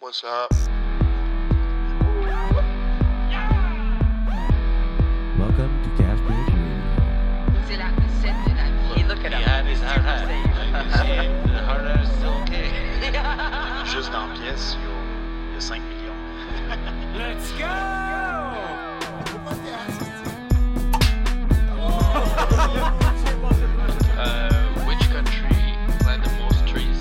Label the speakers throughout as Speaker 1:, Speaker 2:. Speaker 1: What's up?
Speaker 2: Welcome to Gasbridge Radio.
Speaker 3: C'est la recette de la vie. Et look at
Speaker 4: had his hard hat. Like, you see it, the hard hat is still okay.
Speaker 1: Juste en pièces, il y a- il y a 5 millions.
Speaker 4: which country plant the most trees?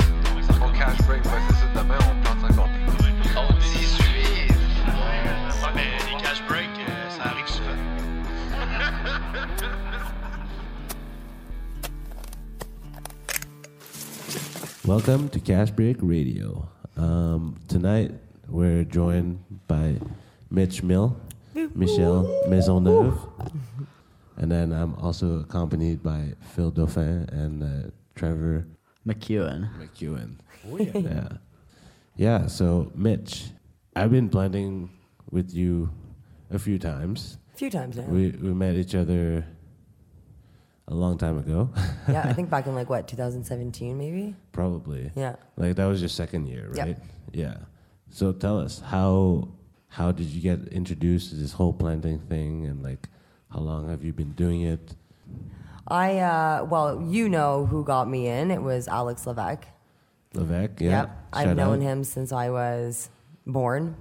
Speaker 5: Mon cash break, ouais, c'est ça, demain on plante encore plus.
Speaker 4: Oh, dit Suisse.
Speaker 6: Ouais, mais les cash breaks, euh, ça arrive souvent.
Speaker 2: Welcome to Gasbridge Radio. Um, tonight we're joined by Mitch Mill, Michelle Maisonneuve, and then I'm also accompanied by Phil Dauphin and uh, Trevor
Speaker 7: McEwen.
Speaker 2: McEwen. yeah. yeah. Yeah, so Mitch, I've been blending with you a few times.
Speaker 8: A few times now.
Speaker 2: We we met each other a long time ago,
Speaker 8: yeah, I think back in like what 2017 maybe.
Speaker 2: probably.
Speaker 8: Yeah.
Speaker 2: Like that was your second year,
Speaker 8: Yep.
Speaker 2: right? Yeah. So tell us how how did you get introduced to this whole planting thing and like how long have you been doing it?
Speaker 8: I uh, well, you know who got me in? It was Alex Levesque.
Speaker 2: Levesque, yeah.
Speaker 8: Yep, I've
Speaker 2: Shout
Speaker 8: known
Speaker 2: out.
Speaker 8: him since I was born.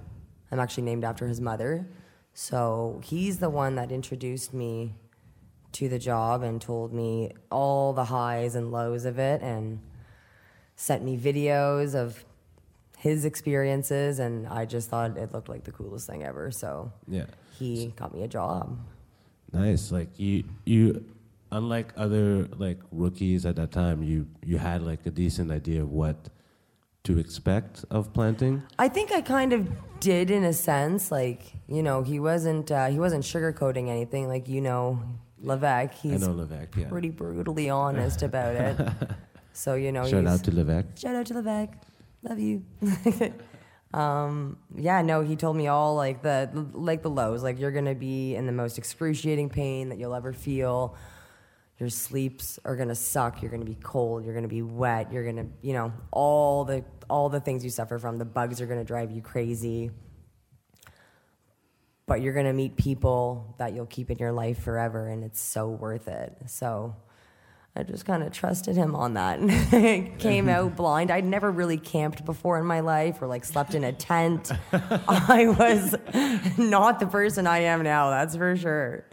Speaker 8: I'm actually named after his mother, so he's the one that introduced me to the job and told me all the highs and lows of it, and sent me videos of his experiences, and I just thought it looked like the coolest thing ever. So
Speaker 2: Yeah.
Speaker 8: he got me a job.
Speaker 2: Nice. Like you you unlike other like rookies at that time, you you had like a decent idea of what to expect of planting.
Speaker 8: I think I kind of did in a sense. Like you know, he wasn't uh, he wasn't sugarcoating anything. Like you know, Levesque, he's
Speaker 2: I know Levesque, yeah.
Speaker 8: pretty brutally honest about it. So you know,
Speaker 2: Shout
Speaker 8: he's,
Speaker 2: out to Levesque.
Speaker 8: shout out to Levesque, love you. um, yeah, no, he told me all like the like the lows. Like you're gonna be in the most excruciating pain that you'll ever feel. Your sleeps are gonna suck. You're gonna be cold. You're gonna be wet. You're gonna, you know, all the all the things you suffer from. The bugs are gonna drive you crazy but you're going to meet people that you'll keep in your life forever and it's so worth it so i just kind of trusted him on that came out blind i'd never really camped before in my life or like slept in a tent i was not the person i am now that's for sure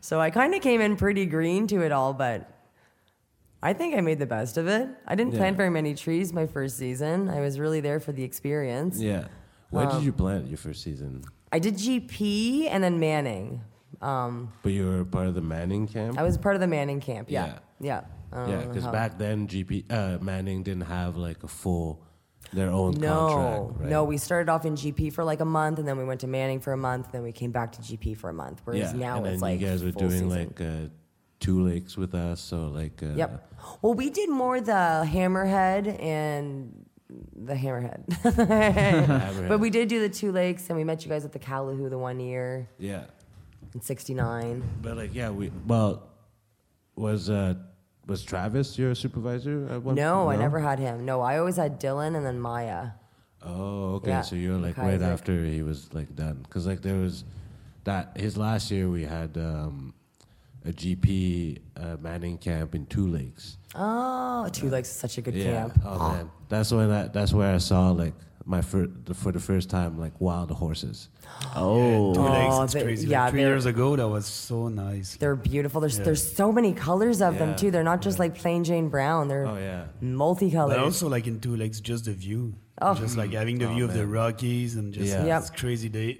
Speaker 8: so i kind of came in pretty green to it all but i think i made the best of it i didn't
Speaker 2: Yeah.
Speaker 8: plant very many trees my first season i was really there for the experience
Speaker 2: Yeah. Where
Speaker 8: Um,
Speaker 2: did you plant your first season?
Speaker 8: I did GP and then Manning. Um,
Speaker 2: But you were part of the Manning camp?
Speaker 8: I was part of the Manning camp. Yeah. Yeah. Uh-huh. I don't
Speaker 2: Yeah,
Speaker 8: know
Speaker 2: because
Speaker 8: how-
Speaker 2: back then GP uh, Manning didn't have like a full their own
Speaker 8: No,
Speaker 2: contract. Right?
Speaker 8: no, we started off in GP for like a month, and then we went to Manning for a month, then we came back to GP for a month. Whereas now
Speaker 2: and
Speaker 8: it's
Speaker 2: then
Speaker 8: like
Speaker 2: you guys were
Speaker 8: full
Speaker 2: doing
Speaker 8: season.
Speaker 2: like uh, two lakes with us, so like uh,
Speaker 8: Yep. Well, we did more the hammerhead and the hammerhead, but we did do the two lakes, and we met you guys at the Calahoo the one year
Speaker 2: yeah.
Speaker 8: in '69.
Speaker 2: But like yeah, we well was uh, was Travis your supervisor at one?
Speaker 8: No, I never had him. No, I always had Dylan and then Maya.
Speaker 2: Oh, okay.
Speaker 8: Yeah,
Speaker 2: So you were like right
Speaker 8: Kaiser.
Speaker 2: after he was like done, because like there was that his last year we had um, a GP uh, Manning camp in Two Lakes.
Speaker 8: Oh, Two Lakes is such a good camp.
Speaker 2: Oh man, that's when I, that's where I saw like my fir- the, for the first time like wild horses.
Speaker 7: Oh,
Speaker 8: Oh,
Speaker 9: Two legs,
Speaker 8: they-
Speaker 9: it's crazy.
Speaker 8: yeah,
Speaker 9: like three
Speaker 8: they're-
Speaker 9: years ago, that was so nice.
Speaker 8: They're beautiful. There's there's so many colors of
Speaker 2: Yeah.
Speaker 8: them too. They're not just like plain Jane Brown. They're
Speaker 2: Oh yeah,
Speaker 9: But
Speaker 8: multicolored.
Speaker 9: also, like in two legs, just the view,
Speaker 8: Oh.
Speaker 9: just like having the view of the Rockies and just
Speaker 2: Yeah.
Speaker 8: Yep.
Speaker 9: it's crazy. They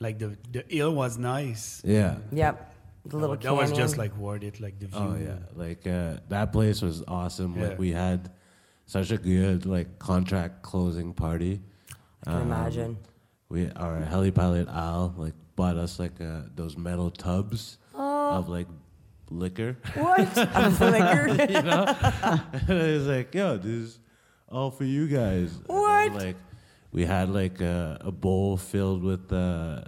Speaker 9: like the the hill was nice.
Speaker 2: yeah.
Speaker 8: yep. The little
Speaker 9: that was just
Speaker 8: canyon.
Speaker 9: like worth it. Like the view.
Speaker 2: Oh yeah, like uh, that place was awesome.
Speaker 9: Yeah.
Speaker 2: Like we had such a good like contract closing party.
Speaker 8: I
Speaker 2: uh-huh.
Speaker 8: can imagine.
Speaker 2: We our heli pilot Al like bought us like uh, those metal tubs of like liquor.
Speaker 8: What? I'm like, you're-
Speaker 2: and I was like, yo, this is all for you guys. And then,
Speaker 8: What?
Speaker 2: like, we had like a, a bowl filled with uh,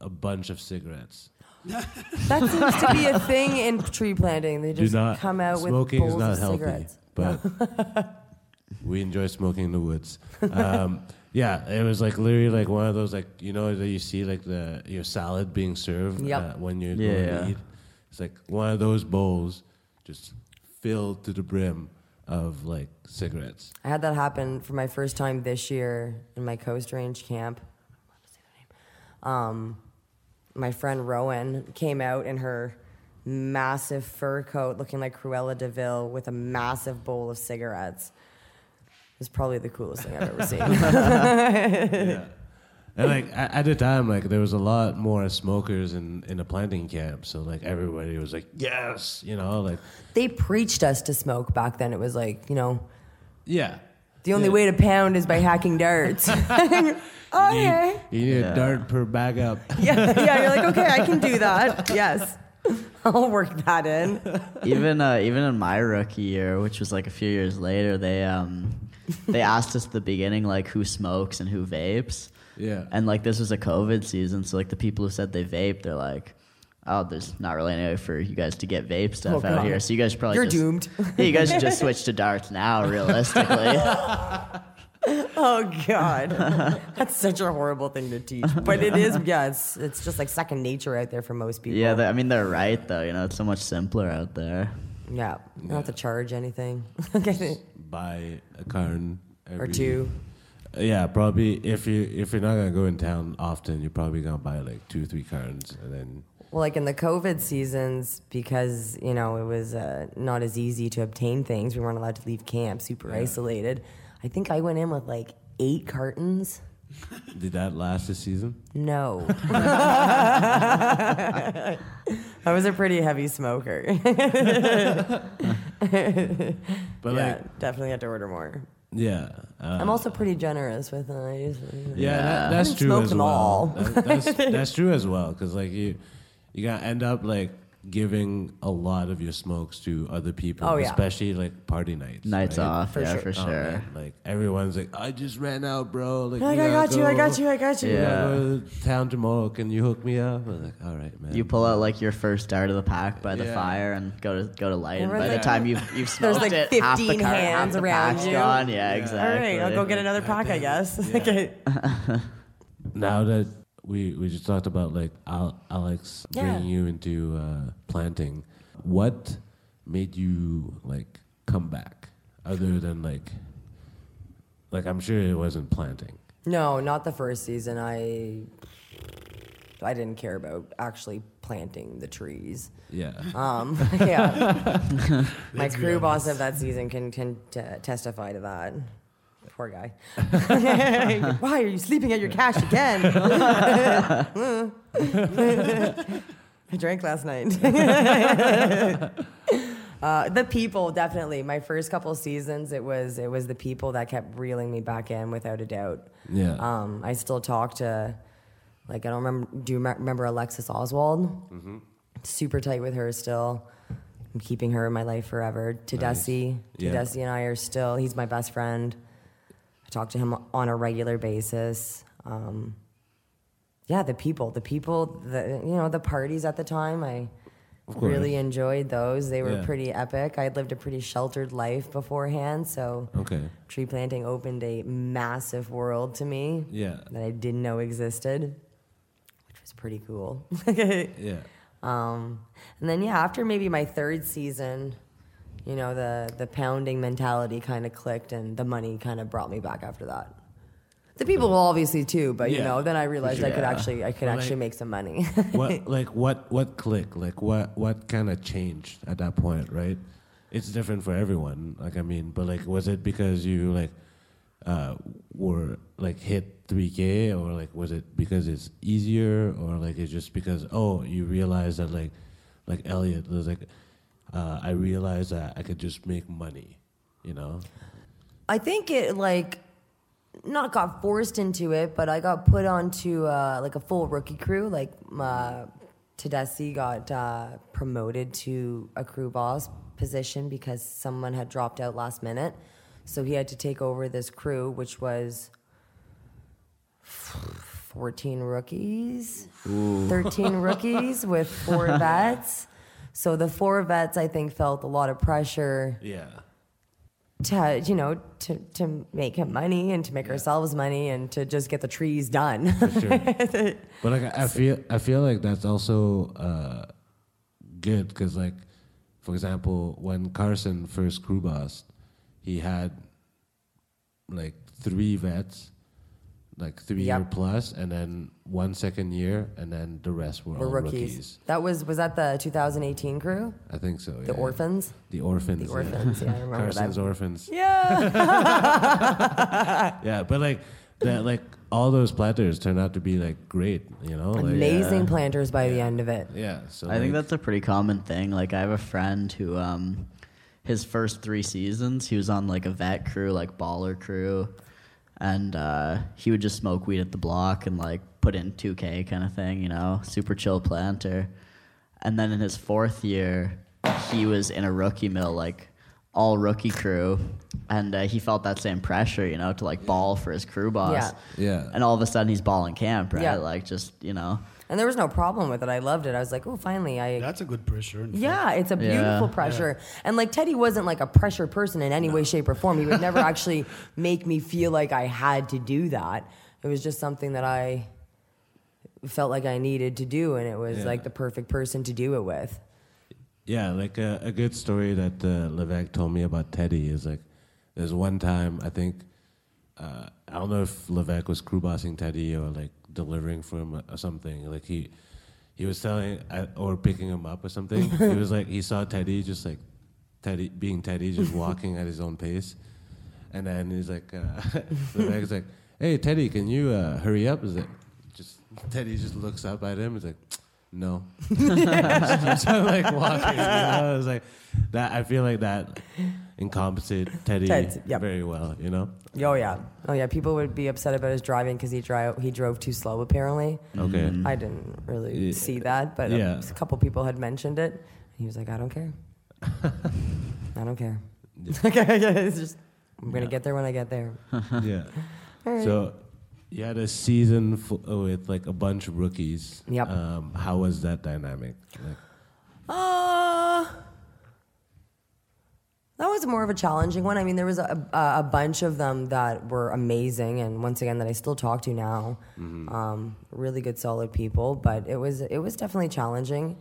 Speaker 2: a bunch of cigarettes.
Speaker 8: that seems to be a thing in tree planting. They just come out with
Speaker 2: smoking
Speaker 8: bowls
Speaker 2: is not
Speaker 8: of
Speaker 2: healthy,
Speaker 8: cigarettes.
Speaker 2: but we enjoy smoking in the woods. Um, yeah, it was like literally like one of those like you know that you see like the your salad being served
Speaker 8: Yep.
Speaker 2: uh, when you're
Speaker 7: Yeah,
Speaker 2: going
Speaker 7: yeah.
Speaker 2: to eat. It's like one of those bowls just filled to the brim of like cigarettes.
Speaker 8: I had that happen for my first time this year in my Coast Range camp. Um, my friend Rowan came out in her massive fur coat, looking like Cruella Deville, with a massive bowl of cigarettes. It was probably the coolest thing I've ever seen.
Speaker 2: And like at, at the time, like there was a lot more smokers in in the planting camp, so like everybody was like, yes, you know, like
Speaker 8: they preached us to smoke back then. It was like, you know,
Speaker 2: yeah.
Speaker 8: the only
Speaker 2: Yeah.
Speaker 8: way to pound is by hacking darts. okay.
Speaker 2: You need
Speaker 7: Yeah.
Speaker 2: a dart per bag up.
Speaker 8: yeah, yeah, you're like, okay, I can do that. Yes. I'll work that in.
Speaker 7: even uh, even in my rookie year, which was like a few years later, they um they asked us at the beginning like who smokes and who vapes.
Speaker 2: Yeah.
Speaker 7: And like this was a COVID season, so like the people who said they vape, they're like, oh, there's not really any way for you guys to get vape stuff
Speaker 8: Oh,
Speaker 7: out
Speaker 8: God.
Speaker 7: here, so you guys should probably
Speaker 8: You're
Speaker 7: just-
Speaker 8: doomed.
Speaker 7: Yeah, you guys should just switch to darts now, realistically.
Speaker 8: Oh God, that's such a horrible thing to teach. But it is, yeah, it's it's just like second nature out there for most people.
Speaker 7: yeah, they- I mean they're right though. You know, it's so much simpler out there.
Speaker 8: yeah. You don't have to charge anything. Okay.
Speaker 2: Buy a carton
Speaker 8: or
Speaker 2: every-
Speaker 8: two.
Speaker 2: Yeah, probably if you if you're not gonna go in town often, you're probably gonna buy like two three cartons and then
Speaker 8: Well, like in the COVID seasons, because you know it was uh, not as easy to obtain things. We weren't allowed to leave camp, super isolated. I think I went in with like eight cartons.
Speaker 2: did that last this season?
Speaker 8: No. I was a pretty heavy smoker.
Speaker 2: But
Speaker 8: yeah,
Speaker 2: like
Speaker 8: definitely had to order more.
Speaker 2: yeah. Uh,
Speaker 8: I'm also pretty generous with uh, I usually
Speaker 2: yeah, that, that's
Speaker 8: haven't
Speaker 2: true
Speaker 8: smoked
Speaker 2: as
Speaker 8: them
Speaker 2: well.
Speaker 8: all.
Speaker 2: That- that's, that's true as well because like you you gotta end up like giving a lot of your smokes to other people,
Speaker 8: Oh, yeah.
Speaker 2: especially like party nights.
Speaker 7: Nights
Speaker 2: right?
Speaker 7: off,
Speaker 8: For
Speaker 7: yeah,
Speaker 8: sure.
Speaker 7: for
Speaker 2: Oh,
Speaker 7: sure.
Speaker 2: man, like everyone's like, I just ran out, bro. Like,
Speaker 8: Like,
Speaker 2: we
Speaker 8: I
Speaker 2: gotta
Speaker 8: got you, I
Speaker 2: go.
Speaker 8: got you, I got you.
Speaker 2: We
Speaker 7: Yeah.
Speaker 2: gotta go to town tomorrow. Can you hook me up? I was like, all right, man.
Speaker 7: You pull out like your first dart of the pack by the
Speaker 2: Yeah.
Speaker 7: fire and go to go to light, and
Speaker 8: Everyone's
Speaker 7: by the
Speaker 8: like,
Speaker 7: time you've you've smoked
Speaker 8: like
Speaker 7: it, half the
Speaker 8: 15
Speaker 7: cart, half
Speaker 8: hands
Speaker 7: the
Speaker 8: around
Speaker 7: pack's
Speaker 8: you.
Speaker 7: gone. Yeah,
Speaker 8: All
Speaker 7: exactly.
Speaker 8: right, I'll go get another pack, I guess. okay.
Speaker 2: now that we we just talked about like Al- Alex bringing
Speaker 8: Yeah.
Speaker 2: you into uh, planting, what made you like come back other than like like I'm sure it wasn't planting.
Speaker 8: No, not the first season. I I didn't care about actually planting the trees.
Speaker 2: Yeah,
Speaker 8: Um, yeah. My crew boss of that season can, can t- testify to that. Poor guy. Why are you sleeping at your cash again? I drank last night. uh, the people, definitely. My first couple seasons, it was it was the people that kept reeling me back in, without a doubt.
Speaker 2: yeah,
Speaker 8: Um, I still talk to, like, I don't remember. Do you me- remember Alexis Oswald?
Speaker 2: Mm-hmm.
Speaker 8: Super tight with her still. I'm keeping her in my life forever. Tedeschi,
Speaker 2: Yeah.
Speaker 8: Tedeschi and I are still. He's my best friend. I talk to him on a regular basis. Um, yeah, the people, the people, the you know, the parties at the time. I
Speaker 2: course.
Speaker 8: really enjoyed those. They were
Speaker 2: Yeah.
Speaker 8: pretty epic. I had lived a pretty sheltered life beforehand, so
Speaker 2: okay,
Speaker 8: tree planting opened a massive world to me
Speaker 2: yeah,
Speaker 8: that I didn't know existed, which was pretty cool.
Speaker 2: yeah,
Speaker 8: um, and then yeah, after maybe my third season, you know the the pounding mentality kind of clicked, and the money kind of brought me back after that. The people obviously too, but you
Speaker 2: Yeah,
Speaker 8: know then I realized I could
Speaker 7: Yeah.
Speaker 8: actually I could
Speaker 2: Well,
Speaker 8: actually
Speaker 2: like-
Speaker 8: make some money.
Speaker 2: what like what what click like what what kind of changed at that point right it's different for everyone like i mean but like was it because you like uh were like hit 3k or like was it because it's easier or like it's just because oh you realize that like like elliot was like uh i realized that i could just make money you know
Speaker 8: I think it like not got forced into it, but I got put onto uh, like a full rookie crew. Like uh, Tedeschi got uh, promoted to a crew boss position because someone had dropped out last minute, so he had to take over this crew, which was. 14 rookies, 13 rookies with four vets. So the four vets, I think, felt a lot of pressure
Speaker 2: yeah
Speaker 8: to you know to to make him money and to make ourselves money and to just get the trees done.
Speaker 2: For sure. but like I I feel I feel like that's also uh, good because like for example when Carson first crew bossed, he had like three vets, like three year
Speaker 8: Yep.
Speaker 2: plus, and then one second year, and then the rest were,
Speaker 8: We're
Speaker 2: all
Speaker 8: rookies. That was was that the 2018 crew,
Speaker 2: I think so.
Speaker 8: the
Speaker 2: yeah.
Speaker 8: orphans,
Speaker 2: The orphans.
Speaker 8: the
Speaker 2: yeah.
Speaker 8: orphans. Yeah, I remember
Speaker 2: Carson's
Speaker 8: that.
Speaker 2: orphans.
Speaker 8: yeah,
Speaker 2: Yeah, but like that, like all those planters turned out to be like great. You know, like,
Speaker 8: amazing planters by the end of it.
Speaker 2: Yeah, so
Speaker 7: I think
Speaker 2: like,
Speaker 7: that's a pretty common thing. Like I have a friend who um his first three seasons he was on like a vet crew, like baller crew. And uh, he would just smoke weed at the block and like put in 2K kind of thing, you know, super chill planter. And then in his fourth year, he was in a rookie mill, like all rookie crew. And uh, he felt that same pressure, you know, to like ball for his crew boss.
Speaker 2: Yeah. Yeah.
Speaker 7: And all of a sudden he's balling camp, right?
Speaker 8: Yeah.
Speaker 7: Like just, you know.
Speaker 8: And there was no problem with it. I loved it. I was like, oh, finally, I
Speaker 9: That's a good pressure. in fact.
Speaker 8: Yeah, it's a
Speaker 7: Yeah.
Speaker 8: beautiful pressure. And like Teddy wasn't like a pressure person in any way, shape, or form. He would never actually make me feel like I had to do that. It was just something that I felt like I needed to do, and it was
Speaker 2: Yeah.
Speaker 8: like the perfect person to do it with.
Speaker 2: Yeah, like a, a good story that uh, Levesque told me about Teddy is like, there's one time I think, uh, I don't know if Levesque was crew bossing Teddy or like delivering for him or something. Like he, he was telling I- or picking him up or something. he was like he saw Teddy just like Teddy being Teddy just walking at his own pace, and then he's like, uh, Levesque's like, hey Teddy, can you uh, hurry up? Is like, just Teddy just looks up at him. He's like. No, so like walking. You know? I was like, that. I feel like that encompasses Teddy
Speaker 8: Ted's- yep.
Speaker 2: very well. You know.
Speaker 8: Oh yeah, oh yeah. People would be upset about his driving because he drove he drove too slow. Apparently,
Speaker 2: Okay.
Speaker 8: I didn't really
Speaker 2: Yeah.
Speaker 8: see that, but a-
Speaker 2: Yeah.
Speaker 8: a couple people had mentioned it. He was like, I don't care. I don't care. okay, yeah, it's just I'm gonna get there when I get there.
Speaker 2: yeah. So you had a season full with like a bunch of rookies.
Speaker 8: Yep.
Speaker 2: Um, how was that dynamic? Like,
Speaker 8: Uh, that was more of a challenging one. I mean, there was a, a, a bunch of them that were amazing, and once again, that I still talk to now. Um, really good, solid people, but it was it was definitely challenging.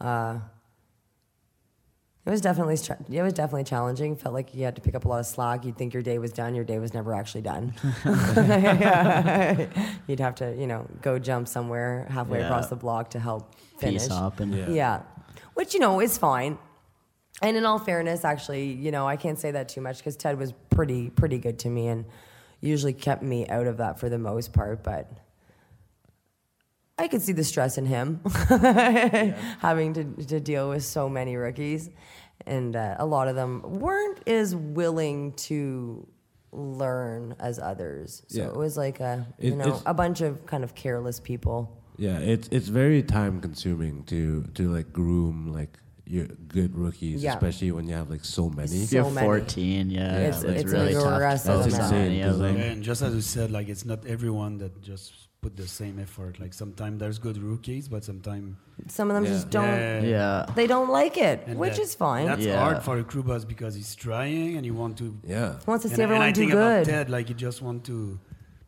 Speaker 8: Uh, it was definitely stra- it was definitely challenging. Felt like you had to pick up a lot of slack. You'd think your day was done. Your day was never actually done. You'd have to, you know, go jump somewhere halfway
Speaker 7: Yeah.
Speaker 8: across the block to help finish.
Speaker 7: Peace up and
Speaker 2: Yeah.
Speaker 8: Yeah. Which, you know, is fine. And in all fairness, actually, you know, I can't say that too much because Ted was pretty, pretty good to me and usually kept me out of that for the most part. But I could see the stress in him having to, to deal with so many rookies. And uh, a lot of them weren't as willing to learn as others. So
Speaker 2: Yeah.
Speaker 8: it was like a, you
Speaker 2: It-
Speaker 8: know,
Speaker 2: it's-
Speaker 8: a bunch of kind of careless people.
Speaker 2: yeah, it's it's very time consuming to to like groom like your good rookies,
Speaker 8: Yeah.
Speaker 2: especially when you have like so many.
Speaker 8: So
Speaker 7: You're
Speaker 8: many.
Speaker 7: 14, yeah.
Speaker 8: It's-
Speaker 7: like,
Speaker 8: it's
Speaker 7: really tough.
Speaker 8: aggressive
Speaker 7: to
Speaker 2: That's
Speaker 7: focus on
Speaker 8: amount.
Speaker 2: insane.
Speaker 7: any
Speaker 2: 'cause,
Speaker 7: of them.
Speaker 2: like,
Speaker 9: And just as you said, like it's not everyone that just put the same effort. Like sometimes there's good rookies, but sometimes
Speaker 8: Some of them
Speaker 2: Yeah.
Speaker 8: just don't.
Speaker 7: Yeah.
Speaker 8: They don't like it, which
Speaker 9: that-
Speaker 8: is fine.
Speaker 9: That's
Speaker 7: Yeah.
Speaker 9: hard for a crew boss because he's trying and he want to.
Speaker 2: yeah.
Speaker 8: Wants to see
Speaker 9: and, and I
Speaker 8: everyone do
Speaker 9: think
Speaker 8: good.
Speaker 9: about Ted, like he just want to,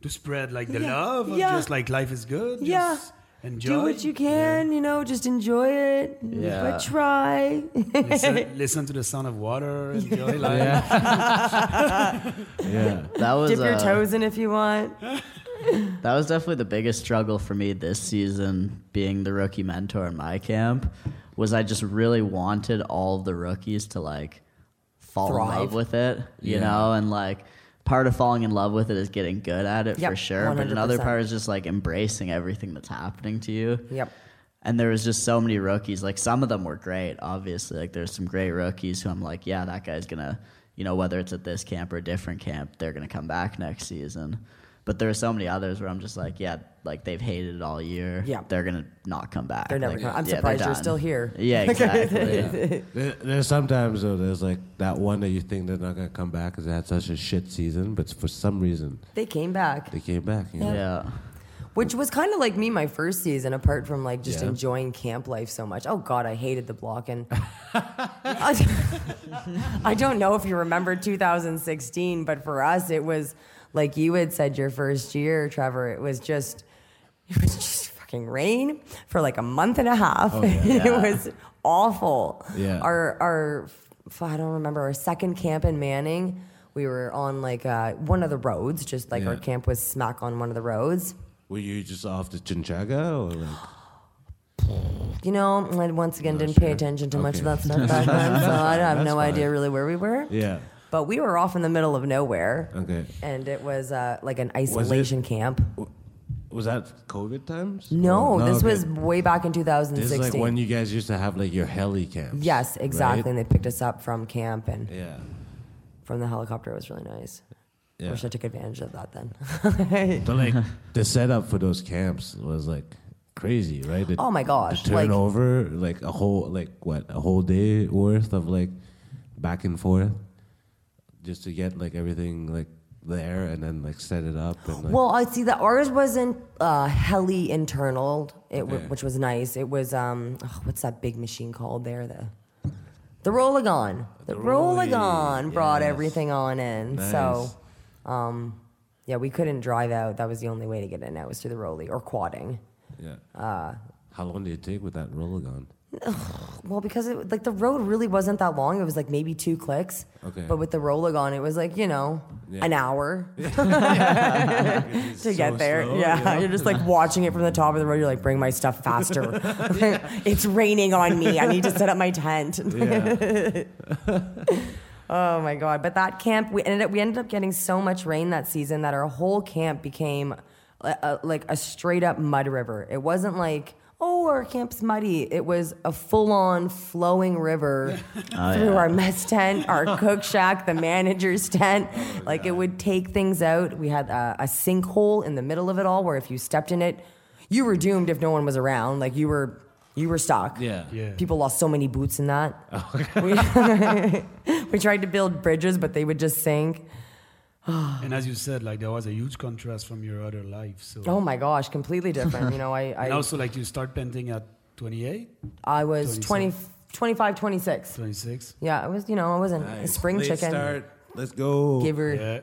Speaker 9: to spread like the
Speaker 8: Yeah.
Speaker 9: love, of
Speaker 8: Yeah.
Speaker 9: just like life is good.
Speaker 8: Yeah.
Speaker 9: Just enjoy.
Speaker 8: Do what you can, you know, just enjoy it.
Speaker 7: Yeah.
Speaker 8: But try.
Speaker 9: listen, listen to the sound of water. Enjoy life.
Speaker 2: Yeah.
Speaker 7: That was
Speaker 8: Dip your
Speaker 7: uh,
Speaker 8: toes in if you want.
Speaker 7: That was definitely the biggest struggle for me this season, being the rookie mentor in my camp, was I just really wanted all of the rookies to like fall in love
Speaker 8: Thrive.
Speaker 7: with it, you
Speaker 2: Yeah.
Speaker 7: know, and like part of falling in love with it is getting good at it
Speaker 8: Yep,
Speaker 7: for sure, but
Speaker 8: 100%.
Speaker 7: another part is just like embracing everything that's happening to you.
Speaker 8: Yep.
Speaker 7: And there was just so many rookies. Like some of them were great, obviously. Like there's some great rookies who I'm like, yeah, that guy's gonna, you know, whether it's at this camp or a different camp, they're gonna come back next season. But there are so many others where I'm just like, yeah, like they've hated it all year.
Speaker 8: Yeah.
Speaker 7: they're gonna not come back.
Speaker 8: They're never
Speaker 7: Like,
Speaker 8: gonna- I'm
Speaker 7: yeah, they're
Speaker 8: surprised you're
Speaker 7: done.
Speaker 8: still here.
Speaker 7: Yeah, exactly.
Speaker 2: Yeah. There- There's sometimes though there's like that one that you think they're not gonna come back because they had such a shit season, but for some reason
Speaker 8: They came back.
Speaker 2: they came back. You know?
Speaker 7: yeah.
Speaker 8: Which was kind of like me my first season, apart from like just
Speaker 2: Yeah.
Speaker 8: enjoying camp life so much. Oh God, I hated the block and I I don't know if you remember 2016, but for us it was like you had said your first year, Trevor. It was just it was just fucking rain for like a month and a half.
Speaker 2: Oh, yeah.
Speaker 8: it was awful.
Speaker 2: Yeah.
Speaker 8: Our our f- I don't remember our second camp in Manning. We were on like uh, one of the roads, just like our
Speaker 2: Yeah.
Speaker 8: camp was smack on one of the roads.
Speaker 2: Were you just off the Chinchaga or like?
Speaker 8: You know, I once again didn't pay
Speaker 2: sure.
Speaker 8: attention to much of
Speaker 2: Okay.
Speaker 8: that stuff back then, so I have
Speaker 2: That's
Speaker 8: no
Speaker 2: fine.
Speaker 8: idea really where we were.
Speaker 2: Yeah.
Speaker 8: But we were off in the middle of nowhere,
Speaker 2: Okay.
Speaker 8: and it was uh, like an isolation camp.
Speaker 2: Was that COVID times? Or-
Speaker 8: No, this
Speaker 2: Oh, okay.
Speaker 8: was way back in 2016.
Speaker 2: This is like when you guys used to have like your heli camps.
Speaker 8: yes, exactly. And
Speaker 2: right?
Speaker 8: they picked us up from camp and
Speaker 2: Yeah.
Speaker 8: from the helicopter. It was really nice.
Speaker 2: Yeah.
Speaker 8: Wish I took advantage of that then.
Speaker 2: But like the setup for those camps was like crazy, right? The-
Speaker 8: Oh my gosh,
Speaker 2: The
Speaker 8: like-
Speaker 2: turnover, like, a whole like what a whole day worth of like back and forth, just to get like everything like there and then like set it up and like,
Speaker 8: Well, I see that ours wasn't uh, heli internal, it w-
Speaker 2: Yeah.
Speaker 8: which was nice. It was um, oh, what's that big machine called there? The the Rolagon. The,
Speaker 2: The Rolly,
Speaker 8: Rolagon brought
Speaker 2: yes.
Speaker 8: everything on in.
Speaker 2: Nice.
Speaker 8: So, um, yeah, we couldn't drive out. That was the only way to get in. Out was through the Roly or quadding.
Speaker 2: yeah.
Speaker 8: uh,
Speaker 2: How long did it take with that roller gun?
Speaker 8: Well, because it, like the road really wasn't that long. It was like maybe two clicks.
Speaker 2: Okay.
Speaker 8: But with the Rolagon, it was like you know
Speaker 2: Yeah.
Speaker 8: an hour. to get there. yeah. You're just like watching it from the top of the road. You're like, bring my stuff faster. it's raining on me. I need to set up my tent. oh my God. But that camp, we ended up, we ended up getting so much rain that season that our whole camp became a, a, like a straight up mud river. It wasn't like, Oh, our camp's muddy. It was a full on flowing river
Speaker 7: Oh,
Speaker 2: Oh,
Speaker 8: through our mess tent, our cook shack, the manager's tent. like it would take things out. We had a, a sinkhole in the middle of it all, where if you stepped in it, you were doomed if no one was around. Like you were, you were stuck.
Speaker 2: Yeah. Oh,
Speaker 9: Yeah.
Speaker 8: People lost so many boots in that. we, we tried to build bridges, but they would just sink.
Speaker 9: And as you said, like there was a huge contrast from your other life. So
Speaker 8: Oh my gosh, completely different. You know, I I,
Speaker 9: and also like you start painting at 28,
Speaker 8: I was 20,
Speaker 9: 26.
Speaker 8: 25, 26.
Speaker 9: 26.
Speaker 8: Yeah, I was. You know, I wasn't a spring
Speaker 2: Late
Speaker 8: chicken.
Speaker 2: Start. Let's go.
Speaker 8: Give her.
Speaker 9: Yeah.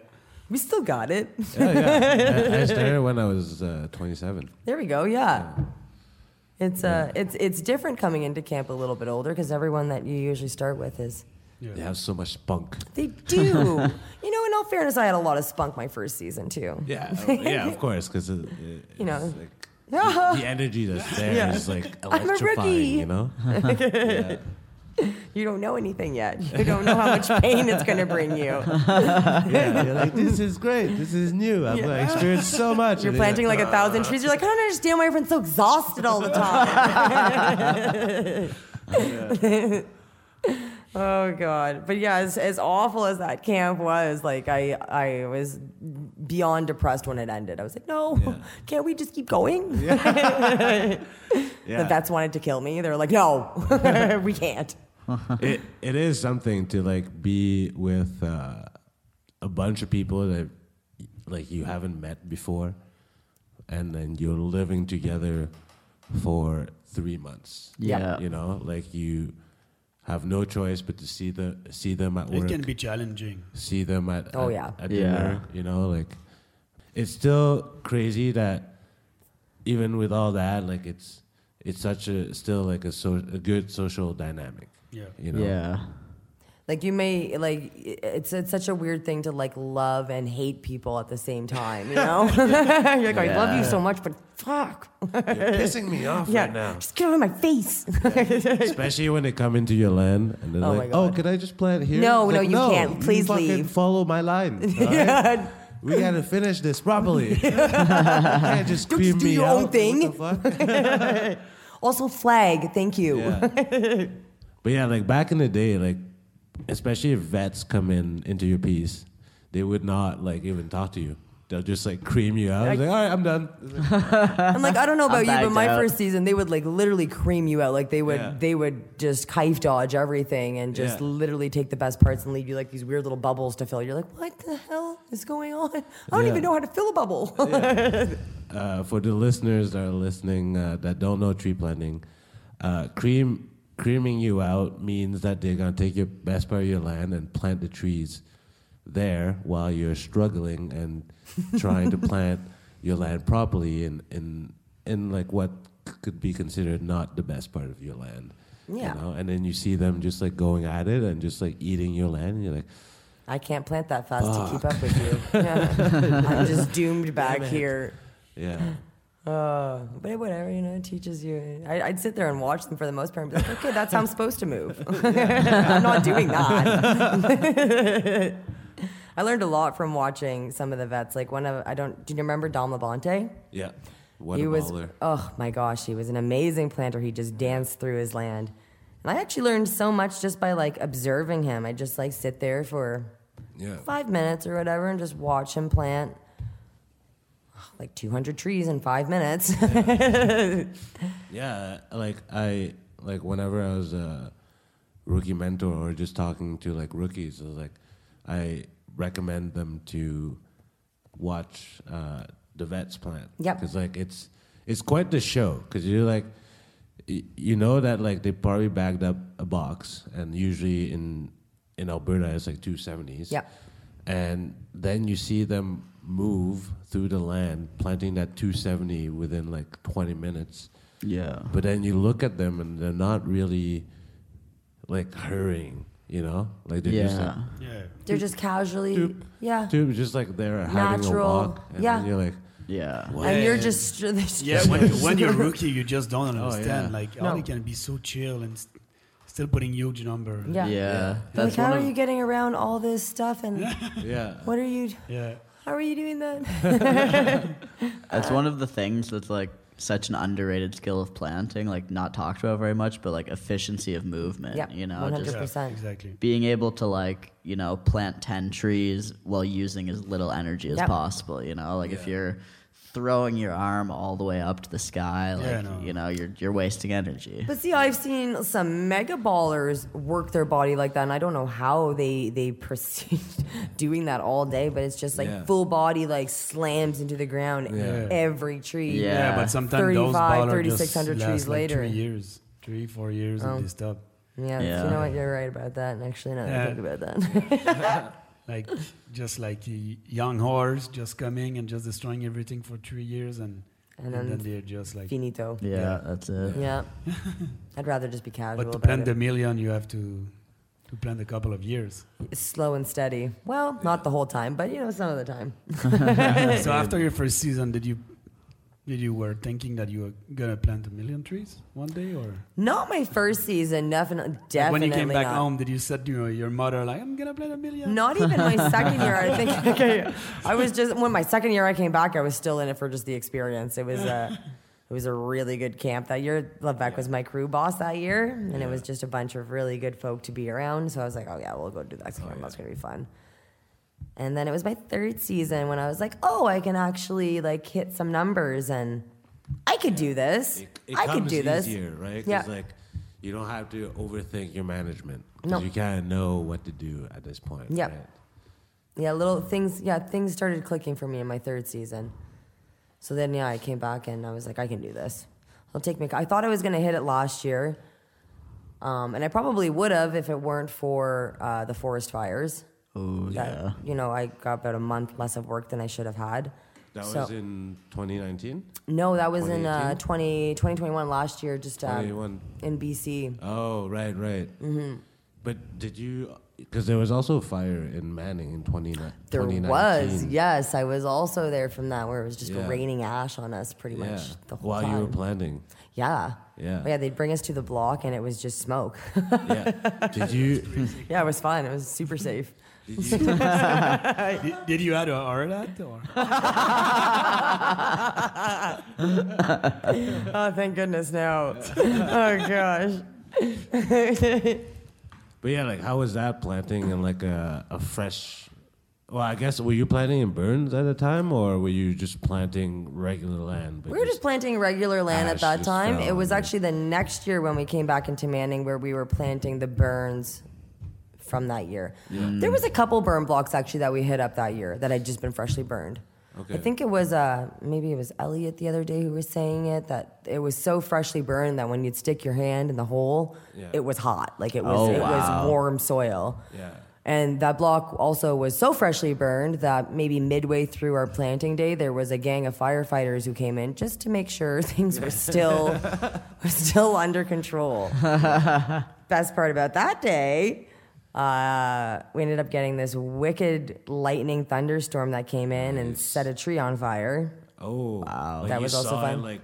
Speaker 8: We still got it.
Speaker 2: Yeah, yeah. I, I started when I was uh, 27.
Speaker 8: There we go. Yeah. It's uh, it's it's different coming into camp a little bit older because everyone that you usually start with is
Speaker 9: Yeah.
Speaker 2: They have so much spunk.
Speaker 8: they do. you know, in all fairness, I had a lot of spunk my first season too.
Speaker 2: Yeah, oh, yeah, of course, because it, it,
Speaker 8: You know.
Speaker 2: it's like,
Speaker 8: Yeah.
Speaker 2: the energy that's there is
Speaker 8: Yeah.
Speaker 2: like
Speaker 8: I'm a
Speaker 2: electrifying.
Speaker 8: rookie.
Speaker 2: You know,
Speaker 8: You don't know anything yet. You don't know how much pain it's going to bring you.
Speaker 2: yeah, you're like, this is great. This is new. I've like, experienced so much.
Speaker 8: You're
Speaker 2: And
Speaker 8: planting like a
Speaker 2: uh,
Speaker 8: thousand trees. You're like, I don't understand why everyone's so exhausted all the time. oh god. But yeah, as, as awful as that camp was, like I I was beyond depressed when it ended. I was like, no,
Speaker 2: Yeah.
Speaker 8: can't we just keep going?
Speaker 2: yeah.
Speaker 8: The vets wanted to kill me. They were like, no, we can't.
Speaker 2: it, it is something to like be with uh, a bunch of people that like you haven't met before, and then you're living together for three months.
Speaker 7: Yeah.
Speaker 2: you know, like you have no choice but to see the see them at
Speaker 9: It
Speaker 2: work.
Speaker 9: can be challenging.
Speaker 2: see them at
Speaker 8: Oh,
Speaker 2: at-
Speaker 8: yeah.
Speaker 2: at
Speaker 7: Yeah.
Speaker 2: dinner. You know, like it's still crazy that even with all that, like it's it's such a still like a so a good social dynamic.
Speaker 9: Yeah.
Speaker 2: You know.
Speaker 7: Yeah.
Speaker 8: Like you may like i- it's it's such a weird thing to like love and hate people at the same time, you know? You're like, I love you so much, but fuck.
Speaker 2: You're pissing me off right now,
Speaker 8: Just get out of my face.
Speaker 2: especially when they come into your land and they're
Speaker 8: Oh
Speaker 2: like,
Speaker 8: my God.
Speaker 2: "Oh, can I just plant here?"
Speaker 8: No,
Speaker 2: It's
Speaker 8: no,
Speaker 2: like,
Speaker 8: you can't. Please
Speaker 2: fucking
Speaker 8: leave."
Speaker 2: Follow my line. all right?
Speaker 8: Yeah.
Speaker 2: We gotta finish this properly. you can't just
Speaker 8: Don't
Speaker 2: creep
Speaker 8: just do
Speaker 2: me
Speaker 8: your own
Speaker 2: out.
Speaker 8: thing.
Speaker 2: What the fuck?
Speaker 8: Also, flag. Thank you.
Speaker 2: Yeah. but yeah, like back in the day, like especially if vets come in into your piece, they would not like even talk to you. They'll just like cream you out. Like, all right, I'm done.
Speaker 8: I'm like, I don't know about you, but
Speaker 7: bagged
Speaker 8: my
Speaker 7: out.
Speaker 8: first season, they would like literally cream you out. Like they would,
Speaker 2: Yeah.
Speaker 8: they would just kite dodge everything and just
Speaker 2: Yeah.
Speaker 8: literally take the best parts and leave you like these weird little bubbles to fill. You're like, what the hell is going on? I don't
Speaker 2: Yeah.
Speaker 8: even know how to fill a bubble.
Speaker 2: uh, for the listeners that are listening uh, that don't know tree planting, uh, cream creaming you out means that they're gonna take your best part of your land and plant the trees there while you're struggling and trying to plant your land properly in in in like what c- could be considered not the best part of your land. You
Speaker 8: Yeah.
Speaker 2: know? And then you see them just like going at it and just like eating your land. And you're like,
Speaker 8: I can't plant that fast to keep up with you. Yeah. I'm just doomed back here.
Speaker 2: yeah.
Speaker 8: Uh, but whatever, you know, it teaches you. I, I'd sit there and watch them for the most part and be like, okay, that's how I'm supposed to move. I'm not doing that. I learned a lot from watching some of the vets. Like one of, I don't, do you remember Dom LaBonte?
Speaker 2: Yeah. What
Speaker 8: he
Speaker 2: a
Speaker 8: was,
Speaker 2: baller.
Speaker 8: oh my gosh, he was an amazing planter. He just danced through his land. And I actually learned so much just by like observing him. I just like sit there for
Speaker 2: Yeah.
Speaker 8: five minutes or whatever and just watch him plant like 200 trees in five minutes.
Speaker 2: Yeah, like I like whenever I was a rookie mentor or just talking to like rookies, I was like, I recommend them to watch uh, the vets plant.
Speaker 8: Yep.
Speaker 2: because like it's it's quite the show because you're like. y- You know that like they probably bagged up a box, and usually in in Alberta it's like two seventies.
Speaker 8: Yep.
Speaker 2: And then you see them move through the land, planting that two seventy within like twenty minutes
Speaker 7: Yeah.
Speaker 2: but then you look at them and they're not really like hurrying, you know, like they're just like,
Speaker 7: Yeah.
Speaker 9: Yeah.
Speaker 8: They're just casually,
Speaker 2: Doop.
Speaker 8: yeah.
Speaker 2: dude, just like they're having a
Speaker 8: Natural.
Speaker 2: walk, and
Speaker 8: Yeah.
Speaker 2: then you're like,
Speaker 7: Yeah.
Speaker 8: And you're just str- they're
Speaker 9: Yeah,
Speaker 8: just-
Speaker 9: when, you- when you're a rookie, you just don't understand.
Speaker 2: yeah.
Speaker 9: Like,
Speaker 8: No.
Speaker 9: how they can be so chill and st- still putting huge number.
Speaker 8: yeah.
Speaker 7: Yeah. That's
Speaker 8: like, how
Speaker 7: one
Speaker 8: are
Speaker 7: of-
Speaker 8: you getting around all this stuff? And
Speaker 2: yeah,
Speaker 8: what are you?
Speaker 9: Yeah.
Speaker 8: How are you doing that?
Speaker 7: That's one of the things that's like such an underrated skill of planting, like not talked about very much, but like efficiency of movement.
Speaker 8: Yep,
Speaker 7: You know, just
Speaker 8: 100%. Percent.
Speaker 9: Exactly.
Speaker 7: being able to like you know plant 10 trees while using as little energy as
Speaker 8: Yep.
Speaker 7: possible you know like if you're throwing your arm all the way up to the sky like
Speaker 9: Yeah, no.
Speaker 7: you know you're you're wasting energy
Speaker 8: But see, I've seen some mega ballers work their body like that, and I don't know how they they proceed doing that all day. But it's just like
Speaker 2: Yeah.
Speaker 8: full body like slams into the ground
Speaker 2: Yeah.
Speaker 8: every tree.
Speaker 7: Yeah.
Speaker 9: Yeah, but sometimes those
Speaker 8: 35,
Speaker 9: baller just
Speaker 8: 3600
Speaker 9: last,
Speaker 8: trees
Speaker 9: like,
Speaker 8: later. Oh.
Speaker 9: Three years, three, four years, and they stop.
Speaker 8: yeah. You
Speaker 7: Yeah.
Speaker 8: know what? You're right about that. And actually, now that I
Speaker 9: Yeah.
Speaker 8: think about that.
Speaker 9: Like just like the young horse just coming and just destroying everything for three years, and
Speaker 8: And
Speaker 9: and,
Speaker 8: then
Speaker 9: then they're just like.
Speaker 8: Finito.
Speaker 7: yeah, that's it
Speaker 8: Yeah. I'd rather just be casual.
Speaker 9: But to
Speaker 8: about
Speaker 9: plant
Speaker 8: it.
Speaker 9: the million, you have to to plant a couple of years.
Speaker 8: slow and steady. Well, not the whole time, but you know, some of the time.
Speaker 9: so after your first season, did you did you were thinking that you were gonna plant a million trees one day, or
Speaker 8: Not my first season, definitely,
Speaker 9: Like, when
Speaker 8: definitely
Speaker 9: you came back
Speaker 8: not.
Speaker 9: home, did you said you know your mother like I'm gonna plant a million?
Speaker 8: Not even my second year. I think okay, I was just when my second year I came back, I was still in it for just the experience. It was a, it was a really good camp that year. Levesque was my crew boss that year, and it was just a bunch of really good folk to be around. So I was like, oh yeah, we'll go do that camp. That's gonna be fun. And then it was my third season when I was like, oh, I can actually like hit some numbers and I could do this.
Speaker 2: it, it
Speaker 8: I
Speaker 2: comes
Speaker 8: could do this.
Speaker 2: easier, right? 'Cause,
Speaker 8: Yeah.
Speaker 2: like you don't have to overthink your management 'cause
Speaker 8: No.
Speaker 2: you kind of know what to do at this point.
Speaker 8: Yeah.
Speaker 2: right?
Speaker 8: Yeah, little things. Yeah, things started clicking for me in my third season. So then, yeah, I came back and I was like, I can do this. I'll take me. I thought I was gonna hit it last year, um, and I probably would have if it weren't for uh, the forest fires.
Speaker 7: Ooh,
Speaker 8: That,
Speaker 7: yeah
Speaker 8: You know, I got about a month less of work than I should have had.
Speaker 2: That
Speaker 8: So-
Speaker 2: was in 2019.
Speaker 8: No, that was in uh,
Speaker 2: 2018?
Speaker 8: 20, 2021 last year, just uh,
Speaker 2: 21.
Speaker 8: in BC.
Speaker 2: Oh, right, right. Mm-hmm. But did you? Because there was also a fire in Manning in 20,
Speaker 8: There
Speaker 2: 2019.
Speaker 8: was, yes, I was also there from that where it was just
Speaker 2: Yeah.
Speaker 8: raining ash on us pretty
Speaker 2: Yeah.
Speaker 8: much the whole
Speaker 2: While
Speaker 8: time.
Speaker 2: you were planting.
Speaker 8: Yeah.
Speaker 2: Yeah.
Speaker 8: But yeah, they'd bring us to the block and it was just smoke.
Speaker 2: Yeah. Did you?
Speaker 8: yeah, it was fun. It was super safe.
Speaker 2: Did you
Speaker 9: Did, did you add a R that or?
Speaker 8: Oh, thank goodness no. oh, gosh.
Speaker 2: but yeah, like how was that planting in like a, a fresh? Well, I guess were you planting in burns at the time, or were you just planting regular land? but
Speaker 8: We were just planting regular land at
Speaker 2: Ash
Speaker 8: that
Speaker 2: just
Speaker 8: time.
Speaker 2: fell
Speaker 8: It was
Speaker 2: on it.
Speaker 8: actually the next year when we came back into Manning where we were planting the burns from that year. There was a couple burn blocks actually that we hit up that year that had just been freshly burned.
Speaker 2: Okay.
Speaker 8: I think it was uh, maybe it was Elliot the other day who was saying it that it was so freshly burned that when you'd stick your hand in the hole,
Speaker 2: Yeah.
Speaker 8: it was hot. Like it was
Speaker 7: Oh,
Speaker 8: it
Speaker 7: wow.
Speaker 8: was warm soil.
Speaker 2: Yeah.
Speaker 8: And that block also was so freshly burned that maybe midway through our planting day, there was a gang of firefighters who came in just to make sure things were still were still under control. Best part about that day, uh, we ended up getting this wicked lightning thunderstorm that came in and set a tree on fire.
Speaker 2: Oh, wow.
Speaker 8: That was also fun.
Speaker 2: Like,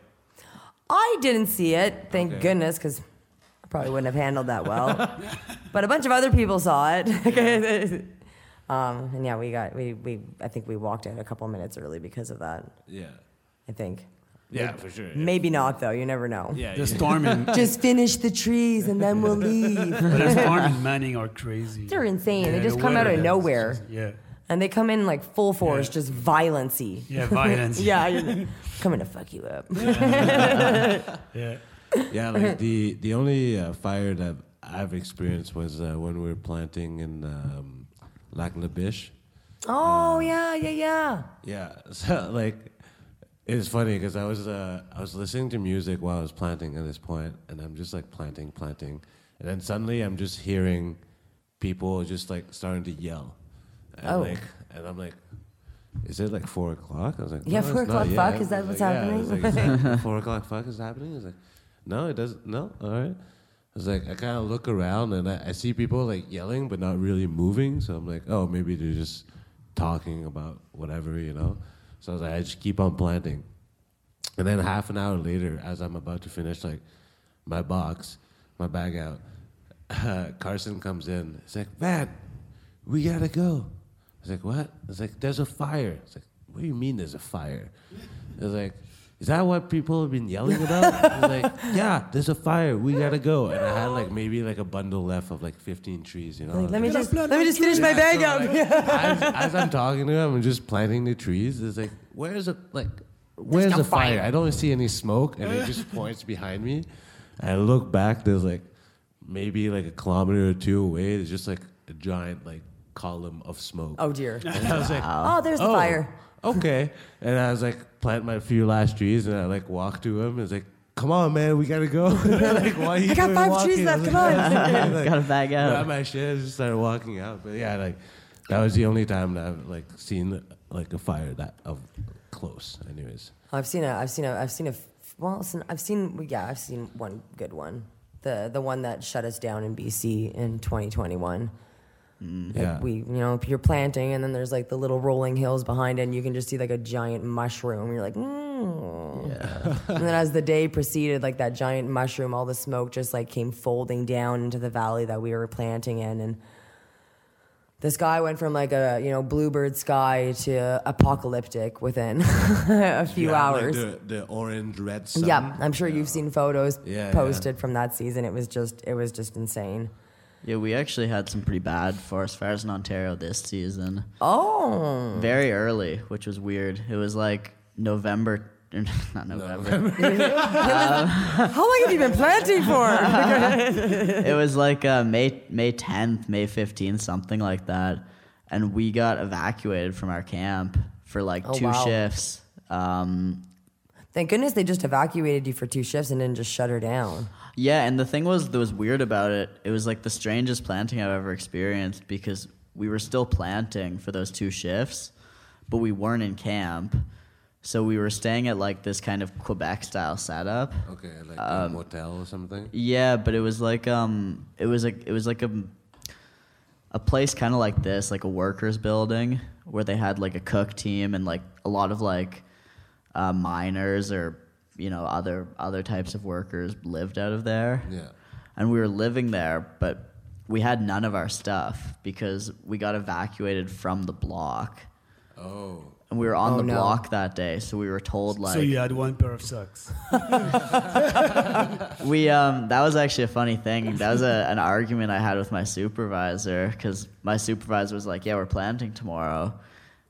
Speaker 8: I didn't see it, thank
Speaker 2: Okay.
Speaker 8: goodness, because I probably wouldn't have handled that well. but a bunch of other people saw it. um, and yeah, we got we we I think we walked out a couple minutes early because of that.
Speaker 2: yeah.
Speaker 8: I think
Speaker 2: Yeah, for sure. Yeah.
Speaker 8: maybe not though. You never know.
Speaker 2: Yeah,
Speaker 9: The storm and
Speaker 8: Just finish the trees and then we'll leave.
Speaker 9: the storm and Manning are crazy.
Speaker 8: They're insane. They
Speaker 9: Yeah,
Speaker 8: just
Speaker 9: the
Speaker 8: come out
Speaker 9: weather
Speaker 8: of
Speaker 9: is
Speaker 8: nowhere.
Speaker 9: just- Yeah,
Speaker 8: And they come in like full force,
Speaker 9: Yeah.
Speaker 8: just violency.
Speaker 9: yeah, violence.
Speaker 8: Yeah, you're coming to fuck you up.
Speaker 9: yeah.
Speaker 2: Yeah, like the the only uh, fire that I've experienced was uh, when we were planting in um, Lac La Biche.
Speaker 8: Oh yeah, yeah, yeah.
Speaker 2: Yeah, so like it's funny because I was uh, I was listening to music while I was planting at this point, and I'm just like planting, planting, and then suddenly I'm just hearing people just like starting to yell, and
Speaker 8: Oh.
Speaker 2: like and I'm like. Is it like four o'clock? I was like,
Speaker 8: Yeah,
Speaker 2: no,
Speaker 8: four
Speaker 2: it's not
Speaker 8: o'clock,
Speaker 2: yet." I
Speaker 8: fuck, is
Speaker 2: was
Speaker 8: that
Speaker 2: like,
Speaker 8: what's
Speaker 2: yeah. I was
Speaker 8: happening?
Speaker 2: like, "Is that four o'clock fuck is happening. I was like, no, it doesn't. No, all right. I was like, I kind of look around and I, I see people like yelling but not really moving. So I'm like, oh, maybe they're just talking about whatever, you know. So I was like, I just keep on planting. And then half an hour later, as I'm about to finish like my box, my bag out, Carson comes in. He's like, "Man, we gotta go." I was like, "What?" It's like, "There's a fire." It's like, "What do you mean there's a fire?" It's like, "Is that what people have been yelling about?" He's like, "Yeah, there's a fire. We gotta go." And I had like maybe like a bundle left of like 15 trees, you know.
Speaker 8: Like, let me
Speaker 2: Like,
Speaker 8: just let me just finish my bag up.
Speaker 2: as, as I'm talking to him, I'm just planting the trees. It's like, where's a like, where's
Speaker 8: no
Speaker 2: the fire?
Speaker 8: fire.
Speaker 2: I don't see any smoke, and it just points behind me. And I look back. There's like maybe like a kilometer or two away. There's just like a giant like column of smoke.
Speaker 8: Oh dear.
Speaker 2: And I was like,
Speaker 8: Oh, there's the
Speaker 2: Oh,
Speaker 8: fire.
Speaker 2: Okay. And I was like, plant my few last trees, and I like walk to him. It's like, come on, man, we gotta go. like, why are you
Speaker 8: I got
Speaker 2: even
Speaker 8: five trees
Speaker 2: walking? I was
Speaker 8: left.
Speaker 2: like,
Speaker 8: Come on.
Speaker 2: like,
Speaker 7: Gotta bag out.
Speaker 2: Grabbed my shit and just started walking out. But yeah, like that was the only time that I've like seen like a fire that of close. Anyways,
Speaker 8: I've seen a. I've seen a. I've seen a. f- Well, it's an- I've seen. Yeah, I've seen one good one. The the one that shut us down in BC in 2021.
Speaker 2: yeah,
Speaker 8: We, you know, you're planting, and then there's like the little rolling hills behind, it, and you can just see like a giant mushroom. You're like, mm. and then as the day proceeded, like that giant mushroom, all the smoke just like came folding down into the valley that we were planting in, and the sky went from like a you know bluebird sky to apocalyptic within a few hours.
Speaker 2: the, orange red sun.
Speaker 8: Yeah, I'm sure you've seen photos
Speaker 2: Yeah, yeah.
Speaker 8: posted from that season. It was just it was just insane.
Speaker 7: Yeah, we actually had some pretty bad forest fires in Ontario this season.
Speaker 8: Oh,
Speaker 7: Very early, which was weird. It was like November, not November.
Speaker 8: how long have you been planting for?
Speaker 7: it was like uh, May May 10th, May 15th, something like that. And we got evacuated from our camp for like
Speaker 8: Oh,
Speaker 7: two
Speaker 8: wow.
Speaker 7: shifts. Um,
Speaker 8: Thank goodness they just evacuated you for two shifts and didn't just shut her down.
Speaker 7: Yeah, and the thing was that was weird about it. It was like the strangest planting I've ever experienced because we were still planting for those two shifts, but we weren't in camp. So we were staying at like this kind of Quebec style setup.
Speaker 2: Okay, like
Speaker 8: Um,
Speaker 2: a motel or something.
Speaker 7: Yeah, but it was like um it was like it was like a a place kind of like this, like a workers building where they had like a cook team and like a lot of like uh, miners or you know other other types of workers lived out of there
Speaker 2: Yeah.
Speaker 7: and we were living there, but we had none of our stuff because we got evacuated from the block,
Speaker 2: Oh,
Speaker 7: and we were on
Speaker 8: Oh,
Speaker 7: the
Speaker 8: no.
Speaker 7: block that day, so we were told like
Speaker 9: So you had one pair of socks.
Speaker 7: we um that was actually a funny thing. That was a, an argument I had with my supervisor because my supervisor was like, "Yeah, we're planting tomorrow,"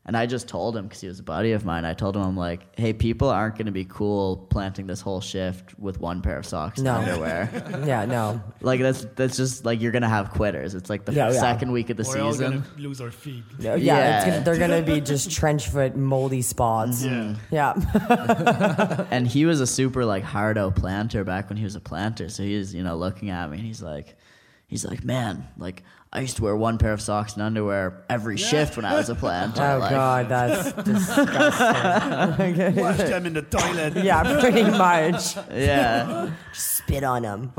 Speaker 7: And I just told him because he was a buddy of mine. I told him I'm like, hey, people aren't going to be cool planting this whole shift with one pair of socks
Speaker 8: No.
Speaker 7: and underwear.
Speaker 8: Yeah, no.
Speaker 7: like that's that's just like you're going to have quitters. It's like the
Speaker 8: Yeah, yeah.
Speaker 7: second week of the
Speaker 9: We're all
Speaker 7: season.
Speaker 9: gonna lose our feet.
Speaker 8: Oh, Yeah, It's
Speaker 7: Yeah.
Speaker 8: gonna, they're gonna be just trench foot moldy spots.
Speaker 9: Yeah.
Speaker 8: Yeah,
Speaker 7: and he was a super like hardo planter back when he was a planter. So he's you know looking at me and he's like, he's like, man, like I used to wear one pair of socks and underwear every shift when I was a planter.
Speaker 8: Oh
Speaker 7: like,
Speaker 8: god, that's disgusting.
Speaker 9: Wash them in the toilet.
Speaker 8: yeah, pretty much.
Speaker 7: Yeah,
Speaker 8: Spit on them.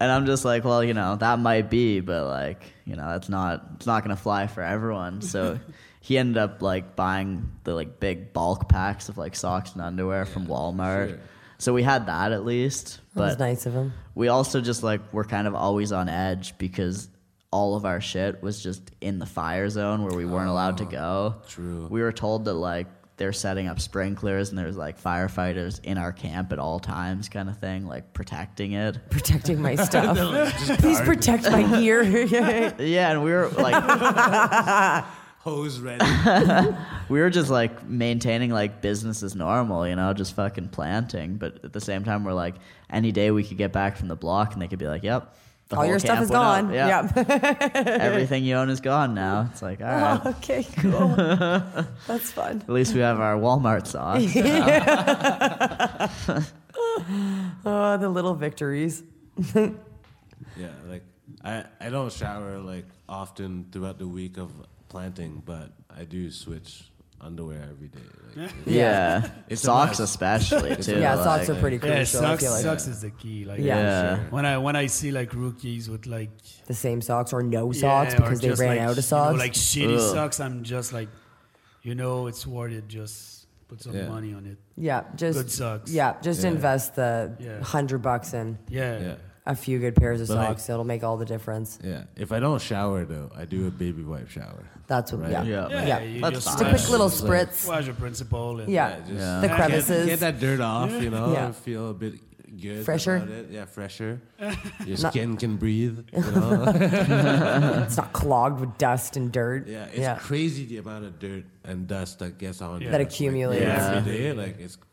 Speaker 7: and I'm just like, well, you know that might be, but like you know that's not it's not gonna fly for everyone. So. He ended up like buying the like big bulk packs of like socks and underwear from Walmart. So we had that at least.
Speaker 8: That was
Speaker 7: But
Speaker 8: nice of him.
Speaker 7: we also just like were kind of always on edge because all of our shit was just in the fire zone where we weren't allowed to
Speaker 8: Oh,
Speaker 7: go.
Speaker 2: true.
Speaker 7: We were told that like they're setting up sprinklers and there's like firefighters in our camp at all times kind of thing, like protecting it.
Speaker 8: Protecting my stuff. Please protect my gear.
Speaker 7: Yeah, and we were like
Speaker 2: Hose ready.
Speaker 7: we were just like maintaining like business as normal, you know, just fucking planting, but at the same time we're like any day we could get back from the block and they could be like, "Yep, the
Speaker 8: All
Speaker 7: whole
Speaker 8: your
Speaker 7: camp
Speaker 8: stuff is
Speaker 7: went up.
Speaker 8: gone.
Speaker 7: Yeah.
Speaker 8: Yeah.
Speaker 7: Everything you own is gone now. It's like, all right.
Speaker 8: okay, cool. That's fun.
Speaker 7: At least we have our Walmart sauce.
Speaker 8: Oh, the little victories.
Speaker 2: Yeah, like I, I don't shower like often throughout the week of planting, but I do switch underwear every day. Like,
Speaker 7: yeah.
Speaker 2: It's a
Speaker 7: socks
Speaker 2: must.
Speaker 7: especially too.
Speaker 8: Yeah, socks
Speaker 7: like-
Speaker 8: are pretty crucial.
Speaker 9: Yeah,
Speaker 8: I
Speaker 9: socks,
Speaker 8: feel like
Speaker 9: socks is the key. Like
Speaker 8: Yeah.
Speaker 7: Yeah.
Speaker 9: when I when I see like rookies with like
Speaker 8: the same socks or no socks
Speaker 9: yeah, or
Speaker 8: because they
Speaker 9: just,
Speaker 8: ran
Speaker 9: like,
Speaker 8: out
Speaker 9: you know,
Speaker 8: of socks.
Speaker 9: like shitty
Speaker 7: Ugh.
Speaker 9: socks, I'm just like, you know, it's worth it. Just put some
Speaker 2: Yeah.
Speaker 9: money on it.
Speaker 8: yeah, just
Speaker 9: good socks.
Speaker 8: Yeah, just
Speaker 2: Yeah.
Speaker 8: invest the
Speaker 9: Yeah.
Speaker 8: hundred bucks in
Speaker 9: Yeah,
Speaker 2: yeah,
Speaker 8: a few good pairs of
Speaker 2: But, like-
Speaker 8: socks. It'll make all the difference.
Speaker 2: yeah. If I don't shower though, I do a baby wipe shower.
Speaker 8: That's what.
Speaker 2: Right.
Speaker 8: Yeah.
Speaker 7: Yeah.
Speaker 9: yeah.
Speaker 8: Yeah.
Speaker 9: you
Speaker 7: That's
Speaker 9: just
Speaker 8: Just a
Speaker 9: wash-
Speaker 8: quick little
Speaker 2: Just like-
Speaker 8: spritz.
Speaker 9: wash your principal. And
Speaker 8: Yeah.
Speaker 2: just
Speaker 7: Yeah.
Speaker 8: The
Speaker 9: Yeah,
Speaker 2: Get-
Speaker 8: crevices.
Speaker 2: Get, that dirt off, you know.
Speaker 8: Yeah.
Speaker 2: Feel a bit good.
Speaker 8: Fresher.
Speaker 2: About it. Yeah, fresher. Your skin can breathe. You know?
Speaker 8: It's not clogged with dust and dirt.
Speaker 2: yeah, it's crazy the amount of dirt and dust that gets on you.
Speaker 8: That
Speaker 2: It's like,
Speaker 8: accumulates.
Speaker 2: every day. Like it's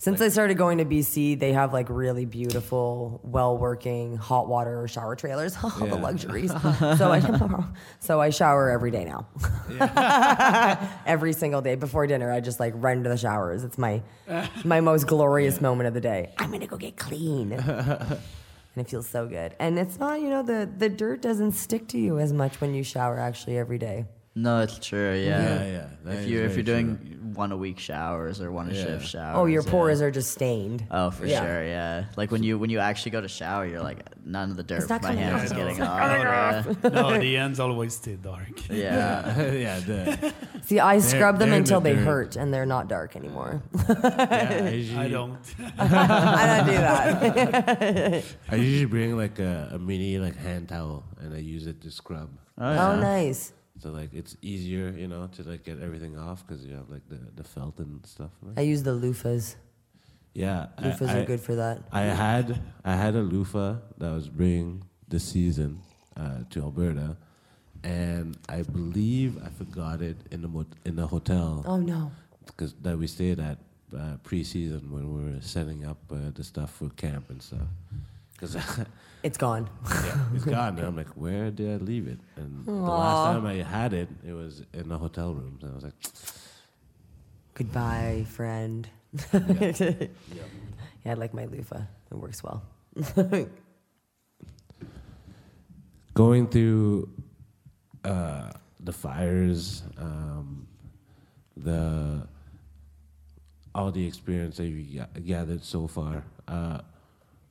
Speaker 8: Since I started going to BC, they have like really beautiful, well working hot water shower trailers. the
Speaker 2: Yeah.
Speaker 8: luxuries. so I so I shower every day now. every single day before dinner, I just like run to the showers. It's my my most glorious moment of the day. I'm gonna go get clean. and it feels so good. And it's not, you know, the the dirt doesn't stick to you as much when you shower actually every day.
Speaker 7: No, it's true. Yeah.
Speaker 2: Yeah, yeah, that
Speaker 7: If
Speaker 2: is
Speaker 7: you if
Speaker 2: very
Speaker 7: you're doing one a week showers or one a
Speaker 2: Yeah.
Speaker 7: shift showers.
Speaker 8: Oh, your
Speaker 7: yeah.
Speaker 8: pores are just stained.
Speaker 7: Oh, for
Speaker 8: Yeah.
Speaker 7: sure. Yeah. Like when you when you actually go to shower, you're like none of the dirt
Speaker 8: It's not
Speaker 7: from my
Speaker 8: coming
Speaker 7: hands is
Speaker 8: off.
Speaker 9: Yeah, I know.
Speaker 7: getting off.
Speaker 9: no, the ends always stay dark.
Speaker 7: Yeah. yeah.
Speaker 2: yeah, the,
Speaker 8: See, I scrub them
Speaker 2: they're in
Speaker 8: until
Speaker 2: the
Speaker 8: they
Speaker 2: dirt.
Speaker 8: hurt and they're not dark anymore.
Speaker 2: yeah. I, usually,
Speaker 9: I don't.
Speaker 8: I don't do that.
Speaker 2: I usually bring like a, a mini like hand towel and I use it to scrub.
Speaker 8: Oh, nice.
Speaker 2: So like it's easier, you know, to like get everything off because you have like the, the felt and stuff. Right?
Speaker 8: I use the loofahs.
Speaker 2: yeah, I-
Speaker 8: Loofahs
Speaker 2: I,
Speaker 8: are good for that.
Speaker 2: I had I had a loofah that was bringing this season uh, to Alberta, and I believe I forgot it in the mot- in the hotel.
Speaker 8: Oh no.
Speaker 2: because that we stayed at uh, pre-season when we were setting up uh, the stuff for camp and stuff. Because
Speaker 8: It's gone.
Speaker 2: it's gone, and I'm like, where did I leave it? And the last time I had it, it was in the hotel room. So I was like,
Speaker 8: Goodbye, friend. yeah, I like my loofah. It works well.
Speaker 2: going through uh, the fires, um, the all the experience that you ga- gathered so far. Uh,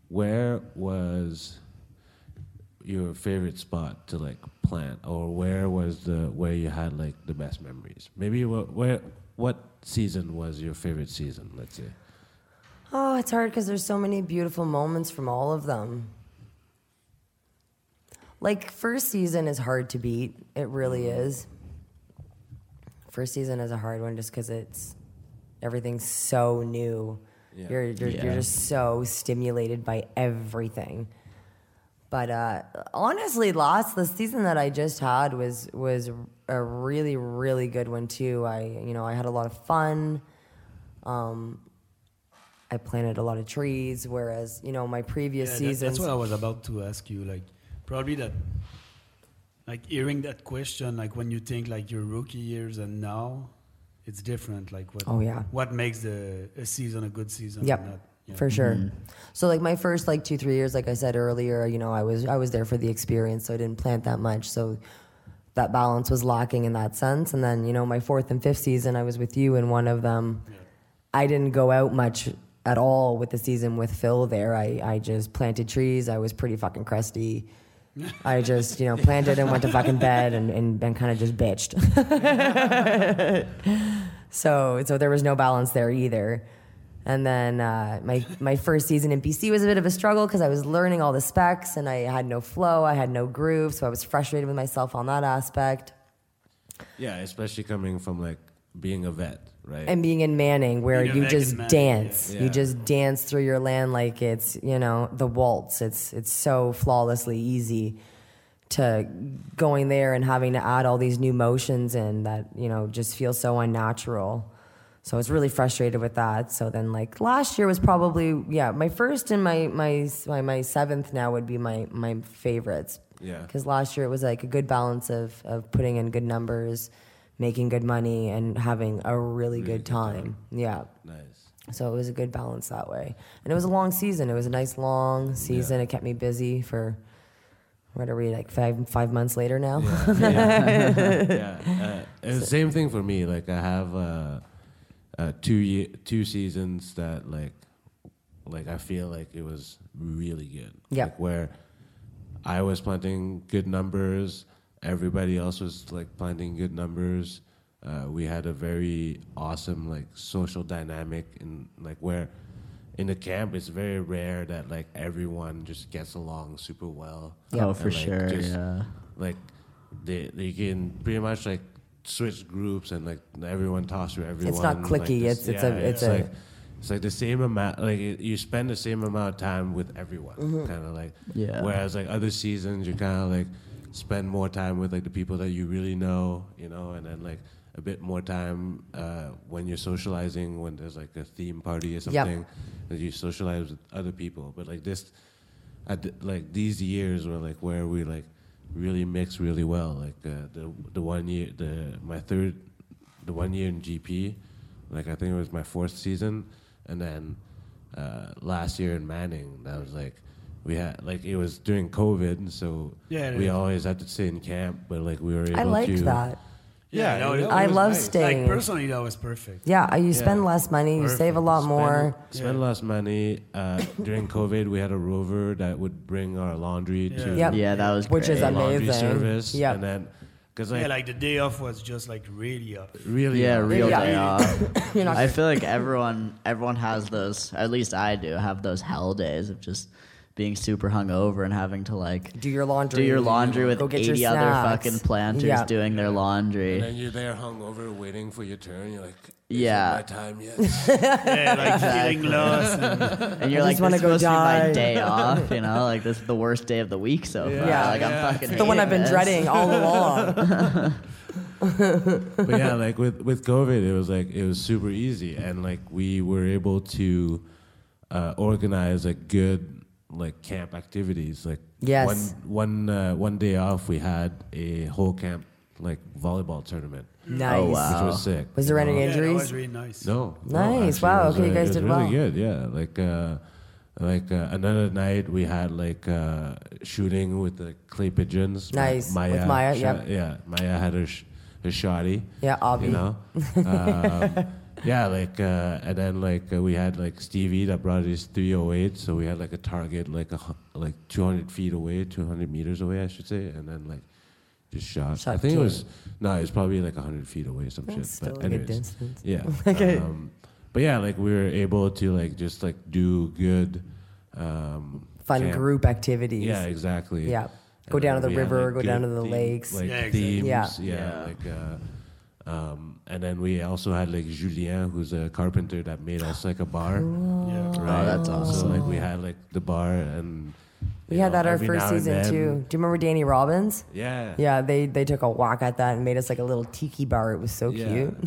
Speaker 2: where was your favorite spot to like plant, or where was the where you had like the best memories? Maybe what where what season was your favorite season? Let's say.
Speaker 8: Oh, it's hard because there's so many beautiful moments from all of them. Like first season is hard to beat. It really is. First season is a hard one just because it's everything's so new. You're you're,
Speaker 7: Yeah.
Speaker 8: you're just so stimulated by everything. But uh, honestly, lost the season that I just had was was a really really good one too. I you know I had a lot of fun. Um, I planted a lot of trees, whereas you know my previous
Speaker 9: Yeah, that-
Speaker 8: seasons.
Speaker 9: that's what I was about to ask you. Like, probably that, like hearing that question, like when you think like your rookie years and now, it's different. Like what?
Speaker 8: Oh, yeah.
Speaker 9: What makes the a season a good season? or
Speaker 8: Yep.
Speaker 9: not, yeah.
Speaker 8: For sure. So like my first like two three years, like I said earlier, you know I was I was there for the experience, so I didn't plant that much. So that balance was lacking in that sense. And then you know my fourth and fifth season, I was with you in one of them. I didn't go out much at all with the season with Phil there. I I just planted trees. I was pretty fucking crusty. I just you know planted and went to fucking bed and and, and kind of just bitched. So so there was no balance there either. And then uh, my my first season in BC was a bit of a struggle because I was learning all the specs and I had no flow, I had no groove, so I was frustrated with myself on that aspect.
Speaker 2: Yeah, especially coming from like being a vet, right?
Speaker 8: And being in Manning, where
Speaker 9: Being a
Speaker 8: you
Speaker 9: vet
Speaker 8: just
Speaker 9: in Manning,
Speaker 8: dance,
Speaker 2: yeah.
Speaker 8: you
Speaker 2: Yeah.
Speaker 8: just dance through your land like it's you know the waltz. It's it's so flawlessly easy to going there and having to add all these new motions in that you know just feels so unnatural. So I was really frustrated with that. So then like last year was probably yeah my first and my my my, my seventh now would be my my favorites.
Speaker 2: Yeah.
Speaker 8: Because last year it was like a good balance of of putting in good numbers, making good money, and having a really, good, time. Yeah.
Speaker 2: nice.
Speaker 8: So it was a good balance that way. And it was a long season. It was a nice long season. It kept me busy for what are we like five five months later now?
Speaker 2: yeah. Uh, and same thing for me. Like I have uh, uh, two year, two seasons that like like I feel like it was really good.
Speaker 8: Yeah.
Speaker 2: Like, where I was planting good numbers, everybody else was like planting good numbers. Uh, we had a very awesome like social dynamic and like where in the camp it's very rare that like everyone just gets along super well.
Speaker 7: Yeah. Oh,
Speaker 2: And,
Speaker 7: for sure, yeah.
Speaker 2: like they they can pretty much like switch groups and like everyone talks to everyone.
Speaker 8: not
Speaker 2: like,
Speaker 8: cliquey,
Speaker 2: this-
Speaker 8: it's- it's a- it's a-
Speaker 2: like, it's like the same amount. Like it- you spend the same amount of time with everyone,
Speaker 8: Mm-hmm.
Speaker 2: kind of like.
Speaker 7: Yeah.
Speaker 2: Whereas like other seasons, you kind of like spend more time with like the people that you really know, you know, and then like a bit more time uh, when you're socializing when there's like a theme party or something that you socialize with other people. But like this, at the, like these years were like where we like really mixed really well. Like uh, the the one year the my third the one year in GP, like I think it was my fourth season, and then uh, last year in Manning that was like we had like it was during COVID, so
Speaker 9: Yeah, it
Speaker 2: we
Speaker 9: is.
Speaker 2: always had to stay in camp, but like we were able
Speaker 8: I liked
Speaker 2: to
Speaker 8: that.
Speaker 9: Yeah,
Speaker 2: Yeah,
Speaker 9: no,
Speaker 2: it-
Speaker 9: it
Speaker 8: I
Speaker 9: was
Speaker 8: love
Speaker 9: nice.
Speaker 8: staying.
Speaker 9: Like personally, that was perfect.
Speaker 8: Yeah, you spend less money, you save a lot
Speaker 2: Spend-
Speaker 8: more.
Speaker 2: Spend
Speaker 9: Yeah.
Speaker 2: less money. Uh, during COVID, we had a rover that would bring our laundry to
Speaker 9: Yeah.
Speaker 8: Yep.
Speaker 7: Yeah, that was
Speaker 8: Which
Speaker 7: great.
Speaker 8: is
Speaker 2: the laundry
Speaker 8: amazing.
Speaker 2: service,
Speaker 8: Yep.
Speaker 2: and then because like,
Speaker 9: Yeah, like the day off was just like really up.
Speaker 2: really,
Speaker 7: Yeah, real
Speaker 8: Yeah.
Speaker 7: day off.
Speaker 8: You're not
Speaker 7: I feel like everyone everyone has those. At least I do have those hell days of just being super hungover and having to like
Speaker 8: do your laundry.
Speaker 7: do your laundry with
Speaker 8: Go get your
Speaker 7: eighty other
Speaker 8: snacks.
Speaker 7: fucking planters
Speaker 8: Yeah.
Speaker 7: doing their
Speaker 2: And
Speaker 7: laundry.
Speaker 2: then you're there hungover, waiting for your turn. You're like, Is
Speaker 7: Yeah.
Speaker 2: yeah, my time yet.
Speaker 9: Yeah, like feeling lost. And,
Speaker 7: And you're like,
Speaker 8: I just
Speaker 7: this
Speaker 8: wanna
Speaker 7: is
Speaker 8: go
Speaker 7: supposed to be
Speaker 8: die."
Speaker 7: my day off, you know? Like this is the worst day of the week so far.
Speaker 8: Yeah.
Speaker 7: like I'm fucking Oh,
Speaker 8: the one
Speaker 7: hating
Speaker 8: I've been
Speaker 7: this.
Speaker 8: dreading all along.
Speaker 2: but yeah, like with with COVID, it was like it was super easy, and like we were able to uh, organize like good like camp activities. Like
Speaker 8: Yes.
Speaker 2: one one uh, one day off, we had a whole camp like volleyball tournament,
Speaker 8: nice.
Speaker 7: Oh, wow.
Speaker 2: which was sick.
Speaker 8: Was there
Speaker 2: you know?
Speaker 8: any
Speaker 9: yeah, that
Speaker 8: injuries?
Speaker 9: was really nice.
Speaker 2: No.
Speaker 8: Nice.
Speaker 2: actually,
Speaker 8: Wow,
Speaker 2: it was,
Speaker 8: okay, you
Speaker 2: uh,
Speaker 8: guys
Speaker 2: it was
Speaker 8: did
Speaker 2: really
Speaker 8: well.
Speaker 2: good. Yeah. Like uh, like uh, another night we had like uh, shooting with the clay pigeons. Ma-
Speaker 8: Nice. With Maya,
Speaker 2: shot-
Speaker 8: yep.
Speaker 2: Yeah. Maya had her sh- her shoddy.
Speaker 8: Yeah,
Speaker 2: You
Speaker 8: obvi.
Speaker 2: know. um, yeah. Like uh, and then like uh, we had like Stevie that brought his 308, so we had like a target like a, hu- like 200 feet away, 200 meters away, I should say, and then like. Just shot.
Speaker 8: Shot
Speaker 2: I think
Speaker 8: kid.
Speaker 2: it was no, it was probably like hundred feet away, some
Speaker 8: That's
Speaker 2: shit.
Speaker 8: still
Speaker 2: But
Speaker 8: a good
Speaker 2: anyways,
Speaker 8: distance.
Speaker 2: yeah. Um, but yeah, like we were able to like just like do good. Um,
Speaker 8: Fun
Speaker 2: camp-
Speaker 8: group activities.
Speaker 2: Yeah, exactly.
Speaker 8: Yeah.
Speaker 2: And
Speaker 8: Go down to
Speaker 2: then
Speaker 8: the
Speaker 2: we had,
Speaker 8: river,
Speaker 2: like,
Speaker 8: go down
Speaker 2: good
Speaker 8: to the
Speaker 2: theme-
Speaker 8: lakes.
Speaker 2: Like
Speaker 9: Yeah, exactly.
Speaker 2: themes.
Speaker 8: Yeah.
Speaker 2: Yeah. Like, uh, um, and then we also had like Julien, who's a carpenter that made us like a bar.
Speaker 9: Yeah.
Speaker 8: Oh,
Speaker 2: Right.
Speaker 7: that's
Speaker 2: So
Speaker 7: awesome.
Speaker 2: like we had like the bar and
Speaker 8: We
Speaker 2: you
Speaker 8: had
Speaker 2: know,
Speaker 8: that our
Speaker 2: every
Speaker 8: first
Speaker 2: now and
Speaker 8: season
Speaker 2: then.
Speaker 8: too. Do you remember Danny Robbins?
Speaker 2: Yeah.
Speaker 8: Yeah, they they took a whack at that and made us like a little tiki bar. It was so
Speaker 2: Yeah.
Speaker 8: cute.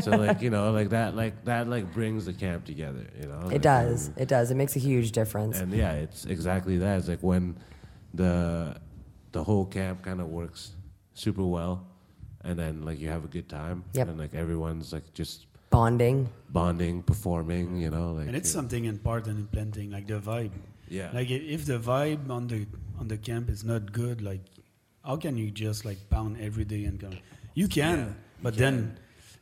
Speaker 2: so like you know like that like that like brings the camp together. You know.
Speaker 8: It
Speaker 2: Like,
Speaker 8: does.
Speaker 2: um,
Speaker 8: It does. It makes a huge difference.
Speaker 2: and yeah, it's exactly that. It's like when the the whole camp kind of works super well, and then like you have a good time,
Speaker 8: Yep.
Speaker 2: and like everyone's like just
Speaker 8: Bonding.
Speaker 2: bonding, performing. You know, like
Speaker 9: And it's
Speaker 2: you-
Speaker 9: something important in planting, like the vibe.
Speaker 2: Yeah.
Speaker 9: Like i- if the vibe on the on the camp is not good, like how can you just like pound every day and come? You can, but then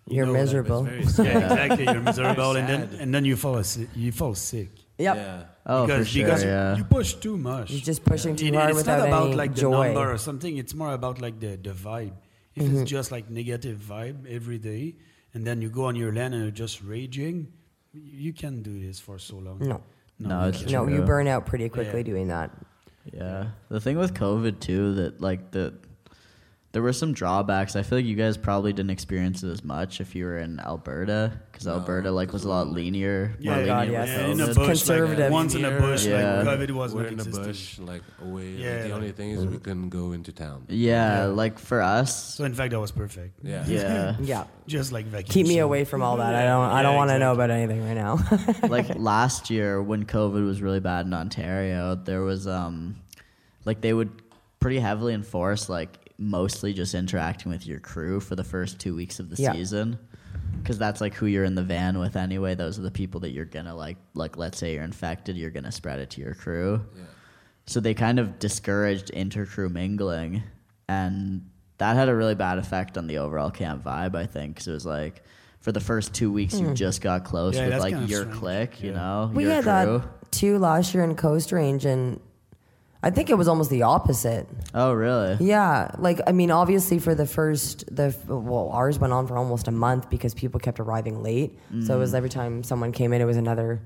Speaker 9: you
Speaker 8: You're
Speaker 9: know, like-
Speaker 8: miserable.
Speaker 2: it's very
Speaker 9: yeah, exactly. You're miserable, and then
Speaker 2: sad.
Speaker 9: and then you fall asleep, you fall sick
Speaker 7: Yep.
Speaker 2: Yeah.
Speaker 7: Oh,
Speaker 9: because
Speaker 7: for sure.
Speaker 9: because you-
Speaker 7: yeah.
Speaker 9: you push too much.
Speaker 8: You're just pushing too
Speaker 9: It-
Speaker 8: hard
Speaker 9: it's
Speaker 8: without
Speaker 9: not about
Speaker 8: any
Speaker 9: like the
Speaker 8: joy. Mm-hmm.
Speaker 9: number or something. It's more about like the the vibe. If it's just like negative vibe every day, and then you go on your land and you're just raging, y- you can't do this for so long.
Speaker 8: No.
Speaker 7: No,
Speaker 9: you
Speaker 7: it's
Speaker 9: can't.
Speaker 8: No, you
Speaker 7: True.
Speaker 8: burn out pretty quickly
Speaker 9: Yeah.
Speaker 8: doing that.
Speaker 7: yeah. The thing with COVID too that like the there were some drawbacks. I feel like you guys probably didn't experience it as much if you were in Alberta because Alberta like was a lot linear.
Speaker 9: Yeah,
Speaker 7: more
Speaker 9: yeah,
Speaker 8: Oh, God,
Speaker 7: lenient
Speaker 8: yes.
Speaker 7: with
Speaker 9: yeah, in a
Speaker 7: COVID.
Speaker 9: bush, like,
Speaker 8: Conservative.
Speaker 9: once in a bush,
Speaker 7: Yeah.
Speaker 9: like COVID was
Speaker 2: we're
Speaker 9: not
Speaker 2: in the
Speaker 9: existing.
Speaker 2: bush, like away.
Speaker 9: Yeah,
Speaker 2: the
Speaker 9: like-
Speaker 2: only thing is we couldn't go into town.
Speaker 7: Yeah, like for us.
Speaker 9: So in fact, that was perfect.
Speaker 2: Yeah.
Speaker 7: Yeah.
Speaker 8: Yeah.
Speaker 9: Just like vacation.
Speaker 8: Keep me away from all that. I don't. I
Speaker 9: Yeah,
Speaker 8: don't want to know
Speaker 9: exactly.
Speaker 8: about anything right now.
Speaker 7: like last year when COVID was really bad in Ontario, there was um like they would pretty heavily enforce like mostly just interacting with your crew for the first two weeks of the
Speaker 8: Yeah.
Speaker 7: season. Because that's like who you're in the van with anyway. Those are the people that you're gonna like. Like, let's say you're infected, you're gonna spread it to your crew. So they kind of discouraged inter-crew mingling, and that had a really bad effect on the overall camp vibe. I think because it was like for the first two weeks you just got close
Speaker 9: Yeah,
Speaker 7: with
Speaker 9: that's
Speaker 7: like
Speaker 9: kind of
Speaker 7: your
Speaker 9: strange.
Speaker 7: clique, you know,
Speaker 8: Hmm. we
Speaker 7: your
Speaker 8: had
Speaker 7: crew.
Speaker 8: that too last year in Coast Range, and I think it was almost the opposite.
Speaker 7: Oh, really?
Speaker 8: Yeah, like I mean, obviously for the first the well, ours went on for almost a month because people kept arriving late. So it
Speaker 7: Mm.
Speaker 8: was every time someone came in, it was another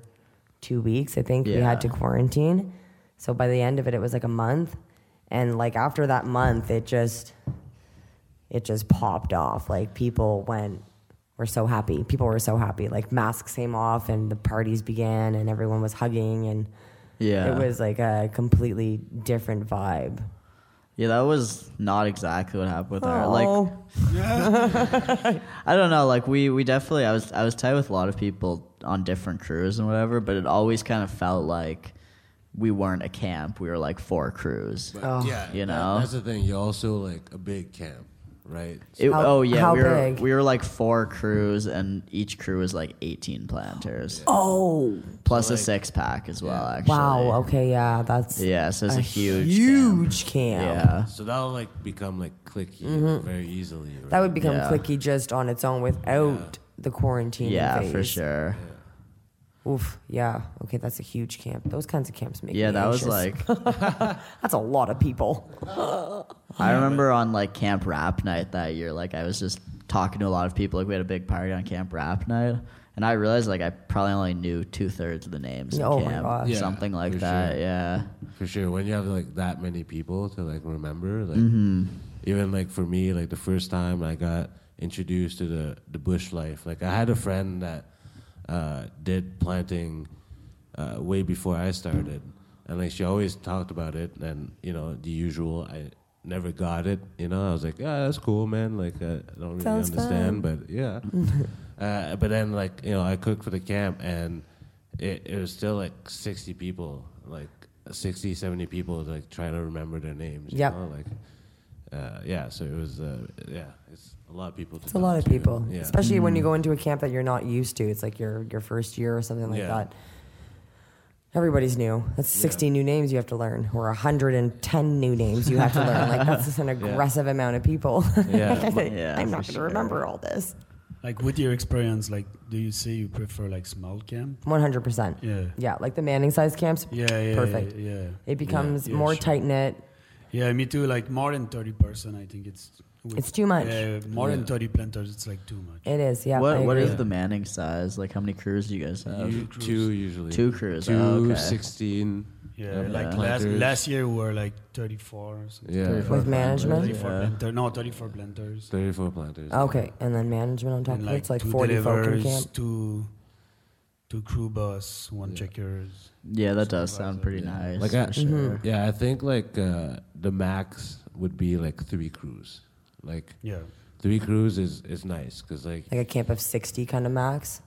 Speaker 8: two weeks. I think we had to
Speaker 7: Yeah.
Speaker 8: quarantine. So by the end of it, it was like a month, and like after that month, it just it just popped off. Like people went were so happy. People were so happy. Like masks came off, and the parties began, and everyone was hugging, and
Speaker 7: Yeah.
Speaker 8: it was like a completely different vibe.
Speaker 7: Yeah, that was not exactly what happened with our
Speaker 8: Oh.
Speaker 7: like. I don't know. Like we we definitely I was I was tight with a lot of people on different crews and whatever, but it always kind of felt like we weren't a camp. We were like four crews.
Speaker 8: Oh.
Speaker 2: Yeah, that-
Speaker 7: You know?
Speaker 2: that's the thing. You're also like a big camp, right?
Speaker 7: It-
Speaker 8: How-
Speaker 7: oh yeah,
Speaker 8: how
Speaker 7: we were
Speaker 8: big?
Speaker 7: we were like four crews, and each crew was like eighteen planters,
Speaker 8: Oh,
Speaker 7: plus
Speaker 2: So,
Speaker 7: a
Speaker 2: like-
Speaker 7: six pack as well. Actually,
Speaker 8: wow. Okay, yeah, that's
Speaker 7: Yeah, so it's a, huge, camp.
Speaker 8: huge camp.
Speaker 7: Yeah,
Speaker 2: So that'll like become like clicky
Speaker 7: Mm-hmm.
Speaker 2: very easily. Right?
Speaker 8: That would become
Speaker 7: Yeah.
Speaker 8: clicky just on its own without the quarantine.
Speaker 7: yeah,
Speaker 8: phase.
Speaker 7: for sure.
Speaker 8: Oof, yeah. Okay, that's a huge camp. Those kinds of camps make
Speaker 7: Yeah,
Speaker 8: me
Speaker 7: that was
Speaker 8: anxious.
Speaker 7: like
Speaker 8: that's a lot of people.
Speaker 7: I remember on like camp rap night that year, like I was just talking to a lot of people. Like we had a big party on camp rap night, and I realized like I probably only knew two thirds of the names.
Speaker 8: Oh
Speaker 7: in
Speaker 8: my
Speaker 7: camp,
Speaker 8: gosh.
Speaker 2: Yeah,
Speaker 7: something
Speaker 2: for
Speaker 7: like that.
Speaker 2: sure.
Speaker 7: Yeah,
Speaker 2: for sure. When you have like that many people to like remember, like even like for me, like the first time I got introduced to the the bush life, like I had a friend that uh, did planting uh, way before I started, and like she always talked about it, and you know the usual. I never got it, you know. I was like, yeah, that's cool, man. Like I don't really
Speaker 8: Sounds
Speaker 2: understand, but yeah. uh, but then like you know, I cooked for the camp, and it, it was still like sixty people, like 60, 70 people, like trying to remember their names. you
Speaker 8: Yep.
Speaker 2: know, like uh, yeah, so it was, uh, yeah, it's a lot of people.
Speaker 8: It's a lot of people,
Speaker 2: Yeah.
Speaker 8: especially when you
Speaker 7: Hmm.
Speaker 8: go into a camp that you're not used to. It's like your your first year or something like
Speaker 2: Yeah.
Speaker 8: that. Everybody's new. That's 60 new names you have to learn, or 110 new names you have to learn. Like that's just an aggressive amount of people.
Speaker 2: Yeah, my-
Speaker 7: yeah,
Speaker 8: I'm
Speaker 7: for
Speaker 8: not going to
Speaker 7: sure.
Speaker 8: remember all this.
Speaker 9: Like with your experience, like do you say you prefer like small camp?
Speaker 8: 100%.
Speaker 9: Yeah.
Speaker 8: Yeah, like the Manning size camps.
Speaker 9: Yeah, yeah,
Speaker 8: Perfect.
Speaker 9: Yeah, yeah.
Speaker 8: It becomes
Speaker 9: Yeah,
Speaker 8: more
Speaker 9: sure.
Speaker 8: tight knit.
Speaker 9: Yeah, me too. Like more than thirty percent, I think it's. with-
Speaker 8: It's too much.
Speaker 9: Yeah, more
Speaker 2: Yeah.
Speaker 9: than thirty planters, it's like too much.
Speaker 8: It is. Yeah. I
Speaker 7: what what
Speaker 8: agree.
Speaker 7: is the Manning size? Like how many crews do you guys have?
Speaker 2: You- Uh, two usually.
Speaker 7: Two crews,
Speaker 2: Two,
Speaker 7: oh, okay.
Speaker 2: 16.
Speaker 9: Yeah,
Speaker 2: um,
Speaker 9: like last
Speaker 2: planters.
Speaker 9: last year we were like thirty four or something.
Speaker 2: Yeah,
Speaker 7: Thirty-four
Speaker 8: With management?
Speaker 9: Thirty four planter, no, thirty four planters.
Speaker 2: 34 planters.
Speaker 8: Okay, and then management on top of it. It's like
Speaker 9: two
Speaker 8: 40 folk in
Speaker 9: delivers,
Speaker 8: camp.
Speaker 9: two, two crew bus, one
Speaker 2: Yeah.
Speaker 9: checkers.
Speaker 7: Yeah, that does sound pretty nice.
Speaker 2: Like I,
Speaker 7: for sure.
Speaker 2: yeah, I think like uh, the max would be like three crews. Like
Speaker 9: Yeah.
Speaker 2: three crews is is nice because like
Speaker 8: Like a camp of 60 kind of max.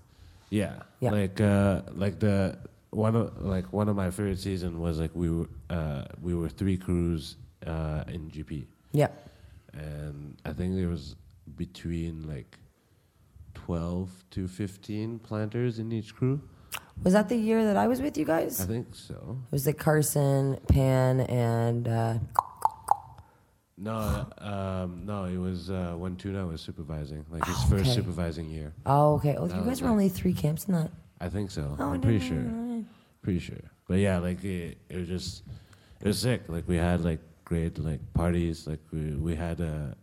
Speaker 2: yeah,
Speaker 8: Yeah.
Speaker 2: like uh, like the one of like one of my favorite season was like we were uh, we were three crews uh, in GP
Speaker 8: Yeah.
Speaker 2: and I think there was between like twelve to fifteen planters in each crew.
Speaker 8: Was that the year that I was with you guys?
Speaker 2: I think so.
Speaker 8: It was the Carson, Pan, and uh,
Speaker 2: No, um, no, it was uh, when Tuna was supervising, like his first
Speaker 8: Oh, Okay.
Speaker 2: supervising year.
Speaker 8: oh, okay. Oh,
Speaker 2: was
Speaker 8: you guys were
Speaker 2: like-
Speaker 8: only three camps in that.
Speaker 2: I think so.
Speaker 8: Oh,
Speaker 2: I'm pretty sure. Pretty sure. But yeah, like it, it was just it was sick. Like we had like great like parties. Like we we had a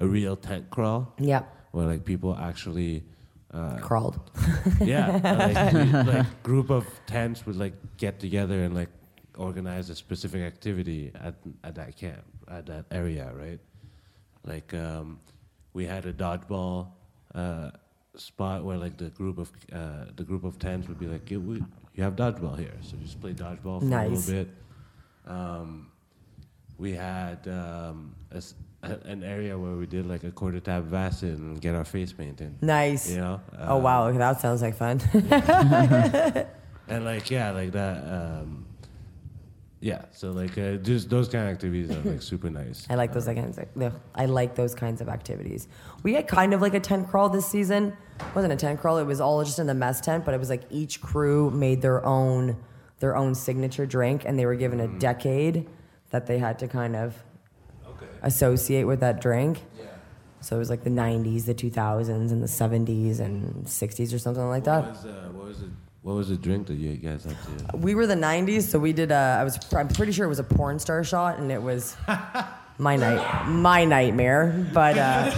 Speaker 2: a real tent crawl
Speaker 8: Yeah,
Speaker 2: where like people actually uh,
Speaker 8: crawled.
Speaker 2: yeah like, we- like group of tents would like get together and like organize a specific activity at at that camp at that area right like um we had a dodgeball uh spot where like the group of uh the group of tents would be like you, we, you have dodgeball here so just play dodgeball for a
Speaker 8: Nice.
Speaker 2: little bit um we had um a s a- an area where we did like a quarter tap vassin and get our face painted
Speaker 8: Nice.
Speaker 2: you know
Speaker 8: oh
Speaker 2: Um,
Speaker 8: wow, okay, that sounds like fun.
Speaker 2: and like yeah, like that. Um, yeah, so like uh, just those kind of activities are like super nice.
Speaker 8: I like those kinds. Of, no, I like those kinds of activities. We had kind of like a tent crawl this season. It wasn't a tent crawl. It was all just in the mess tent, but it was like each crew made their own their own signature drink, and they were given a decade that they had to kind of associate with that drink. Yeah. So it was like the '90s, the 2000s, and the '70s and '60s or something like that.
Speaker 2: What was, uh, what was it? What was the drink that you guys had to?
Speaker 8: We were the '90s, so we did. A, I was. I'm pretty sure it was a porn star shot, and it was my night, my nightmare. But uh,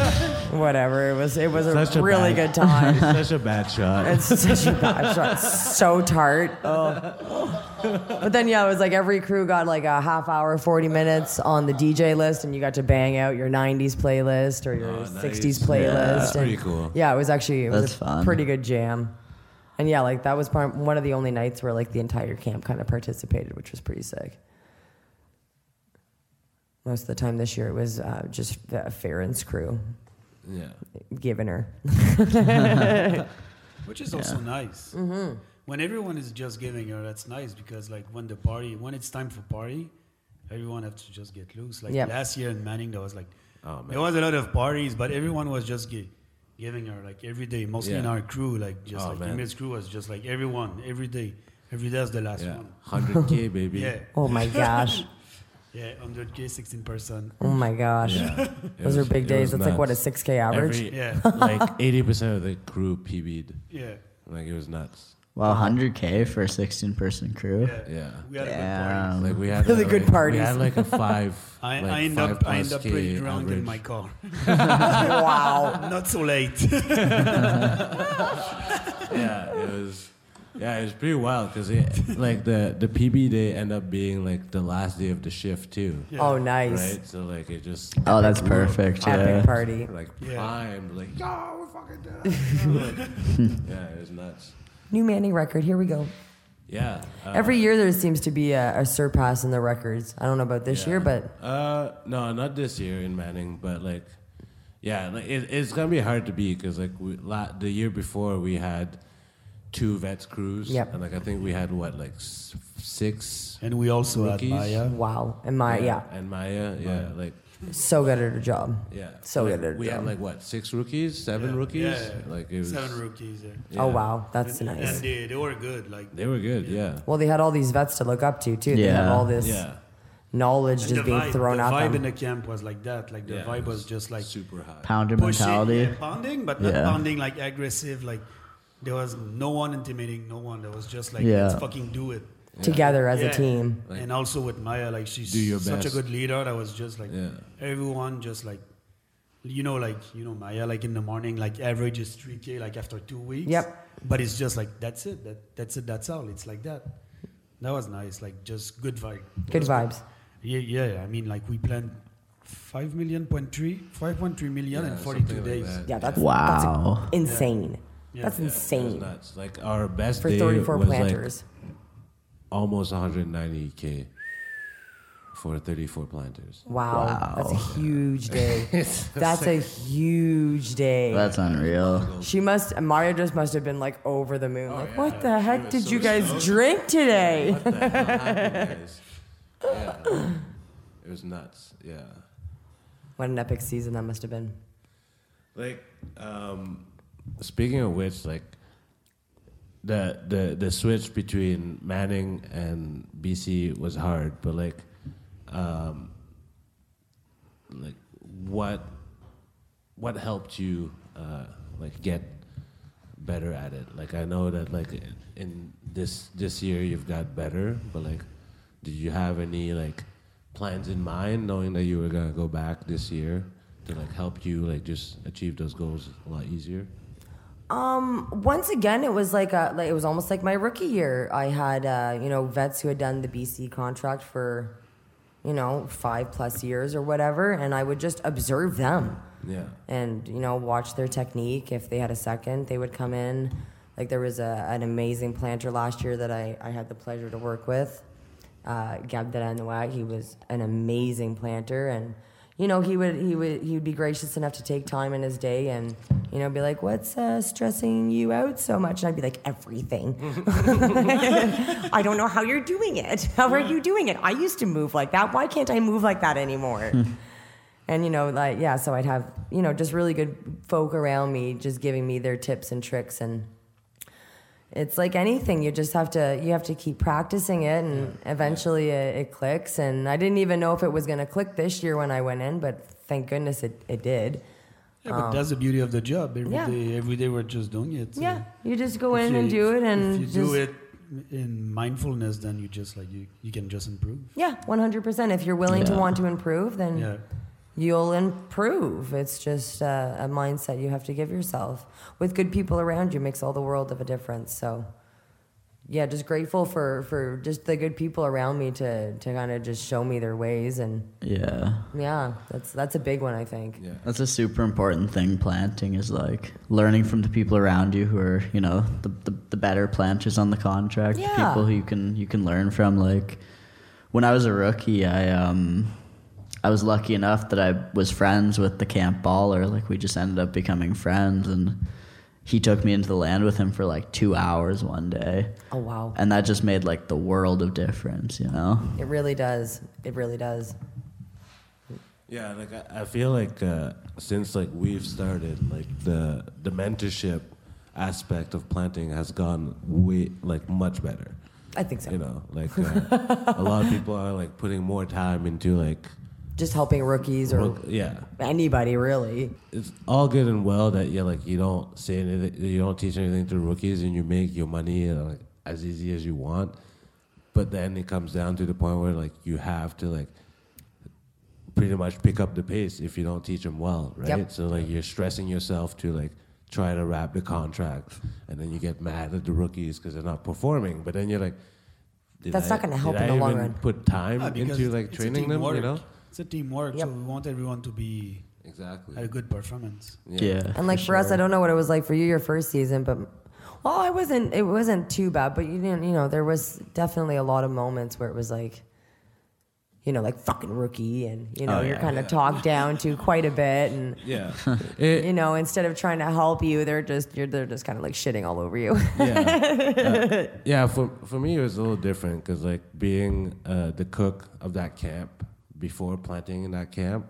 Speaker 8: whatever. It was. It was a
Speaker 2: Such a
Speaker 8: really
Speaker 2: bad-
Speaker 8: good time.
Speaker 2: It's such a bad shot.
Speaker 8: It's such a bad shot. So tart. Oh. But then, yeah, it was like every crew got like a half hour, 40 minutes on the DJ list, and you got to bang out your 90s playlist or your
Speaker 2: Oh, nice.
Speaker 8: 60s
Speaker 2: Yeah,
Speaker 8: playlist.
Speaker 2: that's
Speaker 8: and-
Speaker 2: pretty cool.
Speaker 8: Yeah, it was actually it was
Speaker 7: That's
Speaker 8: a
Speaker 7: fun.
Speaker 8: pretty good jam. And yeah, like that was part, one of the only nights where like the entire camp kind of participated, which was pretty sick. Most of the time this year, it was uh, just the Farron's crew
Speaker 2: Yeah,
Speaker 8: giving her.
Speaker 9: Which is also nice.
Speaker 8: Mm-hmm.
Speaker 9: When everyone is just giving her, that's nice because like when the party, when it's time for party, everyone has to just get loose. Like
Speaker 8: Yeah.
Speaker 9: last year in Manning, there was like,
Speaker 2: Oh, man.
Speaker 9: there was a lot of parties, but everyone was just gi- giving her like every day. Mostly in
Speaker 2: Yeah.
Speaker 9: our crew, like just
Speaker 2: Oh,
Speaker 9: like
Speaker 2: man.
Speaker 9: Emil's crew was just like everyone every day. Every day is the last
Speaker 2: yeah,
Speaker 9: one.
Speaker 2: hundred k baby.
Speaker 9: Yeah,
Speaker 8: Oh my gosh.
Speaker 9: yeah, 100k, 16 percent.
Speaker 8: Oh my gosh.
Speaker 2: Yeah, it was-
Speaker 8: Those are big
Speaker 2: it
Speaker 8: days.
Speaker 2: was
Speaker 8: That's like what a
Speaker 2: nuts.
Speaker 8: six k average.
Speaker 2: Every-
Speaker 9: Yeah.
Speaker 2: like eighty percent of the crew PB'd.
Speaker 9: Yeah,
Speaker 2: Like it was nuts.
Speaker 7: Wow, 100k for a 16 person crew.
Speaker 9: yeah,
Speaker 2: Yeah.
Speaker 9: We had a
Speaker 7: Damn.
Speaker 2: Like we had
Speaker 8: Really
Speaker 2: a,
Speaker 8: good
Speaker 2: like,
Speaker 8: parties.
Speaker 2: We had like a five.
Speaker 9: good party. I,
Speaker 2: like
Speaker 9: I end
Speaker 2: five
Speaker 9: up, I end
Speaker 2: plus
Speaker 9: up pretty
Speaker 2: K
Speaker 9: drunk in
Speaker 2: average.
Speaker 9: my car.
Speaker 8: wow.
Speaker 9: Not so late.
Speaker 2: yeah, it was. Yeah, it was pretty wild because like the the PB day ended up being like the last day of the shift too,
Speaker 8: Oh nice.
Speaker 2: right? So like it just
Speaker 7: Oh, that's perfect.
Speaker 8: Epic
Speaker 7: Yeah.
Speaker 8: party.
Speaker 2: like
Speaker 9: Yeah.
Speaker 2: primed, like yeah, we're fucking done. yeah, it was nuts.
Speaker 8: New Manning record. Here we go.
Speaker 2: Yeah. uh,
Speaker 8: Every year there seems to be a, a surpass in the records. I don't know about this
Speaker 2: yeah.
Speaker 8: year, but
Speaker 2: uh, no, not this year in Manning, but like, yeah, like it, it's gonna be hard to beat because like we, la- the year before we had two vets crews,
Speaker 8: Yep.
Speaker 2: and like I think we had what like s- six
Speaker 9: And we also
Speaker 2: Rookies?
Speaker 9: had Maya.
Speaker 8: wow. Am I? Yeah.
Speaker 2: And Maya, yeah, like
Speaker 8: So good at her job.
Speaker 2: yeah.
Speaker 8: So
Speaker 2: like,
Speaker 8: good at her
Speaker 2: We
Speaker 8: job.
Speaker 2: had like what six rookies, seven
Speaker 9: Yeah,
Speaker 2: rookies,
Speaker 9: yeah, yeah.
Speaker 2: like it was
Speaker 9: seven rookies. Yeah.
Speaker 8: Oh
Speaker 2: yeah.
Speaker 8: wow, that's
Speaker 9: and,
Speaker 8: nice.
Speaker 9: And they, they were good. Like
Speaker 2: They were good, yeah,
Speaker 8: well, they had all these vets to look up to too. They had
Speaker 7: Yeah.
Speaker 8: all this
Speaker 2: yeah.
Speaker 8: knowledge
Speaker 9: and
Speaker 8: just being
Speaker 9: vibe,
Speaker 8: thrown
Speaker 9: the
Speaker 8: at
Speaker 9: vibe in
Speaker 8: them.
Speaker 9: the camp was like that. Like the
Speaker 2: yeah,
Speaker 9: vibe
Speaker 2: it
Speaker 9: was just like
Speaker 2: super high.
Speaker 7: Pounder
Speaker 9: pushing,
Speaker 7: mentality.
Speaker 9: yeah, pounding, but not
Speaker 7: Yeah.
Speaker 9: pounding like aggressive. Like there was no one intimidating no one. There was just like
Speaker 7: Yeah.
Speaker 9: let's fucking do it.
Speaker 8: Together as
Speaker 9: Yeah.
Speaker 8: a team.
Speaker 9: and also with Maya, like she's
Speaker 2: Do your
Speaker 9: such a
Speaker 2: best.
Speaker 9: good leader. That was just like
Speaker 2: Yeah.
Speaker 9: everyone just like. You know, like you know, Maya. Like in the morning, like average is three k. Like after two weeks,
Speaker 8: Yep.
Speaker 9: But it's just like that's it. That that's it. That's all. It's like that. That was nice. Like just good vibe.
Speaker 8: Good
Speaker 9: Just
Speaker 8: vibes.
Speaker 9: Yeah, yeah. I mean, like we planned five million point three, five point three million
Speaker 2: Yeah,
Speaker 9: in forty two
Speaker 2: something like
Speaker 9: days.
Speaker 2: that.
Speaker 8: Yeah, that's that's
Speaker 7: Wow.
Speaker 8: insane.
Speaker 9: Yeah.
Speaker 8: That's
Speaker 2: It was
Speaker 8: insane
Speaker 2: nuts. Like our best
Speaker 8: for
Speaker 2: day
Speaker 8: 34
Speaker 2: was
Speaker 8: planters.
Speaker 2: like almost 190k for 34 planters.
Speaker 8: wow. That's a huge day. That's a huge day.
Speaker 7: That's unreal.
Speaker 8: she must Mario just must have been like over the moon. like, what the heck did you guys drink today?
Speaker 2: What the hell happened, guys? Yeah. It was nuts. Yeah.
Speaker 8: What an epic season that must have been.
Speaker 2: Like, um, speaking of which, like the the the switch between Manning and BC was hard, but like, um, like what what helped you uh, like get better at it? Like, I know that like in- in this this year you've got better, but like, did you have any like plans in mind, knowing that you were gonna go back this year? To like help you like just achieve those goals a lot easier.
Speaker 8: Um, once again, it was like a, like, it was almost like my rookie year. I had uh, you know vets who had done the BC contract for, you know, five plus years or whatever, and I would just observe them
Speaker 2: Yeah.
Speaker 8: and you know watch their technique. If they had a second, they would come in. Like there was a, an amazing planter last year that I, I had the pleasure to work with, uh, Gab Delanouac. He was an amazing planter, and you know he would he would he would be gracious enough to take time in his day and you know be like, what's uh, stressing you out so much? And I'd be like, everything. I don't know how you're doing it. How are you doing it? I used to move like that. Why can't I move like that anymore? and you know like yeah so i'd have you know just really good folk around me just giving me their tips and tricks and it's like anything you just have to you have to keep practicing it and eventually it, it clicks and i didn't even know if it was going to click this year when i went in but thank goodness it, it did
Speaker 9: Yeah, but that's the beauty of the job. Every
Speaker 8: Um, Yeah.
Speaker 9: day- every day we're just doing it. so
Speaker 8: yeah you just go
Speaker 9: if
Speaker 8: in and
Speaker 9: you-
Speaker 8: do it and
Speaker 9: if you
Speaker 8: just,
Speaker 9: do it in mindfulness, then you just like you, you can just improve.
Speaker 8: yeah 100% if you're willing to
Speaker 7: Yeah.
Speaker 8: want to improve then
Speaker 9: Yeah.
Speaker 8: you'll improve. It's just uh, a mindset you have to give yourself. With good people around you makes all the world of a difference. So, yeah, just grateful for for just the good people around me to to kind of just show me their ways and
Speaker 7: Yeah.
Speaker 8: yeah, that's that's a big one I think.
Speaker 2: Yeah.
Speaker 7: That's a super important thing. Planting is like learning from the people around you who are, you know, the the, the better planters on the contract. the
Speaker 8: Yeah.
Speaker 7: People who you can you can learn from. Like when I was a rookie, I um I was lucky enough that I was friends with the camp baller. Like we just ended up becoming friends, and he took me into the land with him for like two hours one day,
Speaker 8: Oh wow,
Speaker 7: and that just made like the world of difference. You know.
Speaker 8: it really does. It really does.
Speaker 2: Yeah, like I, I feel like uh, since like we've started, like the the mentorship aspect of planting has gone way like much better.
Speaker 8: I think so.
Speaker 2: You know, like uh, a lot of people are like putting more time into like
Speaker 8: Just helping rookies or
Speaker 2: work- yeah.
Speaker 8: anybody really.
Speaker 2: It's all good and well that you like you don't say anything, you don't teach anything to rookies, and you make your money uh, like as easy as you want. But then it comes down to the point where like you have to like pretty much pick up the pace if you don't teach them well, right?
Speaker 8: Yep.
Speaker 2: So like you're stressing yourself to like try to wrap the contract, and then you get mad at the rookies because they're not performing. But then you're like, did
Speaker 8: That's
Speaker 2: I-
Speaker 8: not gonna help
Speaker 2: did
Speaker 8: in
Speaker 2: I
Speaker 8: the long
Speaker 2: even
Speaker 8: run.
Speaker 2: Put time
Speaker 9: Yeah, Ah, because
Speaker 2: into like
Speaker 9: it's a
Speaker 2: training them, you
Speaker 9: teamwork.
Speaker 2: know?
Speaker 9: It's a teamwork,
Speaker 8: Yep.
Speaker 9: so we want everyone to be at a
Speaker 2: Exactly.
Speaker 9: good performance.
Speaker 7: Yeah.
Speaker 8: And like for, us,
Speaker 7: sure.
Speaker 8: I don't know what it was like for you your first season, but well, I wasn't. It wasn't too bad, but you didn't. You know, there was definitely a lot of moments where it was like, you know, like fucking rookie, and you know,
Speaker 7: Oh,
Speaker 8: you're
Speaker 7: yeah.
Speaker 8: kind of talked down to quite a bit, and
Speaker 2: Yeah. It-
Speaker 8: you know, instead of trying to help you, they're just you're they're just kind of like shitting all over you.
Speaker 2: yeah, Uh, yeah. For for me, it was a little different because like being uh, the cook of that camp before planting in that camp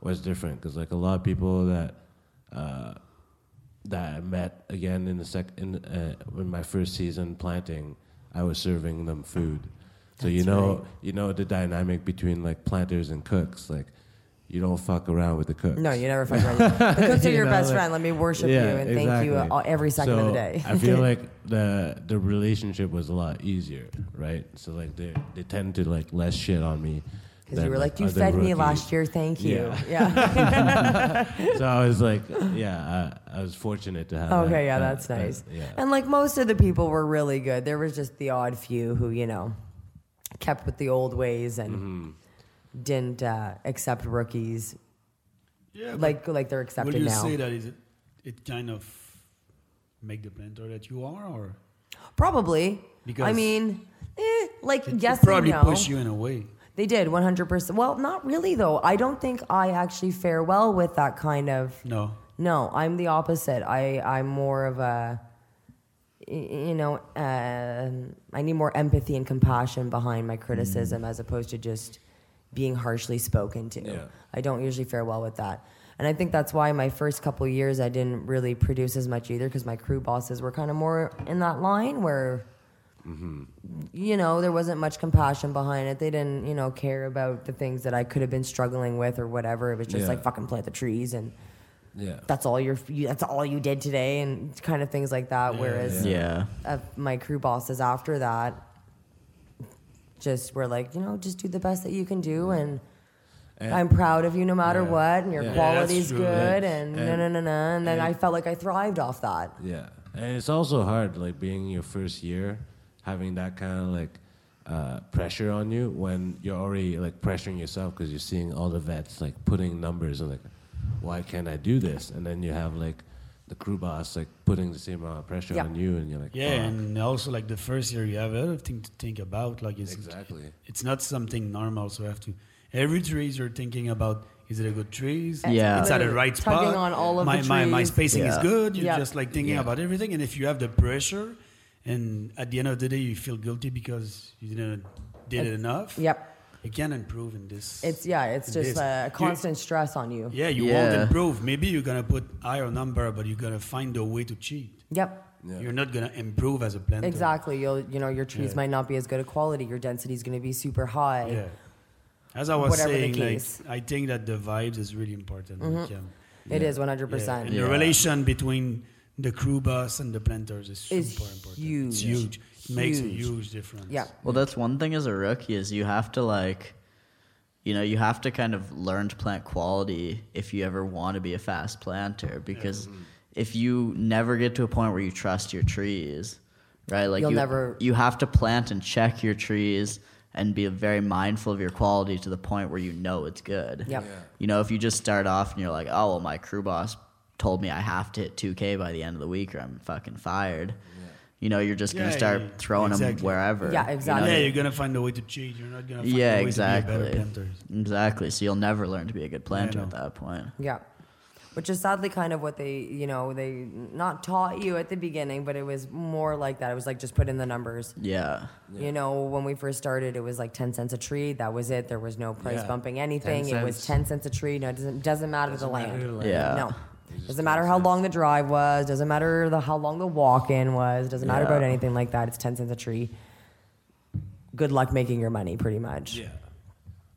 Speaker 2: was different because like a lot of people that uh, that I met again in the sec in uh, in my first season planting, I was serving them food. So you
Speaker 8: That's
Speaker 2: know
Speaker 8: right.
Speaker 2: you know the dynamic between like planters and cooks like. You don't fuck around with the cooks.
Speaker 8: no, you never fuck around. The cooks are
Speaker 2: You
Speaker 8: your
Speaker 2: know,
Speaker 8: best
Speaker 2: like-
Speaker 8: friend. Let me worship you and thank you
Speaker 2: exactly.
Speaker 8: uh, every second of the
Speaker 2: So,
Speaker 8: day.
Speaker 2: I feel like the the relationship was a lot easier, right? So like they they tend to like less shit on me.
Speaker 8: because you were like, you fed me last year, thank you. yeah.
Speaker 2: So I was like, yeah, I, I was fortunate to have. that-
Speaker 8: Okay, yeah,
Speaker 2: that-
Speaker 8: that's
Speaker 2: that-
Speaker 8: nice.
Speaker 2: yeah,
Speaker 8: And like most of the people were really good. There was just the odd few who, you know, kept with the old ways and didn't uh, accept rookies
Speaker 9: Yeah,
Speaker 8: like like they're
Speaker 9: will
Speaker 8: accepted
Speaker 9: you
Speaker 8: now.
Speaker 9: say that is it, it kind of make the planter that you are, or
Speaker 8: Probably. I
Speaker 9: Because-
Speaker 8: mean, eh, like
Speaker 9: it
Speaker 8: yes
Speaker 9: probably
Speaker 8: and no.
Speaker 9: push you in a way.
Speaker 8: They did 100%. Well, not really though. I don't think I actually fare well with that kind of
Speaker 9: No,
Speaker 8: No, I'm the opposite. I I'm more of a y- you know, um I need more empathy and compassion behind my criticism as opposed to just being harshly spoken to.
Speaker 2: Mm. Yeah.
Speaker 8: I don't usually fare well with that. And I think that's why my first couple years I didn't really produce as much either because my crew bosses were kind of more in that line where
Speaker 2: Mm-hmm.
Speaker 8: you know, there wasn't much compassion behind it. They didn't, you know, care about the things that I could have been struggling with or whatever. It was just
Speaker 2: Yeah.
Speaker 8: like fucking plant the trees and
Speaker 2: Yeah.
Speaker 8: that's all your you, that's all you did today and kind of things like that whereas
Speaker 7: Yeah.
Speaker 8: Uh, my crew bosses after that just were like you know just do the best that you can do and
Speaker 2: And-
Speaker 8: I'm proud of you no matter
Speaker 2: Yeah.
Speaker 8: what and your
Speaker 2: Yeah. Yeah, that's
Speaker 8: quality's
Speaker 9: true.
Speaker 8: good
Speaker 2: Yeah.
Speaker 8: and,
Speaker 2: And-
Speaker 8: no no no no and then
Speaker 2: and-
Speaker 8: I felt like I thrived off that
Speaker 2: Yeah, and it's also hard, like being your first year, having that kind of like uh, pressure on you when you're already like pressuring yourself because you're seeing all the vets like putting numbers and like, why can't I do this? And then you have like the crew boss like putting the same amount of pressure
Speaker 8: Yeah.
Speaker 2: on you, and you're like,
Speaker 9: yeah,
Speaker 2: "Fuck."
Speaker 9: and also like the first year, you have other thing to think about. Like it's
Speaker 2: exactly.
Speaker 9: it's not something normal, so you have to every trees you're thinking about. Is it a good trees?
Speaker 7: Yeah.
Speaker 9: it's at a right
Speaker 8: Tugging
Speaker 9: spot.
Speaker 8: on all of
Speaker 9: my,
Speaker 8: the
Speaker 9: my my
Speaker 8: trees.
Speaker 9: spacing is
Speaker 7: Yeah.
Speaker 9: good. You're
Speaker 8: Yeah.
Speaker 9: just like thinking
Speaker 2: Yeah.
Speaker 9: about everything, and if you have the pressure, and at the end of the day, you feel guilty because you didn't did it enough.
Speaker 8: yep
Speaker 9: you can improve in this.
Speaker 8: it's yeah it's
Speaker 9: It
Speaker 8: just
Speaker 9: is.
Speaker 8: a
Speaker 9: You-
Speaker 8: constant stress on you
Speaker 9: Yeah, you won't
Speaker 7: Yeah.
Speaker 9: improve. Maybe you're gonna put higher number, but you're gonna find a way to cheat.
Speaker 8: yep
Speaker 2: Yeah.
Speaker 9: You're not gonna improve as a planter.
Speaker 8: exactly you'll you know your trees
Speaker 9: uh, Yeah.
Speaker 8: might not be as good a quality your density's going to be super high
Speaker 9: Yeah. As I was
Speaker 8: Whatever the
Speaker 9: saying, like,
Speaker 8: case. Mm-hmm.
Speaker 9: I think that the vibes is really important. Like, um,
Speaker 8: It
Speaker 2: Yeah.
Speaker 8: is 100%
Speaker 9: yeah, And
Speaker 7: Yeah.
Speaker 9: the relation between the crew boss and the planters is super
Speaker 8: Is
Speaker 9: important.
Speaker 8: huge.
Speaker 9: It's huge. It makes a
Speaker 8: Huge.
Speaker 9: huge difference.
Speaker 8: Yeah.
Speaker 7: Well, that's one thing as a rookie is you have to like, you know, you have to kind of learn to plant quality if you ever want to be a fast planter because if you never get to a point where you trust your trees, right? Like
Speaker 8: You'll
Speaker 7: you,
Speaker 8: never-
Speaker 7: you have to plant and check your trees and be very mindful of your quality to the point where you know it's good.
Speaker 8: Yep. Yeah.
Speaker 7: You know, if you just start off and you're like, oh, well, my crew boss told me I have to hit 2K by the end of the week or I'm fucking fired. You know, you're just going to
Speaker 9: Yeah,
Speaker 7: start
Speaker 9: yeah,
Speaker 7: throwing them
Speaker 9: exactly.
Speaker 7: wherever.
Speaker 8: Yeah,
Speaker 7: you know?
Speaker 8: exactly.
Speaker 9: Yeah, you're gonna find a way to cheat. You're not gonna find
Speaker 7: Yeah,
Speaker 9: a way to be a
Speaker 7: exactly.
Speaker 9: better planter.
Speaker 7: Exactly. So you'll never learn to be a good planter
Speaker 9: no.
Speaker 7: at that point.
Speaker 8: Yeah. Which is sadly kind of what they, you know, they not taught you at the beginning, but it was more like that. It was like just put in the numbers.
Speaker 7: Yeah.
Speaker 8: You know, when we first started, it was like 10 cents a tree. That was it. There was no price
Speaker 2: Yeah.
Speaker 8: bumping anything. It was
Speaker 2: cents.
Speaker 8: 10 cents a tree. No, it doesn't, doesn't matter the land.
Speaker 2: matter the land.
Speaker 7: Yeah.
Speaker 8: No. Doesn't matter how long the drive was. Doesn't matter the, how long the walk in was. Doesn't matter
Speaker 7: Yeah.
Speaker 8: about anything like that. It's 10 cents a tree. Good luck making your money, pretty much.
Speaker 2: Yeah,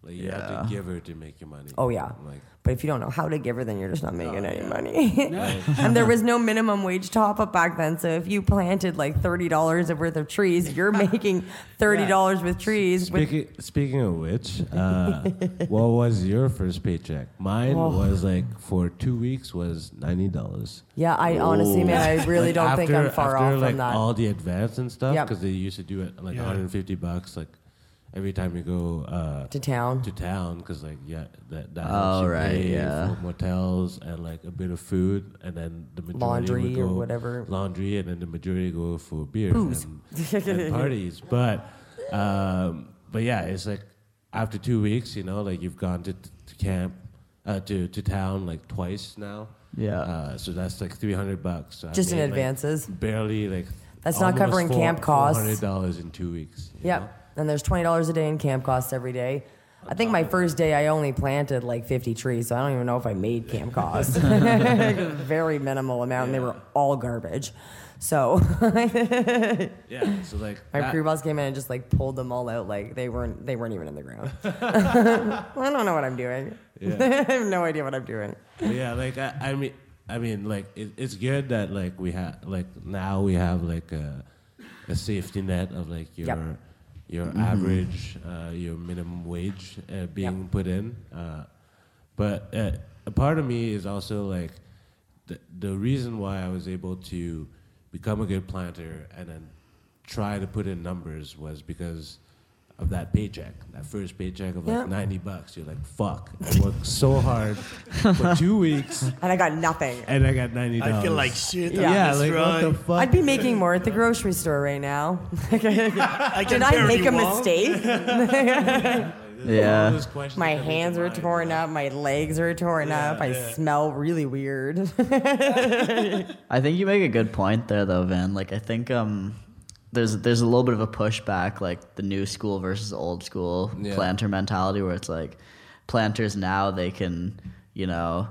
Speaker 2: like you have to give her to make your money.
Speaker 8: Oh, yeah.
Speaker 2: like
Speaker 8: But if you don't know how to give her, then you're just not making any money. and there was no minimum wage top up back then. So if you planted like $30 worth of trees, you're making $30 with trees. With,
Speaker 2: Speaking, speaking of which, uh, what was your first paycheck? Mine
Speaker 8: Oh.
Speaker 2: was like for two weeks was ninety dollars.
Speaker 8: yeah, I honestly, man, I really don't think I'm far off
Speaker 2: after,
Speaker 8: from
Speaker 2: like,
Speaker 8: that.
Speaker 2: All the advance and stuff
Speaker 8: Yep.
Speaker 2: because they used to do it like
Speaker 9: Yeah.
Speaker 2: 150 bucks like every time you go uh,
Speaker 8: to town.
Speaker 2: to town because like yeah that that
Speaker 7: Oh,
Speaker 2: helps you
Speaker 7: right,
Speaker 2: pay
Speaker 7: yeah.
Speaker 2: for motels and like a bit of food and then the majority
Speaker 8: Laundry
Speaker 2: would
Speaker 8: or
Speaker 2: go-
Speaker 8: whatever.
Speaker 2: laundry and then the majority go for beer and, and parties but um but yeah it's like after two weeks you know like you've gone to, to camp uh, to to town like twice now
Speaker 7: Yeah.
Speaker 2: uh, so that's like 300 bucks so I
Speaker 8: Just in
Speaker 2: made, like,
Speaker 8: advances.
Speaker 2: barely like
Speaker 8: That's not
Speaker 2: almost
Speaker 8: covering
Speaker 2: four-
Speaker 8: camp costs.
Speaker 2: $400 in two weeks you know?
Speaker 8: Yep. And there's $20 a day in camp costs every day. I think my first day I only planted like 50 trees, so I don't even know if I made camp costs. Very minimal amount, and they were all garbage. So
Speaker 2: yeah so like
Speaker 8: My
Speaker 2: that-
Speaker 8: crew boss came in and just like pulled them all out like they weren't they weren't even in the ground. I don't know what I'm doing.
Speaker 2: Yeah.
Speaker 8: I have no idea what I'm doing.
Speaker 2: But yeah, like I, I mean, I mean, like it, it's good that like we have like now we have like a, a safety net of like your
Speaker 8: Yep.
Speaker 2: your average, uh, your minimum wage uh, being put in. Uh, but uh, a part of me is also like the the reason why I was able to become a good planter and then try to put in numbers was because of that paycheck, that first paycheck of like
Speaker 8: Yeah.
Speaker 2: 90 bucks. You're like, fuck, I worked so hard for two weeks
Speaker 10: And I got nothing.
Speaker 2: and I got 90
Speaker 9: I feel like shit.
Speaker 8: Yeah.
Speaker 9: I'm
Speaker 2: yeah,
Speaker 9: just
Speaker 2: like what the
Speaker 9: wrong.
Speaker 2: fuck?
Speaker 8: I'd be making more at the grocery store right now.
Speaker 9: I can
Speaker 8: Did I
Speaker 9: barely
Speaker 8: make a
Speaker 9: walk.
Speaker 8: mistake?
Speaker 7: Yeah.
Speaker 8: My hands are torn up. My legs are torn up. I smell really weird.
Speaker 7: I think you make a good point there, though, Van. Like, I think um, there's there's a little bit of a pushback, like the new school versus old school
Speaker 2: Yeah.
Speaker 7: planter mentality, where it's like planters now they can, you know,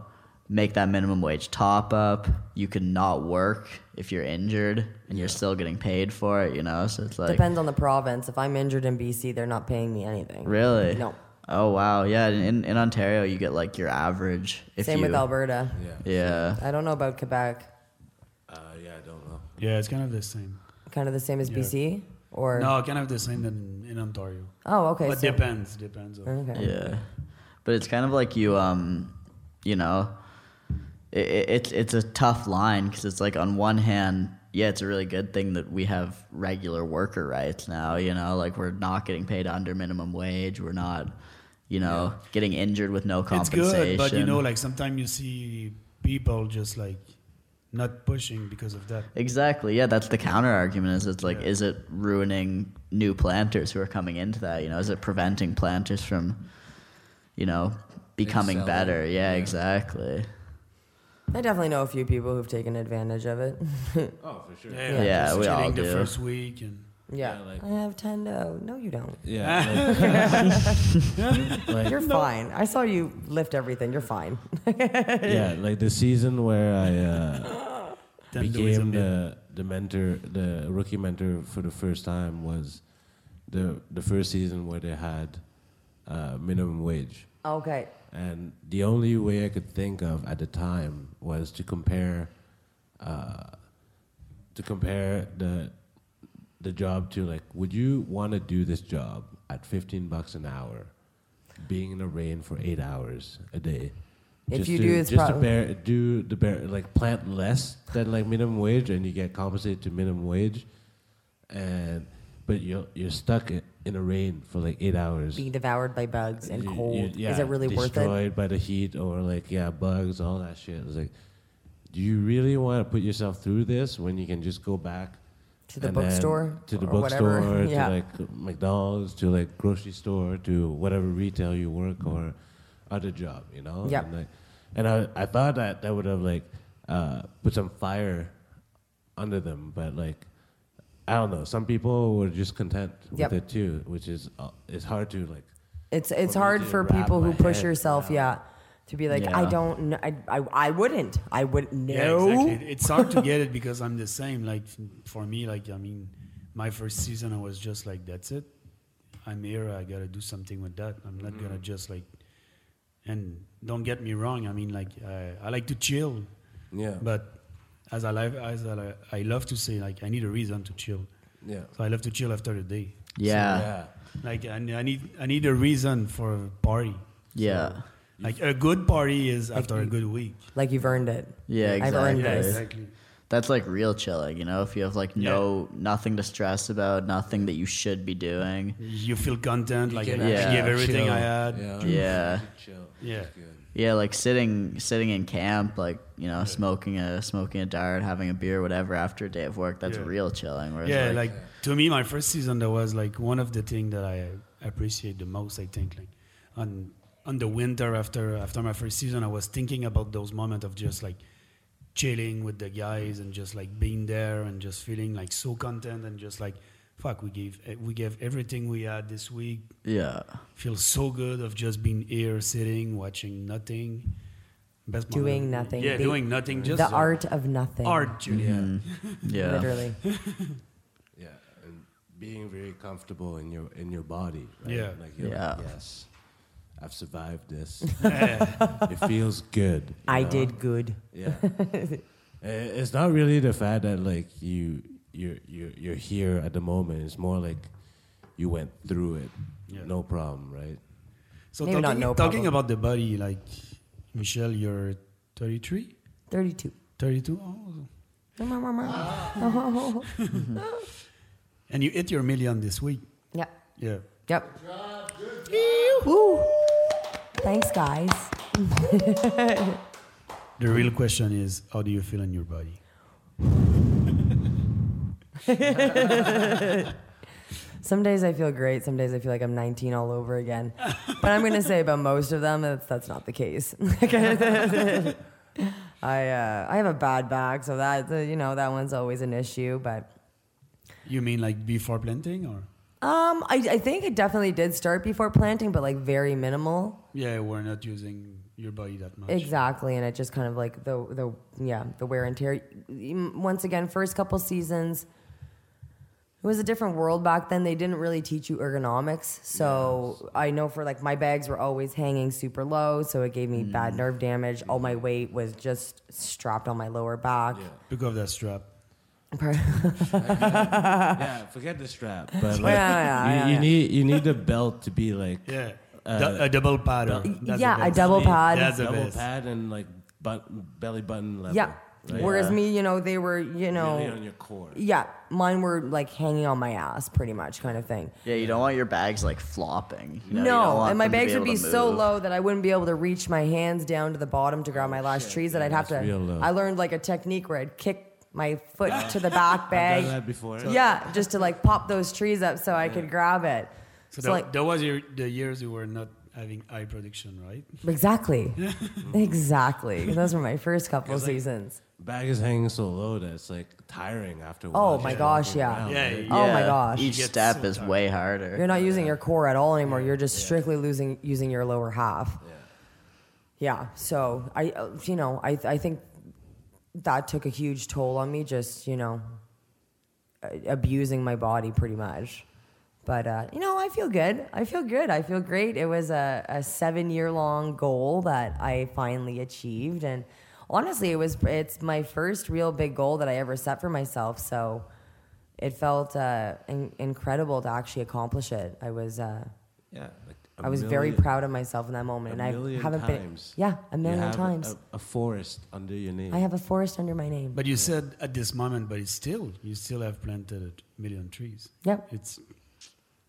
Speaker 7: make that minimum wage top up. You can not work if you're injured, and you're still getting paid for it. You know, so it's like
Speaker 8: Depends on the province. If I'm injured in BC, they're not paying me anything.
Speaker 7: really
Speaker 8: No.
Speaker 7: Oh wow, yeah. In, in Ontario, you get like your average. If
Speaker 8: Same
Speaker 7: you,
Speaker 8: with Alberta.
Speaker 2: Yeah.
Speaker 7: Yeah.
Speaker 8: I don't know about Quebec.
Speaker 2: Uh, yeah, I don't know.
Speaker 9: Yeah, it's kind of the same.
Speaker 8: Kind of the same as
Speaker 9: Yeah.
Speaker 8: BC, or
Speaker 9: No, kind of the same than in Ontario.
Speaker 8: oh, okay.
Speaker 9: but
Speaker 8: so-
Speaker 9: depends, depends. On.
Speaker 8: okay.
Speaker 7: Yeah, but it's kind of like you, um, you know, it, it, it's it's a tough line because it's like on one hand, yeah, it's a really good thing that we have regular worker rights now. You know, like we're not getting paid under minimum wage. We're not, you know, getting injured with no
Speaker 9: It's
Speaker 7: compensation.
Speaker 9: good, but you know, like sometimes you see people just like not pushing because of that.
Speaker 7: Exactly. Yeah, that's the counter argument. Is it's like, is it ruining new planters who are coming into that? You know, is it preventing planters from, you know, becoming
Speaker 2: Excelling.
Speaker 7: better? Yeah, exactly.
Speaker 8: I definitely know a few people who've taken advantage of it.
Speaker 2: Oh, for sure.
Speaker 9: Yeah,
Speaker 7: Yeah,
Speaker 9: just
Speaker 7: we
Speaker 9: getting
Speaker 7: all
Speaker 9: the
Speaker 7: do.
Speaker 9: first week and
Speaker 8: yeah.
Speaker 2: Yeah, like-
Speaker 8: I have tendo. No, you don't.
Speaker 2: Yeah. like- like-
Speaker 8: You're fine. I saw you lift everything. You're fine.
Speaker 2: yeah, like the season where I uh,
Speaker 9: then there
Speaker 2: became
Speaker 9: was a-
Speaker 2: the, the mentor, the rookie mentor for the first time was the the first season where they had uh, minimum wage,
Speaker 8: okay.
Speaker 2: and the only way I could think of at the time was to compare uh, to compare the the job to like, would you want to do this job at fifteen bucks an hour, being in the rain for eight hours a day?
Speaker 8: If
Speaker 2: just
Speaker 8: you
Speaker 2: to,
Speaker 8: do, it's
Speaker 2: just to
Speaker 8: prob-
Speaker 2: bear, do the bear, like plant less than like minimum wage, and you get compensated to minimum wage, and but you're you're stuck i- in the rain for like eight hours.
Speaker 8: Being devoured by bugs and
Speaker 2: You- you-
Speaker 8: cold. Is
Speaker 2: yeah,
Speaker 8: it really worth it?
Speaker 2: Destroyed by the heat or like yeah bugs, all that shit. It's like, do you really want to put yourself through this when you can just go back
Speaker 8: To the
Speaker 2: and then
Speaker 8: bookstore
Speaker 2: to the
Speaker 8: or whatever.
Speaker 2: bookstore, to
Speaker 8: Yeah.
Speaker 2: like McDonald's, to like grocery store, to whatever retail you work or other job, you know.
Speaker 8: Yep.
Speaker 2: And, like, and I I thought that that would have like uh, put some fire under them, but like. I don't know. Some people were just content
Speaker 8: Yep.
Speaker 2: with it too, which is uh, it's hard to like
Speaker 8: It's it's
Speaker 2: me
Speaker 8: hard
Speaker 2: to
Speaker 8: for
Speaker 2: wrap
Speaker 8: people who
Speaker 2: my
Speaker 8: push
Speaker 2: head
Speaker 8: yourself. Yeah. To be like, I
Speaker 7: Yeah.
Speaker 8: don't. kn- I, I I wouldn't. I would no.
Speaker 9: yeah, exactly. It's hard to get it because I'm the same. Like for me, like I mean, my first season, I was just like, that's it. I'm here. I gotta do something with that. I'm not gonna just like. And don't get me wrong. I mean, like I, I like to chill,
Speaker 2: yeah
Speaker 9: but as I like, as I, li- I love to say, like I need a reason to chill.
Speaker 2: yeah
Speaker 9: So I love to chill after the day.
Speaker 7: Yeah.
Speaker 9: Like I, I need, I need a reason for a party.
Speaker 7: Yeah.
Speaker 9: Like a good party is after a good week.
Speaker 8: Like you've earned it.
Speaker 7: Yeah,
Speaker 8: I've earned
Speaker 7: exactly. Yeah,
Speaker 8: this.
Speaker 7: That's like real chilling, you know, if you have like no nothing to stress about, nothing that you should be doing.
Speaker 9: You feel content, like I
Speaker 2: can
Speaker 7: actually
Speaker 9: gave everything
Speaker 2: chill.
Speaker 9: I had. Yeah.
Speaker 7: Yeah.
Speaker 2: Chill.
Speaker 9: Yeah.
Speaker 7: Yeah, like sitting sitting in camp, like, you know, smoking a smoking a dart, having a beer, whatever after a day of work, that's
Speaker 9: Yeah.
Speaker 7: real chilling. Whereas
Speaker 9: like,
Speaker 7: like,
Speaker 9: to me, my first season that was like one of the things that I appreciate the most. I think like on on the winter after after my first season, I was thinking about those moments of just like chilling with the guys and just like being there and just feeling like so content and just like fuck, we gave eh, we gave everything we had this week.
Speaker 7: Yeah.
Speaker 9: Feel so good of just being here, sitting, watching nothing. Best moment Mm-hmm.
Speaker 8: Doing
Speaker 9: of-
Speaker 8: nothing.
Speaker 9: Yeah,
Speaker 8: The-
Speaker 9: doing nothing. Just
Speaker 8: The art of nothing.
Speaker 9: art, Julia.
Speaker 7: Mm, Yeah.
Speaker 8: Literally.
Speaker 2: Yeah, and being very comfortable in your in your body. Right?
Speaker 9: Yeah.
Speaker 2: Like you're
Speaker 7: Yeah.
Speaker 2: like, yes, I've survived this. it feels good. you
Speaker 8: I
Speaker 2: know?
Speaker 8: did good.
Speaker 2: Yeah. I- it's not really the fact that like you you you you're here at the moment. It's more like you went through it.
Speaker 9: Yeah.
Speaker 2: No problem, right?
Speaker 9: So
Speaker 8: Maybe not
Speaker 9: talking,
Speaker 8: no
Speaker 9: talking
Speaker 8: problem.
Speaker 9: about the body, like Michelle, you're 33,
Speaker 8: 32.
Speaker 9: 32, oh.
Speaker 8: Yeah.
Speaker 9: and you hit your million this week. Yeah,
Speaker 8: Yep. Thanks, guys.
Speaker 9: The real question is, how do you feel in your body?
Speaker 8: Some days I feel great. Some days I feel like I'm 19 all over again. but I'm gonna say about most of them, that's, that's not the case. I uh, I have a bad back, so that uh, you know that one's always an issue. But
Speaker 9: You mean like before planting or?
Speaker 8: um, I, I think it definitely did start before planting, but like very minimal.
Speaker 9: Yeah, we're not using your body that much.
Speaker 8: Exactly, and it just kind of like the the yeah the wear and tear. Mm, Once again, first couple seasons, it was a different world back then. They didn't really teach you ergonomics, so I know for like my bags were always hanging super low, so it gave me bad nerve damage. All my weight was just strapped on my lower back.
Speaker 9: Pick off that strap.
Speaker 2: yeah, forget the strap. But like,
Speaker 8: yeah,
Speaker 2: you,
Speaker 8: yeah,
Speaker 2: you
Speaker 8: yeah.
Speaker 2: need you need the belt to be like
Speaker 9: Yeah.
Speaker 2: Uh,
Speaker 9: Du- a double paddle. That's the
Speaker 8: yeah, a
Speaker 9: best.
Speaker 8: double pad.
Speaker 9: That's the
Speaker 2: double
Speaker 9: best.
Speaker 2: pad and like but, belly button level.
Speaker 8: yeah.
Speaker 2: Like,
Speaker 8: Whereas
Speaker 2: uh,
Speaker 8: me, you know, they were, you know,
Speaker 2: really on your core.
Speaker 8: yeah, mine were like hanging on my ass, pretty much, kind of thing.
Speaker 7: Yeah, you don't want your bags like flopping. you know, you don't
Speaker 8: No,
Speaker 7: want
Speaker 8: and my
Speaker 7: them to
Speaker 8: bags would
Speaker 7: able
Speaker 8: be
Speaker 7: to
Speaker 8: so
Speaker 7: move.
Speaker 8: low that I wouldn't be able to reach my hands down to the bottom to grab my last trees. That I'd have
Speaker 2: that's
Speaker 8: to.
Speaker 2: real low.
Speaker 8: I learned like a technique where I'd kick my foot to the back
Speaker 2: I've
Speaker 8: bag.
Speaker 2: done that before.
Speaker 8: Yeah, just to like pop those trees up so I could grab it.
Speaker 9: So,
Speaker 8: So,
Speaker 9: that,
Speaker 8: like
Speaker 9: that was your, the years you were not having eye production, right?
Speaker 8: exactly, exactly. Those were my first couple seasons.
Speaker 2: Bag is hanging so low that it's like tiring after. a
Speaker 8: Oh
Speaker 2: while,
Speaker 8: my
Speaker 2: just
Speaker 8: gosh,
Speaker 2: walking
Speaker 8: yeah.
Speaker 2: around,
Speaker 9: Yeah,
Speaker 2: right?
Speaker 9: yeah.
Speaker 8: Oh my
Speaker 7: Yeah,
Speaker 8: gosh.
Speaker 7: Each
Speaker 9: You get
Speaker 7: step
Speaker 9: so
Speaker 7: is
Speaker 9: tired.
Speaker 7: way harder.
Speaker 8: You're not using your core at all anymore. You're just strictly losing using your lower half. Yeah. So I, uh, you know, I I think that took a huge toll on me. Just you know, a- abusing my body pretty much. But uh, you know, I feel good. I feel good. I feel great. It was a, a seven year long goal that I finally achieved, and honestly, it was it's my first real big goal that I ever set for myself. So it felt uh, in- incredible to actually accomplish it. I was uh,
Speaker 2: Yeah, like a
Speaker 8: I was very
Speaker 2: million-
Speaker 8: proud of myself in that
Speaker 2: A
Speaker 8: moment, and I
Speaker 2: million
Speaker 8: haven't
Speaker 2: times.
Speaker 8: been. Yeah, a
Speaker 2: you
Speaker 8: million
Speaker 2: have
Speaker 8: times.
Speaker 2: A, a forest under your name.
Speaker 8: I have a forest under my name.
Speaker 9: But you said at this moment, but it's still, you still have planted a million trees.
Speaker 8: Yep.
Speaker 9: It's,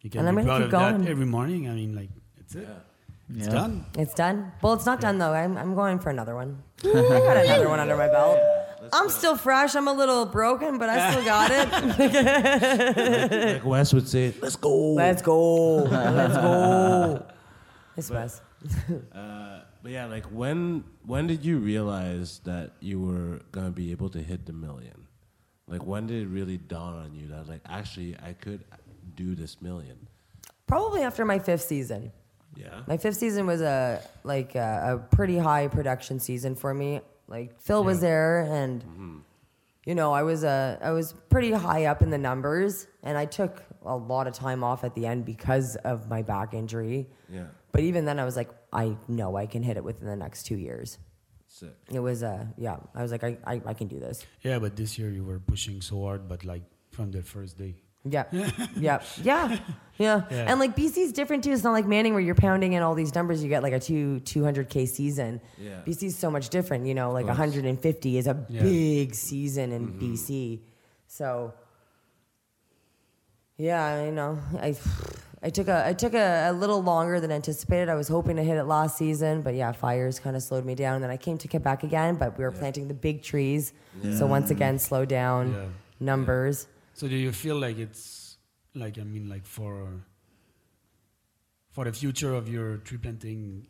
Speaker 9: you can
Speaker 8: And I'm
Speaker 9: be
Speaker 8: gonna
Speaker 9: proud
Speaker 8: keep
Speaker 9: of
Speaker 8: going.
Speaker 9: that every morning. I mean, like, it's it. It's
Speaker 7: Yeah.
Speaker 9: done.
Speaker 8: It's done. Well, it's not done though. I'm, I'm going for another one. I got another one under my belt. I'm still fresh. I'm a little broken, but I still got it.
Speaker 2: like Wes would say, "Let's go."
Speaker 8: Let's go. Let's go. This was.
Speaker 2: But yeah, like when when did you realize that you were gonna be able to hit the million? Like when did it really dawn on you that like actually I could do this million?
Speaker 8: Probably after my fifth season.
Speaker 2: Yeah.
Speaker 8: My fifth season was a like a, a pretty high production season for me. Like Phil was there, and you know I was a I was pretty high up in the numbers, and I took a lot of time off at the end because of my back injury.
Speaker 2: Yeah.
Speaker 8: But even then, I was like, I know I can hit it within the next two years.
Speaker 2: Sick.
Speaker 8: It was uh, yeah. I was like, I, I, I can do this.
Speaker 9: Yeah, but this year you were pushing so hard, but like from the first day.
Speaker 8: Yeah. yeah. Yeah. Yeah.
Speaker 9: Yeah.
Speaker 8: And like BC's different too. It's not like Manning where you're pounding in all these numbers. You get like a two 200K season.
Speaker 2: Yeah.
Speaker 8: BC's so much different. You know, like 150 is a big season in BC. So, yeah, you know, I. I took a I took a, a little longer than anticipated. I was hoping to hit it last season, but yeah, fires kind of slowed me down. And then I came to Quebec again, but we were planting the big trees, so once again, slow down
Speaker 9: Yeah.
Speaker 8: numbers.
Speaker 9: So do you feel like it's like I mean like for for the future of your tree planting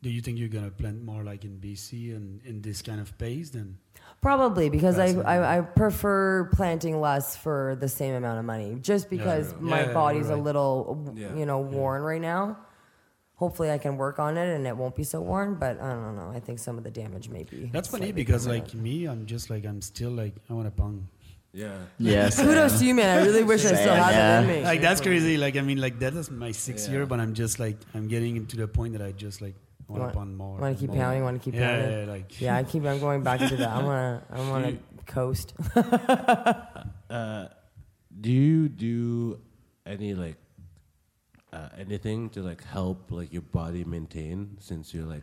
Speaker 9: do you think you're gonna plant more like in BC and in this kind of pace then
Speaker 8: Probably because I,
Speaker 9: Fascinating.
Speaker 8: I, I prefer planting less for the same amount of money just because
Speaker 9: Yeah.
Speaker 8: my
Speaker 9: Yeah, you're
Speaker 8: body's a
Speaker 9: right.
Speaker 8: little
Speaker 2: Yeah.
Speaker 8: you know worn right now. Hopefully I can work on it and it won't be so worn, but I don't know. I think some of the damage may be.
Speaker 9: that's funny
Speaker 8: slightly
Speaker 9: because
Speaker 8: permanent.
Speaker 9: like me I'm just like I'm still like I want to pong
Speaker 2: Yeah.
Speaker 7: Yes.
Speaker 8: kudos to you, man. I really wish I still
Speaker 7: Same,
Speaker 8: had that
Speaker 7: yeah.
Speaker 8: in me.
Speaker 9: like that's crazy like I mean like that is my sixth
Speaker 2: Yeah.
Speaker 9: year but I'm just like I'm getting to the point that I just like want to
Speaker 8: want-
Speaker 9: pond more
Speaker 8: Want to keep
Speaker 9: more.
Speaker 8: pounding? Want to keep
Speaker 9: yeah,
Speaker 8: pounding?
Speaker 9: yeah like
Speaker 8: Yeah, I keep. I'm going back to that. I wanna. I wanna coast.
Speaker 2: Do you do any like uh, anything to like help like your body maintain since you're like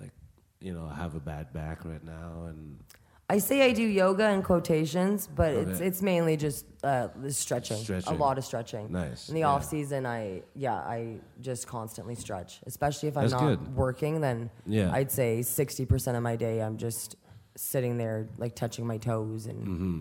Speaker 2: like you know have a bad back right now and
Speaker 8: I say I do yoga in quotations, but it's
Speaker 2: Okay.
Speaker 8: it's mainly just uh, stretching,
Speaker 2: Stretching.
Speaker 8: a lot of stretching.
Speaker 2: Nice,
Speaker 8: In the
Speaker 2: yeah.
Speaker 8: off season, I yeah, I just constantly stretch, especially if I'm
Speaker 2: That's
Speaker 8: not
Speaker 2: good.
Speaker 8: working. Then
Speaker 2: Yeah.
Speaker 8: I'd say sixty percent of my day, I'm just sitting there like touching my toes and
Speaker 2: Mm-hmm.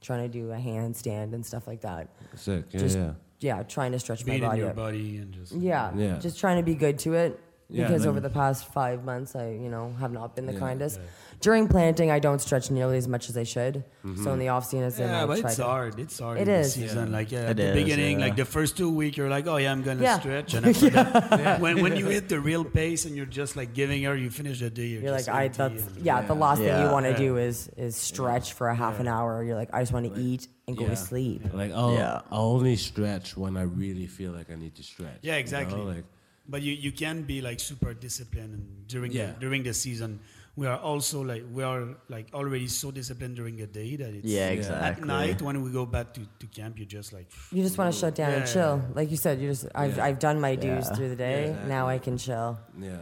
Speaker 8: trying to do a handstand and stuff like that.
Speaker 2: Sick. Yeah,
Speaker 8: Just
Speaker 2: yeah.
Speaker 8: yeah, trying to stretch
Speaker 9: Beat
Speaker 8: my
Speaker 9: in
Speaker 8: body
Speaker 9: your
Speaker 8: up.
Speaker 9: body and just.
Speaker 8: Yeah,
Speaker 2: Yeah.
Speaker 8: Just trying to be good to it
Speaker 2: Yeah,
Speaker 8: because
Speaker 2: and
Speaker 8: over
Speaker 2: then-
Speaker 8: the past five months, I you know have not been the
Speaker 2: Yeah,
Speaker 8: kindest. During planting, I don't stretch nearly as much as I should. So in the off season,
Speaker 9: Yeah,
Speaker 8: I
Speaker 9: but
Speaker 8: try
Speaker 9: it's
Speaker 8: to.
Speaker 9: hard. It's hard.
Speaker 8: It
Speaker 9: in the
Speaker 8: is.
Speaker 9: season. Like yeah,
Speaker 7: It
Speaker 9: at the
Speaker 7: is,
Speaker 9: beginning,
Speaker 7: yeah.
Speaker 9: like the first two week, you're like, oh yeah, I'm gonna
Speaker 8: Yeah.
Speaker 9: stretch, and after that, when when you hit the real pace and you're just like giving her, you finish the day. You're,
Speaker 8: You're like
Speaker 9: just
Speaker 8: I.
Speaker 9: empty
Speaker 8: That's
Speaker 9: and-
Speaker 8: yeah. The last thing
Speaker 7: Yeah.
Speaker 8: you want to
Speaker 9: Yeah.
Speaker 8: do is is stretch for a half an hour. You're like I just want to eat and go
Speaker 2: Yeah.
Speaker 8: to sleep.
Speaker 2: Like oh,
Speaker 7: Yeah.
Speaker 2: I only stretch when I really feel like I need to stretch.
Speaker 9: Yeah,
Speaker 2: you know,
Speaker 9: exactly.
Speaker 2: Like
Speaker 9: but you, you can be like super disciplined and during
Speaker 2: Yeah.
Speaker 9: the, during the season. We are also like we are like already so disciplined during the day that it's
Speaker 7: Yeah,
Speaker 9: at
Speaker 7: exactly.
Speaker 9: night when we go back to, to camp, you just like
Speaker 8: You just want to shut down and
Speaker 9: Yeah.
Speaker 8: chill, like you said. You just I've
Speaker 2: Yeah.
Speaker 8: I've done my dues
Speaker 7: Yeah.
Speaker 8: through the day. Now I can chill.
Speaker 2: yeah,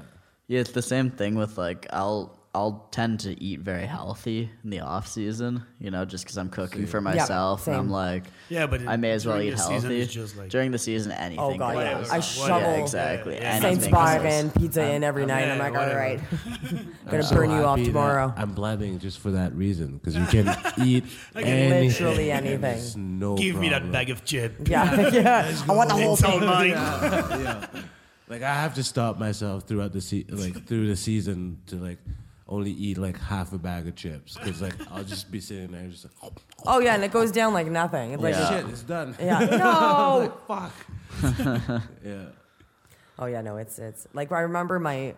Speaker 7: Yeah, it's the same thing with like I'll I'll tend to eat very healthy in the off season, you know, just because I'm cooking for myself and I'm
Speaker 8: same.
Speaker 7: like,
Speaker 9: Yeah, but
Speaker 7: I may as well
Speaker 9: during
Speaker 7: eat
Speaker 9: the season,
Speaker 7: healthy
Speaker 9: it's just like-
Speaker 7: during the season. Anything
Speaker 8: Oh, God,
Speaker 7: goes.
Speaker 8: yeah. I shovel
Speaker 7: yeah, exactly.
Speaker 9: Yeah, yeah.
Speaker 8: Saint
Speaker 7: Anything
Speaker 8: Bar
Speaker 7: goes.
Speaker 8: and pizza in every night.
Speaker 9: yeah,
Speaker 8: I'm like, all
Speaker 9: whatever.
Speaker 8: right, gonna
Speaker 2: so
Speaker 8: burn you off
Speaker 2: happy that
Speaker 8: tomorrow.
Speaker 2: I'm blabbing just for that reason because you can eat anything.
Speaker 8: literally anything.
Speaker 2: There's No
Speaker 9: give me that
Speaker 2: problem.
Speaker 9: bag of chip.
Speaker 8: Yeah, yeah. I want the whole
Speaker 9: It's all
Speaker 8: thing.
Speaker 9: mine.
Speaker 2: Like I have to stop myself throughout the se- like through the season to like only eat like half a bag of chips because like I'll just be sitting there just like oh,
Speaker 8: Oh yeah, and it goes down like nothing. It's like
Speaker 7: Yeah.
Speaker 2: shit it's done
Speaker 8: yeah, Oh. no.
Speaker 2: fuck yeah
Speaker 8: Oh yeah, no, it's it's like I remember my.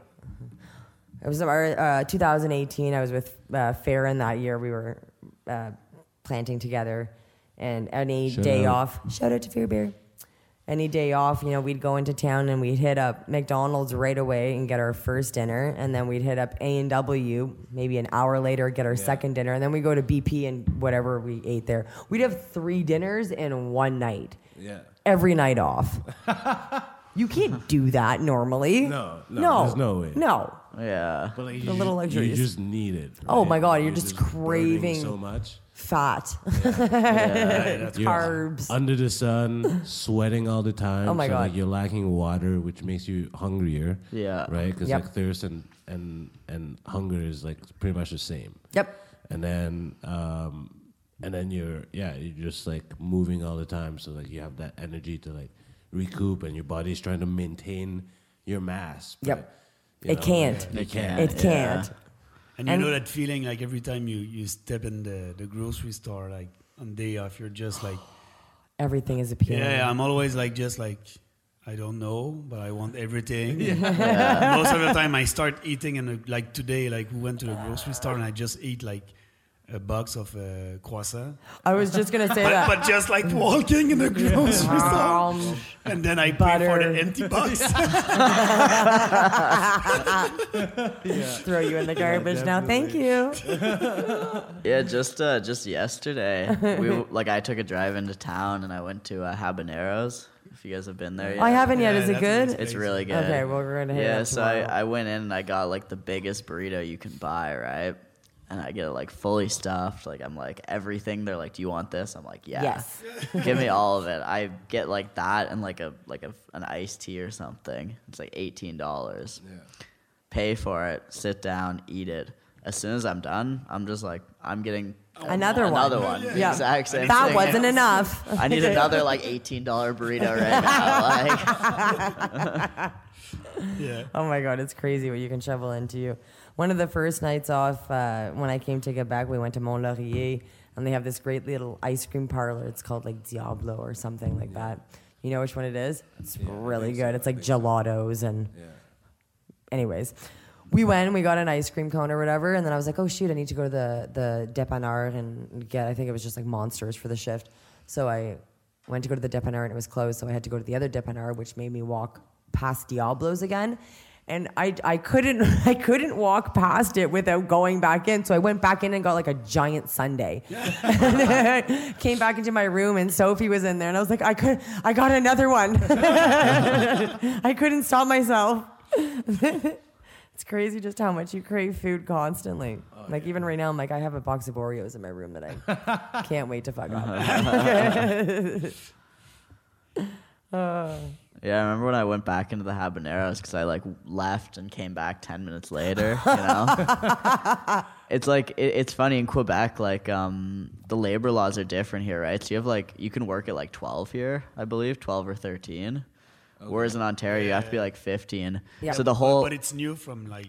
Speaker 8: It was our, uh, 2018. I was with uh, Farron that year. We were uh, planting together, and any
Speaker 2: Shout
Speaker 8: day
Speaker 2: out.
Speaker 8: off, shout out to Fear Bear. Any day off, you know, we'd go into town and we'd hit up McDonald's right away and get our first dinner, and then we'd hit up A and W maybe an hour later get our second dinner, and then we go to BP and whatever we ate there. We'd have three dinners in one night
Speaker 2: yeah
Speaker 8: every night off. you can't do that normally.
Speaker 2: No, no,
Speaker 8: no,
Speaker 2: there's no way.
Speaker 8: No.
Speaker 7: Yeah,
Speaker 2: but like you,
Speaker 8: The
Speaker 2: ju-
Speaker 8: little
Speaker 2: you
Speaker 8: luxuries.
Speaker 2: just need it
Speaker 8: Oh
Speaker 2: right?
Speaker 8: my God, you're just
Speaker 2: burning
Speaker 8: craving-
Speaker 2: so much
Speaker 8: Fat.
Speaker 2: You're
Speaker 8: Carbs.
Speaker 2: under the sun sweating all the time
Speaker 8: Oh my
Speaker 2: so like
Speaker 8: God.
Speaker 2: you're lacking water which makes you hungrier
Speaker 7: Yeah.
Speaker 2: right because
Speaker 8: Yep.
Speaker 2: like thirst and and and hunger is like pretty much the same
Speaker 8: yep.
Speaker 2: and then um and then you're yeah you're just like moving all the time so like you have that energy to like recoup and your body's trying to maintain your mass but,
Speaker 8: Yep.
Speaker 2: you
Speaker 8: It can't.
Speaker 2: it can't
Speaker 8: It can't.
Speaker 9: And you
Speaker 8: And-
Speaker 9: know that feeling like every time you, you step in the, the grocery store, like on day off, you're just like,
Speaker 8: Everything is
Speaker 9: yeah,
Speaker 8: appealing.
Speaker 9: I'm always like, just like, I don't know, but I want everything. Most of the time I start eating and uh, like today, like we went to the grocery store and I just ate like a box of uh, croissant.
Speaker 8: I was just gonna say
Speaker 9: But,
Speaker 8: that.
Speaker 9: but just like walking in the grocery store.
Speaker 8: Um,
Speaker 9: And then I pay for
Speaker 8: Butter.
Speaker 9: the empty box.
Speaker 8: throw you in the garbage now. Thank you.
Speaker 7: yeah. Just uh, just yesterday, we w- like I took a drive into town and I went to uh, Habaneros. If you guys have been there, yet.
Speaker 8: I haven't yet.
Speaker 9: Yeah,
Speaker 8: Is it
Speaker 9: that's a
Speaker 8: good?
Speaker 9: nice
Speaker 7: It's really good.
Speaker 8: Okay, well, we're gonna hit
Speaker 7: Yeah,
Speaker 8: that
Speaker 7: so I,
Speaker 8: tomorrow.
Speaker 7: I went in and I got like the biggest burrito you can buy, right? And I get it like fully stuffed. Like I'm like everything. They're like, "Do you want this?" I'm like, "Yeah,
Speaker 8: Yes.
Speaker 7: give me all of it." I get like that and like a like a, an iced tea or something. It's like eighteen dollars. Yeah. Pay for it. Sit down. Eat it. As soon as I'm done, I'm just like, I'm getting
Speaker 8: Another one.
Speaker 7: Another one. The
Speaker 8: Yeah.
Speaker 7: Exact same
Speaker 8: That
Speaker 7: thing.
Speaker 8: wasn't enough.
Speaker 7: I need another like eighteen dollar burrito right now. Like.
Speaker 9: yeah.
Speaker 8: Oh my God, it's crazy what you can shovel into you. One of the first nights off, uh, when I came to Quebec, we went to Mont Laurier, and they have this great little ice cream parlor. It's called like Diablo or something like that. You know which one it is? It's really good. it's like gelatos and. Anyways, we went and we got an ice cream cone or whatever, and then I was like, oh shoot, I need to go to the the Depanard and get. I think it was just like monsters for the shift, so I went to go to the Depanard and it was closed, so I had to go to the other Depanard, which made me walk past Diablos again. And I, I couldn't I couldn't walk past it without going back in. So I went back in and got like a giant sundae. Came back into my room and Sophie was in there and I was like, I could I got another one. I couldn't stop myself. it's It's crazy just how much you crave food constantly.
Speaker 7: Oh,
Speaker 8: like even right now, I'm like, I have a box of Oreos in my room that I can't wait to fuck up.
Speaker 7: Uh-huh. Yeah, I remember when I went back into the habaneros because I like left and came back ten minutes later. You know, it's like it, it's funny in Quebec. Like um, the labor laws are different here, right? So you have like you can work at like twelve here, I believe, twelve or thirteen. Whereas in Ontario, you have to be like fifteen.
Speaker 8: Yeah.
Speaker 7: So the whole
Speaker 9: but it's new from like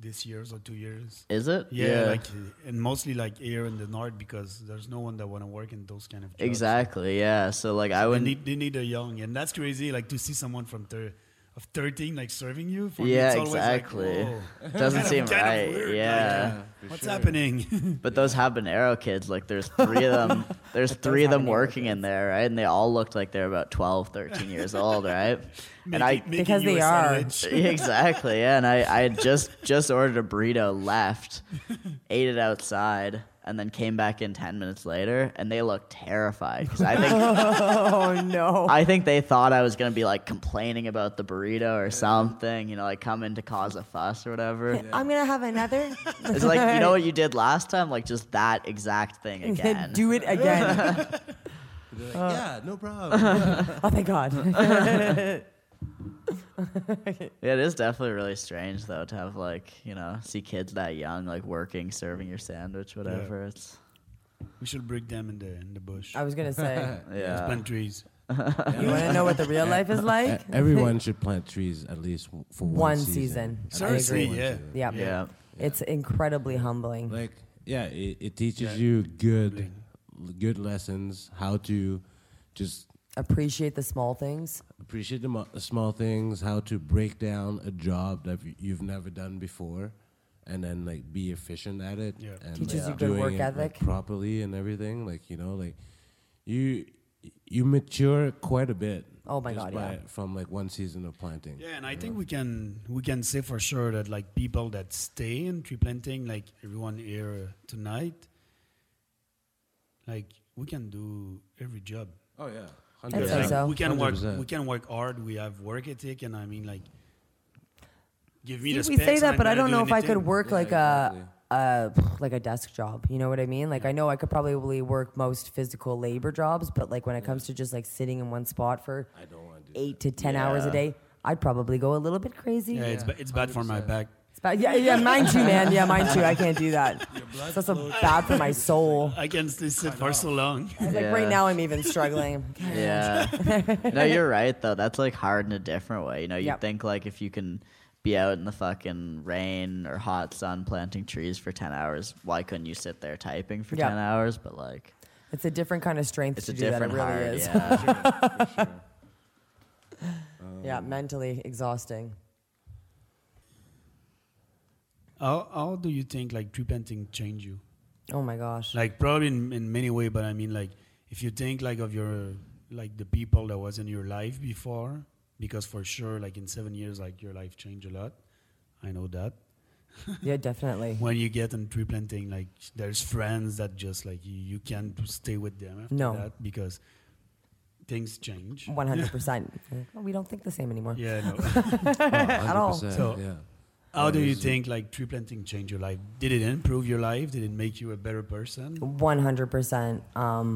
Speaker 9: this year's or two years.
Speaker 7: is it?
Speaker 9: Yeah, like and mostly like here in the north because there's no one that want to work in those kind of jobs.
Speaker 7: exactly. Yeah. So like I
Speaker 9: They
Speaker 7: wouldn't.
Speaker 9: need, they need a young, and that's crazy. Like to see someone from thir- of 13 like serving you. For me,
Speaker 7: Yeah,
Speaker 9: it's always like,
Speaker 7: exactly.
Speaker 9: whoa.
Speaker 7: Doesn't seem
Speaker 9: kind of
Speaker 7: right.
Speaker 9: weird, like, uh,
Speaker 7: yeah.
Speaker 9: What's happening?
Speaker 7: But those habanero kids, like there's three of them. There's three of them
Speaker 8: habanero
Speaker 7: working in there, right? And they all looked like they're about 12, 13 years old, right? and I
Speaker 9: Making- making
Speaker 8: Because
Speaker 9: you
Speaker 8: they
Speaker 9: a
Speaker 8: are.
Speaker 9: sandwich.
Speaker 7: exactly, yeah. And I I had just just ordered a burrito, left, ate it outside, and then came back in ten minutes later, and they looked terrified because I think
Speaker 8: oh no.
Speaker 7: I think they thought I was gonna be like complaining about the burrito or something, you know, like come in to cause a fuss or whatever.
Speaker 8: I'm gonna have another.
Speaker 7: It's like you know what you did last time, like just that exact thing again.
Speaker 8: Do it again.
Speaker 2: They're like,
Speaker 8: Uh.
Speaker 2: yeah, no problem.
Speaker 8: oh thank God.
Speaker 7: Yeah, it is definitely really strange though to have like you know see kids that young like working, serving your sandwich, whatever. It's
Speaker 9: we should break them in the in the bush.
Speaker 8: I was gonna say.
Speaker 9: Just
Speaker 7: yeah,
Speaker 9: plant trees.
Speaker 8: You wanna know what the real life is like?
Speaker 2: E, Everyone should plant trees at least w- for one,
Speaker 8: E, One season.
Speaker 2: At
Speaker 9: Seriously,
Speaker 2: least one
Speaker 9: yeah.
Speaker 2: season.
Speaker 8: Yeah.
Speaker 7: yeah,
Speaker 8: It's incredibly humbling.
Speaker 2: Like, yeah, it, it teaches you good, good lessons, how to just
Speaker 8: Appreciate the small things.
Speaker 2: appreciate the, mo- the small things, how to break down a job that y- you've never done before, and then like be efficient at it.
Speaker 9: Yeah.
Speaker 2: And,
Speaker 8: Teaches
Speaker 2: like,
Speaker 8: you good
Speaker 2: doing
Speaker 8: work
Speaker 2: it, like,
Speaker 8: ethic.
Speaker 2: properly and everything. Like you know, like you you mature quite a bit.
Speaker 8: Oh my
Speaker 2: just
Speaker 8: God,
Speaker 2: by-
Speaker 8: yeah.
Speaker 2: From like one season of planting.
Speaker 9: Yeah, and I think we can we can say for sure that like people that stay in tree planting, like everyone here tonight, like we can do every job.
Speaker 2: Oh yeah.
Speaker 8: I think
Speaker 9: Like,
Speaker 8: so.
Speaker 9: We can work.
Speaker 2: 100%.
Speaker 9: We can work hard. We have work ethic, and I mean like. Give me
Speaker 8: See,
Speaker 9: the
Speaker 8: we
Speaker 9: specs
Speaker 8: say
Speaker 9: and
Speaker 8: that,
Speaker 9: I'm
Speaker 8: but I don't
Speaker 9: gonna do
Speaker 8: know if I could
Speaker 9: anything.
Speaker 8: work
Speaker 2: Yeah,
Speaker 8: like
Speaker 2: exactly.
Speaker 8: a, a like a desk job. You know what I mean? Like I know I could probably work most physical labor jobs, but like when it comes to just like sitting in one spot for
Speaker 2: I don't want to do.
Speaker 8: eight to ten hours a day, I'd probably go a little bit crazy.
Speaker 9: Yeah, it's ba- it's bad for my back.
Speaker 8: It's bad- yeah, yeah, mine too, man. Yeah, mine too. I can't do that. It's also bad for my soul.
Speaker 9: I can still sit for so long.
Speaker 8: Like
Speaker 7: Yeah.
Speaker 8: right now, I'm even struggling.
Speaker 7: yeah. no, you're right though. That's like hard in a different way. You know, you
Speaker 8: Yep.
Speaker 7: think like if you can be out in the fucking rain or hot sun planting trees for ten hours, why couldn't you sit there typing for
Speaker 8: Yeah.
Speaker 7: ten hours? But like,
Speaker 8: It's a different kind of strength
Speaker 7: it's
Speaker 8: to
Speaker 7: a
Speaker 8: do that. It
Speaker 7: different
Speaker 8: really
Speaker 7: hard.
Speaker 8: is.
Speaker 7: Yeah,
Speaker 8: yeah, mentally exhausting.
Speaker 9: How how do you think like tree planting change you?
Speaker 8: Oh my gosh.
Speaker 9: like probably in, in many way but i mean like if you think like of your like the people that was in your life before because for sure like in seven years like your life changed a lot i know that
Speaker 8: Yeah, definitely.
Speaker 9: when you get in tree planting like there's friends that just like you, you can't stay with them after
Speaker 8: No.
Speaker 9: that because things change
Speaker 8: One hundred percent. We don't think the same anymore.
Speaker 9: yeah no.
Speaker 8: At all.
Speaker 9: So-
Speaker 2: yeah.
Speaker 9: how do you think like tree planting changed your life did it improve your life did it make you a better person
Speaker 8: One hundred percent. Um,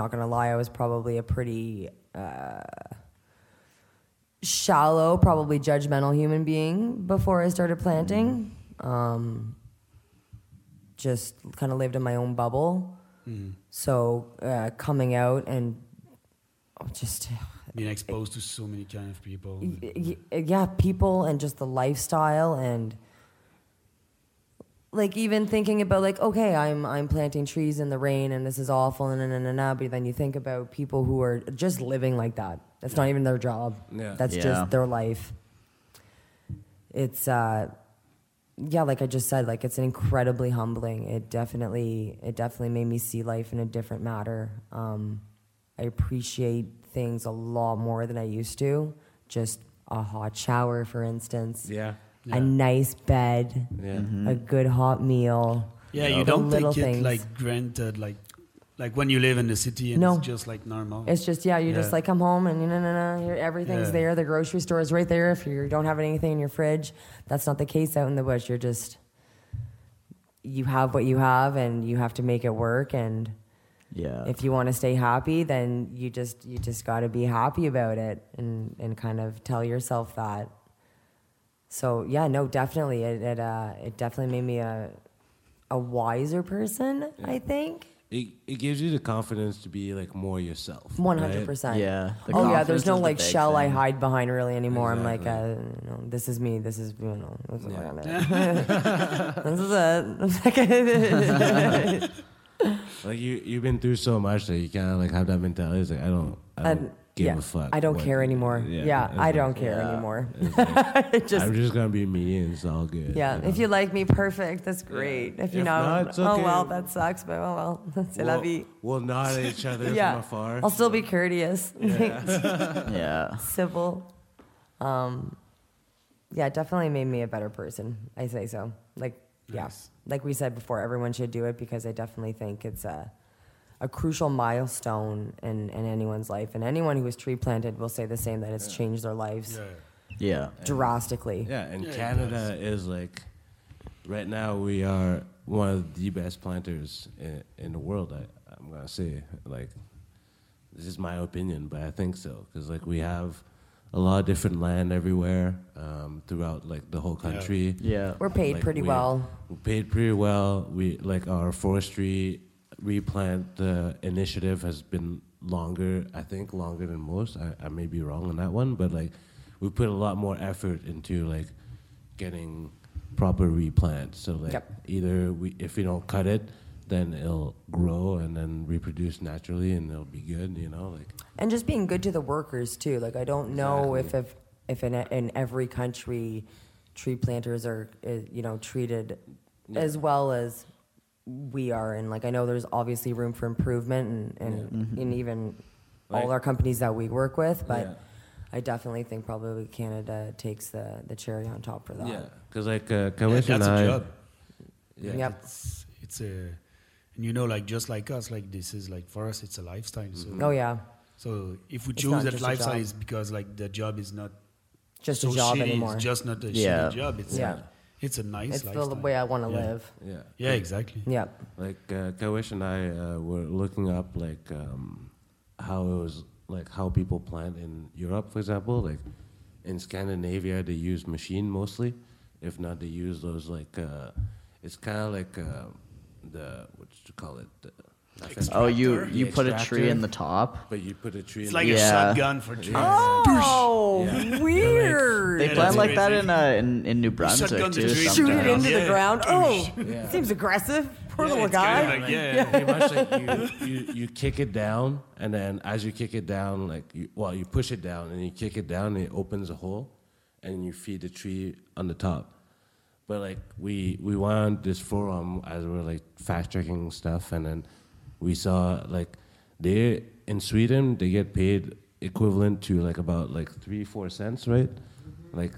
Speaker 8: not gonna lie, I was probably a pretty uh, shallow, probably judgmental human being before I started planting. Um, just kind of lived in my own bubble. So uh, coming out and just
Speaker 9: being exposed to so many kind of people
Speaker 8: y- y- yeah, people and just the lifestyle and like even thinking about like okay, I'm I'm planting trees in the rain and this is awful and na na na na. But then you think about people who are just living like that. That's not even their job.
Speaker 2: Yeah.
Speaker 8: That's
Speaker 7: Yeah.
Speaker 8: just their life. It's uh, yeah, like I just said, like it's incredibly humbling. It definitely it definitely made me see life in a different matter. Um, I appreciate things a lot more than I used to. Just a hot shower, for instance.
Speaker 2: Yeah.
Speaker 8: A nice bed.
Speaker 2: Yeah.
Speaker 8: A good hot meal.
Speaker 9: Yeah,
Speaker 8: The
Speaker 9: you don't
Speaker 8: little
Speaker 9: take it
Speaker 8: things.
Speaker 9: like granted. Like Like when you live in the city and
Speaker 8: No.
Speaker 9: it's just like normal.
Speaker 8: It's just yeah, you just
Speaker 9: Yeah.
Speaker 8: like come home and you know, no, no, everything's
Speaker 9: Yeah.
Speaker 8: there. The grocery store is right there. If you don't have anything in your fridge, that's not the case out in the bush. You're just you have what you have, and you have to make it work. And
Speaker 7: Yeah.
Speaker 8: if you want to stay happy, then you just you just got to be happy about it, and and kind of tell yourself that. So yeah, no, definitely it it uh, it definitely made me a a wiser person. I think
Speaker 2: It, it gives you the confidence to be like more yourself.
Speaker 8: one
Speaker 2: right?
Speaker 8: hundred percent.
Speaker 7: Yeah, the
Speaker 8: oh yeah.
Speaker 7: confidence
Speaker 8: There's no
Speaker 7: is the
Speaker 8: like
Speaker 7: big
Speaker 8: shell I
Speaker 7: thing.
Speaker 8: hide behind really anymore. I'm
Speaker 2: Exactly.
Speaker 8: like, uh, you know, this is me. This is you know, this is, this is it.
Speaker 2: Like you, you've been through so much that you kind of like have that mentality. It's like I don't, I
Speaker 8: I-
Speaker 2: don't give
Speaker 8: yeah,
Speaker 2: a fuck.
Speaker 8: I don't
Speaker 2: what-
Speaker 8: care anymore. Yeah,
Speaker 2: it's
Speaker 8: I
Speaker 2: like,
Speaker 8: don't care anymore. It just
Speaker 2: I'm just gonna be me, and it's all good.
Speaker 8: Yeah,
Speaker 2: know?
Speaker 8: if you like me, perfect. That's great. If you
Speaker 2: If
Speaker 8: know,
Speaker 2: not, it's
Speaker 8: oh
Speaker 2: okay.
Speaker 8: well, that sucks, but oh well, c'est la vie.
Speaker 2: we'll, we'll nod at each other
Speaker 8: Yeah,
Speaker 2: from afar.
Speaker 8: I'll still be courteous, like,
Speaker 7: yeah.
Speaker 8: civil. Um, yeah, it definitely made me a better person. I say so. Like, yeah,
Speaker 9: Nice.
Speaker 8: like we said before, everyone should do it because I definitely think it's a a crucial milestone in, in anyone's life, and anyone who was tree planted will say the same that it's changed their lives
Speaker 9: yeah.
Speaker 7: Yeah.
Speaker 8: drastically.
Speaker 2: Yeah, and
Speaker 9: Yeah, it
Speaker 2: Canada is like, right now we are one of the best planters in, in the world. I, I'm gonna say like, this is my opinion, but I think so because like we have a lot of different land everywhere um, throughout like the whole country.
Speaker 7: Yeah.
Speaker 8: We're paid
Speaker 2: Like,
Speaker 8: pretty
Speaker 2: we-
Speaker 8: well.
Speaker 2: We're paid pretty well. We like our forestry replant uh, initiative has been longer. I think longer than most. I, I may be wrong on that one, but like we put a lot more effort into like getting proper replant. So like
Speaker 8: Yep.
Speaker 2: either we if we don't cut it, then it'll grow and then reproduce naturally, and it'll be good. You know, like
Speaker 8: and just being good to the workers too. Like I don't know if if if in in every country, tree planters are uh, you know treated as well as we are. And like I know there's obviously room for improvement, and and, and even
Speaker 2: Mm-hmm. Like-
Speaker 8: all our companies that we work with, but.
Speaker 2: Yeah.
Speaker 8: I definitely think probably Canada takes the, the cherry on top for that.
Speaker 2: yeah, because like uh, Kawish and
Speaker 9: that's
Speaker 2: I.
Speaker 9: a job.
Speaker 2: Yeah.
Speaker 8: Yep.
Speaker 9: It's, it's a, and you know, like just like us, like this is like for us, it's a lifestyle. So,
Speaker 8: Oh yeah,
Speaker 9: so if we
Speaker 8: It's
Speaker 9: choose
Speaker 8: not
Speaker 9: that
Speaker 8: just a
Speaker 9: lifestyle,
Speaker 8: job.
Speaker 9: it's because like the job is not
Speaker 8: just
Speaker 9: so
Speaker 8: a job
Speaker 9: shitty.
Speaker 8: anymore.
Speaker 9: It's just not a
Speaker 7: Yeah.
Speaker 9: shitty job. It's
Speaker 8: Yeah.
Speaker 9: a, it's a nice
Speaker 8: it's the
Speaker 9: lifestyle.
Speaker 8: way I want to
Speaker 9: Yeah.
Speaker 8: live.
Speaker 2: Yeah.
Speaker 9: Yeah, exactly.
Speaker 8: Yep.
Speaker 2: Like uh, Kawish and I uh, were looking up like um, how it was like how people plant in Europe, for example. Like in Scandinavia, they use machine mostly. If not, they use those like uh, it's kind of like uh, the what you call it. The,
Speaker 7: Oh, you you
Speaker 2: The
Speaker 7: put a tree in
Speaker 2: extractor.
Speaker 7: the top.
Speaker 2: but you put a tree.
Speaker 9: It's
Speaker 2: in
Speaker 9: like a
Speaker 7: Yeah.
Speaker 9: shotgun for trees.
Speaker 8: Oh, weird.
Speaker 7: They
Speaker 9: Yeah,
Speaker 7: plant
Speaker 9: that's
Speaker 7: like that
Speaker 9: crazy.
Speaker 7: in uh, in, in New
Speaker 9: shotgun
Speaker 7: Brunswick
Speaker 9: the
Speaker 7: too.
Speaker 9: tree.
Speaker 8: shoot it
Speaker 7: sometimes.
Speaker 8: into the
Speaker 9: Yeah.
Speaker 8: ground. Oh,
Speaker 2: Yeah.
Speaker 8: seems aggressive. Poor little
Speaker 9: It's kinda
Speaker 8: guy.
Speaker 9: like, yeah.
Speaker 2: pretty much like you, you, you kick it down, and then as you kick it down, like you, well, you push it down and you kick it down, and it opens a hole, and you feed the tree on the top. But like we we went on this forum as we were like fact checking stuff, and then we saw like they in Sweden they get paid equivalent to like about like three four cents, right? Like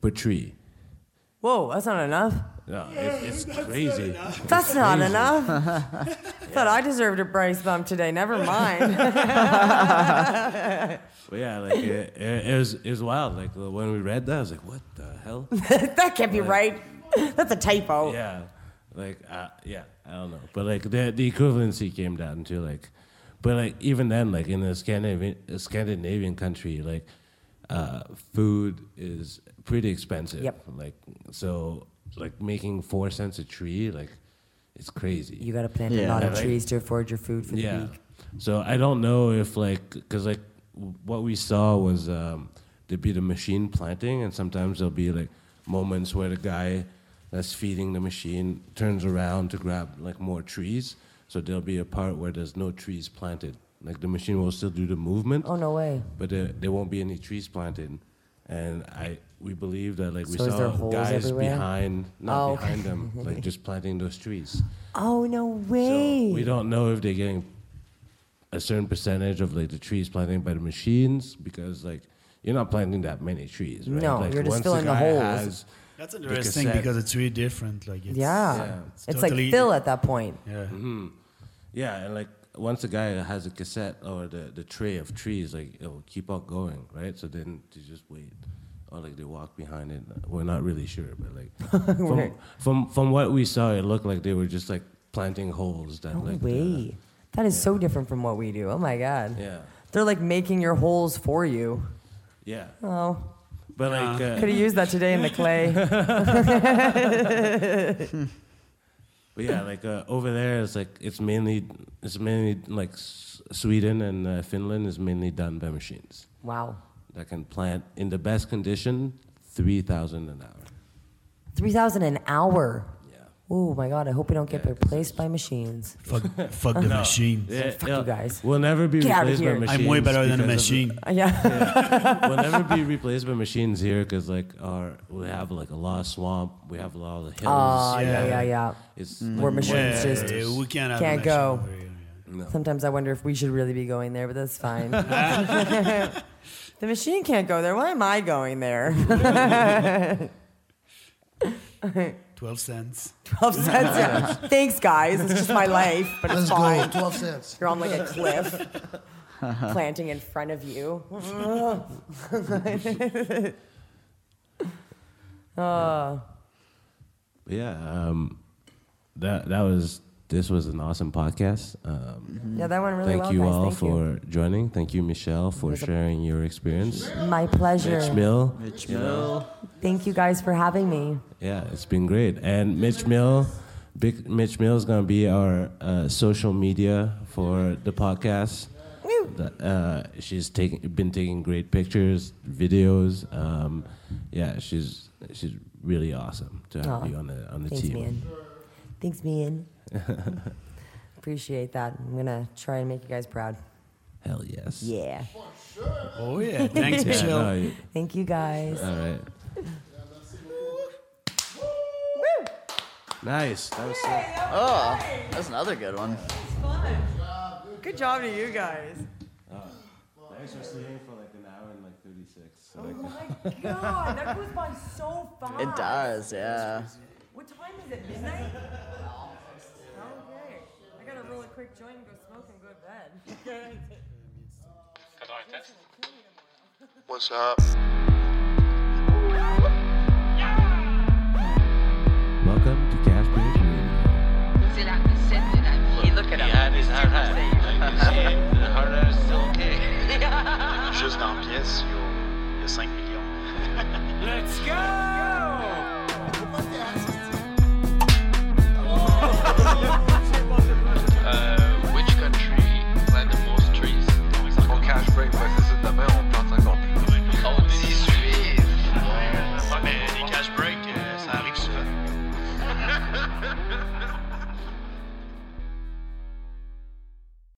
Speaker 2: per tree.
Speaker 8: Whoa, that's not enough.
Speaker 2: Yeah, it- it's crazy.
Speaker 8: That's not enough. Thought I deserved a price bump today. Never mind.
Speaker 2: But yeah, like it, it, it was it was wild. Like when we read that, I was like, "What the hell?"
Speaker 8: that can't be right. That's a typo.
Speaker 2: yeah, like uh, yeah, I don't know. But like the the equivalency came down to like, but like even then, like in a Scandinavian a Scandinavian country, like uh, food is pretty expensive.
Speaker 8: Yep.
Speaker 2: Like so, like making four cents a tree, like it's crazy.
Speaker 8: You gotta plant a
Speaker 7: Yeah.
Speaker 8: lot
Speaker 2: Yeah,
Speaker 8: of
Speaker 2: like-
Speaker 8: trees to afford your food for the week.
Speaker 2: So I don't know if like because like w- what we saw was um, there'd be the machine planting, and sometimes there'll be like moments where the guy that's feeding the machine turns around to grab like more trees. So there'll be a part where there's no trees planted. Like the machine will still do the movement,
Speaker 8: Oh no way.
Speaker 2: but there, there won't be any trees planted. And I we believe that like we
Speaker 8: So is there
Speaker 2: saw
Speaker 8: holes
Speaker 2: guys
Speaker 8: everywhere?
Speaker 2: behind not
Speaker 8: Oh, okay.
Speaker 2: behind them like just planting those trees.
Speaker 8: Oh no
Speaker 2: So
Speaker 8: way.
Speaker 2: we don't know if they're getting a certain percentage of like the trees planted by the machines because like you're not planting that many trees, right?
Speaker 8: No,
Speaker 2: like,
Speaker 8: you're just
Speaker 2: once
Speaker 8: filling the
Speaker 2: guy
Speaker 8: holes.
Speaker 2: has
Speaker 9: That's
Speaker 2: the
Speaker 9: interesting
Speaker 2: cassette-
Speaker 9: because it's really different. Like it's,
Speaker 8: yeah.
Speaker 2: Yeah,
Speaker 8: It's
Speaker 9: totally-
Speaker 2: Mm-hmm.
Speaker 8: like Phil at that point.
Speaker 9: Yeah.
Speaker 2: yeah, and like once a guy has a cassette or the, the tray of trees, like it'll keep on going, right? So then you just wait. Or like they walk behind it. We're not really sure, but like from,
Speaker 8: Right.
Speaker 2: from from what we saw, it looked like they were just like planting holes that
Speaker 8: No
Speaker 2: like uh,
Speaker 8: way. that is so different from what we do. Oh my god.
Speaker 2: The, yeah.
Speaker 8: They're like making your holes for you.
Speaker 2: Yeah.
Speaker 8: Oh,
Speaker 2: But like uh,
Speaker 8: could have used that today in the clay.
Speaker 2: But yeah, like uh, over there, it's like it's mainly it's mainly like S- Sweden and uh, Finland is mainly done by machines
Speaker 8: wow.
Speaker 2: that can plant in the best condition three thousand an hour.
Speaker 8: 3000 an hour.
Speaker 2: Yeah,
Speaker 8: Oh my god, I hope we don't get
Speaker 2: Yeah, 'cause
Speaker 8: replaced by machines.
Speaker 9: Fuck, fuck the machine.
Speaker 2: yeah
Speaker 8: fuck you guys.
Speaker 2: We'll never be
Speaker 8: Get out of
Speaker 2: replaced by
Speaker 8: here.
Speaker 2: machines.
Speaker 9: I'm way better than a
Speaker 2: because of-
Speaker 9: machine.
Speaker 8: Uh, Yeah.
Speaker 2: we'll never be replaced by machines here because like our we have like a lot of swamp, we have a lot of hills.
Speaker 8: Oh, yeah,
Speaker 9: Yeah.
Speaker 8: yeah, yeah.
Speaker 2: It's
Speaker 8: We're machines
Speaker 9: Yeah,
Speaker 8: just
Speaker 9: yeah, we can't, have a
Speaker 8: can't
Speaker 9: machine
Speaker 8: go.
Speaker 9: over here, yeah.
Speaker 2: no.
Speaker 8: Sometimes I wonder if we should really be going there, but that's fine. the machine can't go there. Why am I going there?
Speaker 9: 12 cents.
Speaker 8: 12 cents. Yeah. Thanks, guys. It's just my life, but it's
Speaker 10: Let's go.
Speaker 8: fine.
Speaker 10: 12 cents.
Speaker 8: You're on like a cliff,
Speaker 2: Uh-huh.
Speaker 8: planting in front of you. oh,
Speaker 2: But yeah, um, that that was this was an awesome podcast. Um,
Speaker 8: yeah, that went really
Speaker 2: Thank
Speaker 8: well.
Speaker 2: you
Speaker 8: guys.
Speaker 2: all
Speaker 8: Thank you.
Speaker 2: for joining. Thank you, Michelle, for
Speaker 8: was a-
Speaker 2: sharing your experience.
Speaker 8: My pleasure.
Speaker 2: Mitch Mill.
Speaker 7: Mitch Mill.
Speaker 8: Thank you guys for having me.
Speaker 2: Yeah, it's been great. And Mitch Mill, big Mitch Mill is gonna be our uh, social media for the podcast. The- Uh, she's taking been taking great pictures, videos. Um, yeah, she's she's really awesome to have
Speaker 8: Aw,
Speaker 2: you on the on the
Speaker 8: Thanks,
Speaker 2: team.
Speaker 8: man. Thanks, man. Appreciate that. I'm gonna try and make you guys proud.
Speaker 2: Hell yes.
Speaker 8: Yeah.
Speaker 9: Oh, yeah. Thanks,
Speaker 2: Yeah,
Speaker 9: Michelle.
Speaker 2: no, you-
Speaker 8: Thank you guys.
Speaker 2: all right. Nice. That was sick.
Speaker 7: Oh, that's another good one.
Speaker 8: Good job to you guys.
Speaker 2: I was just leaving for like an hour and like 36. So
Speaker 8: Oh my god, that goes by so fast.
Speaker 7: It does, yeah.
Speaker 8: What time is it? Midnight? Oh, Okay. I gotta roll a quick joint and go smoke and go to bed.
Speaker 5: What's up?
Speaker 4: Oh, euh,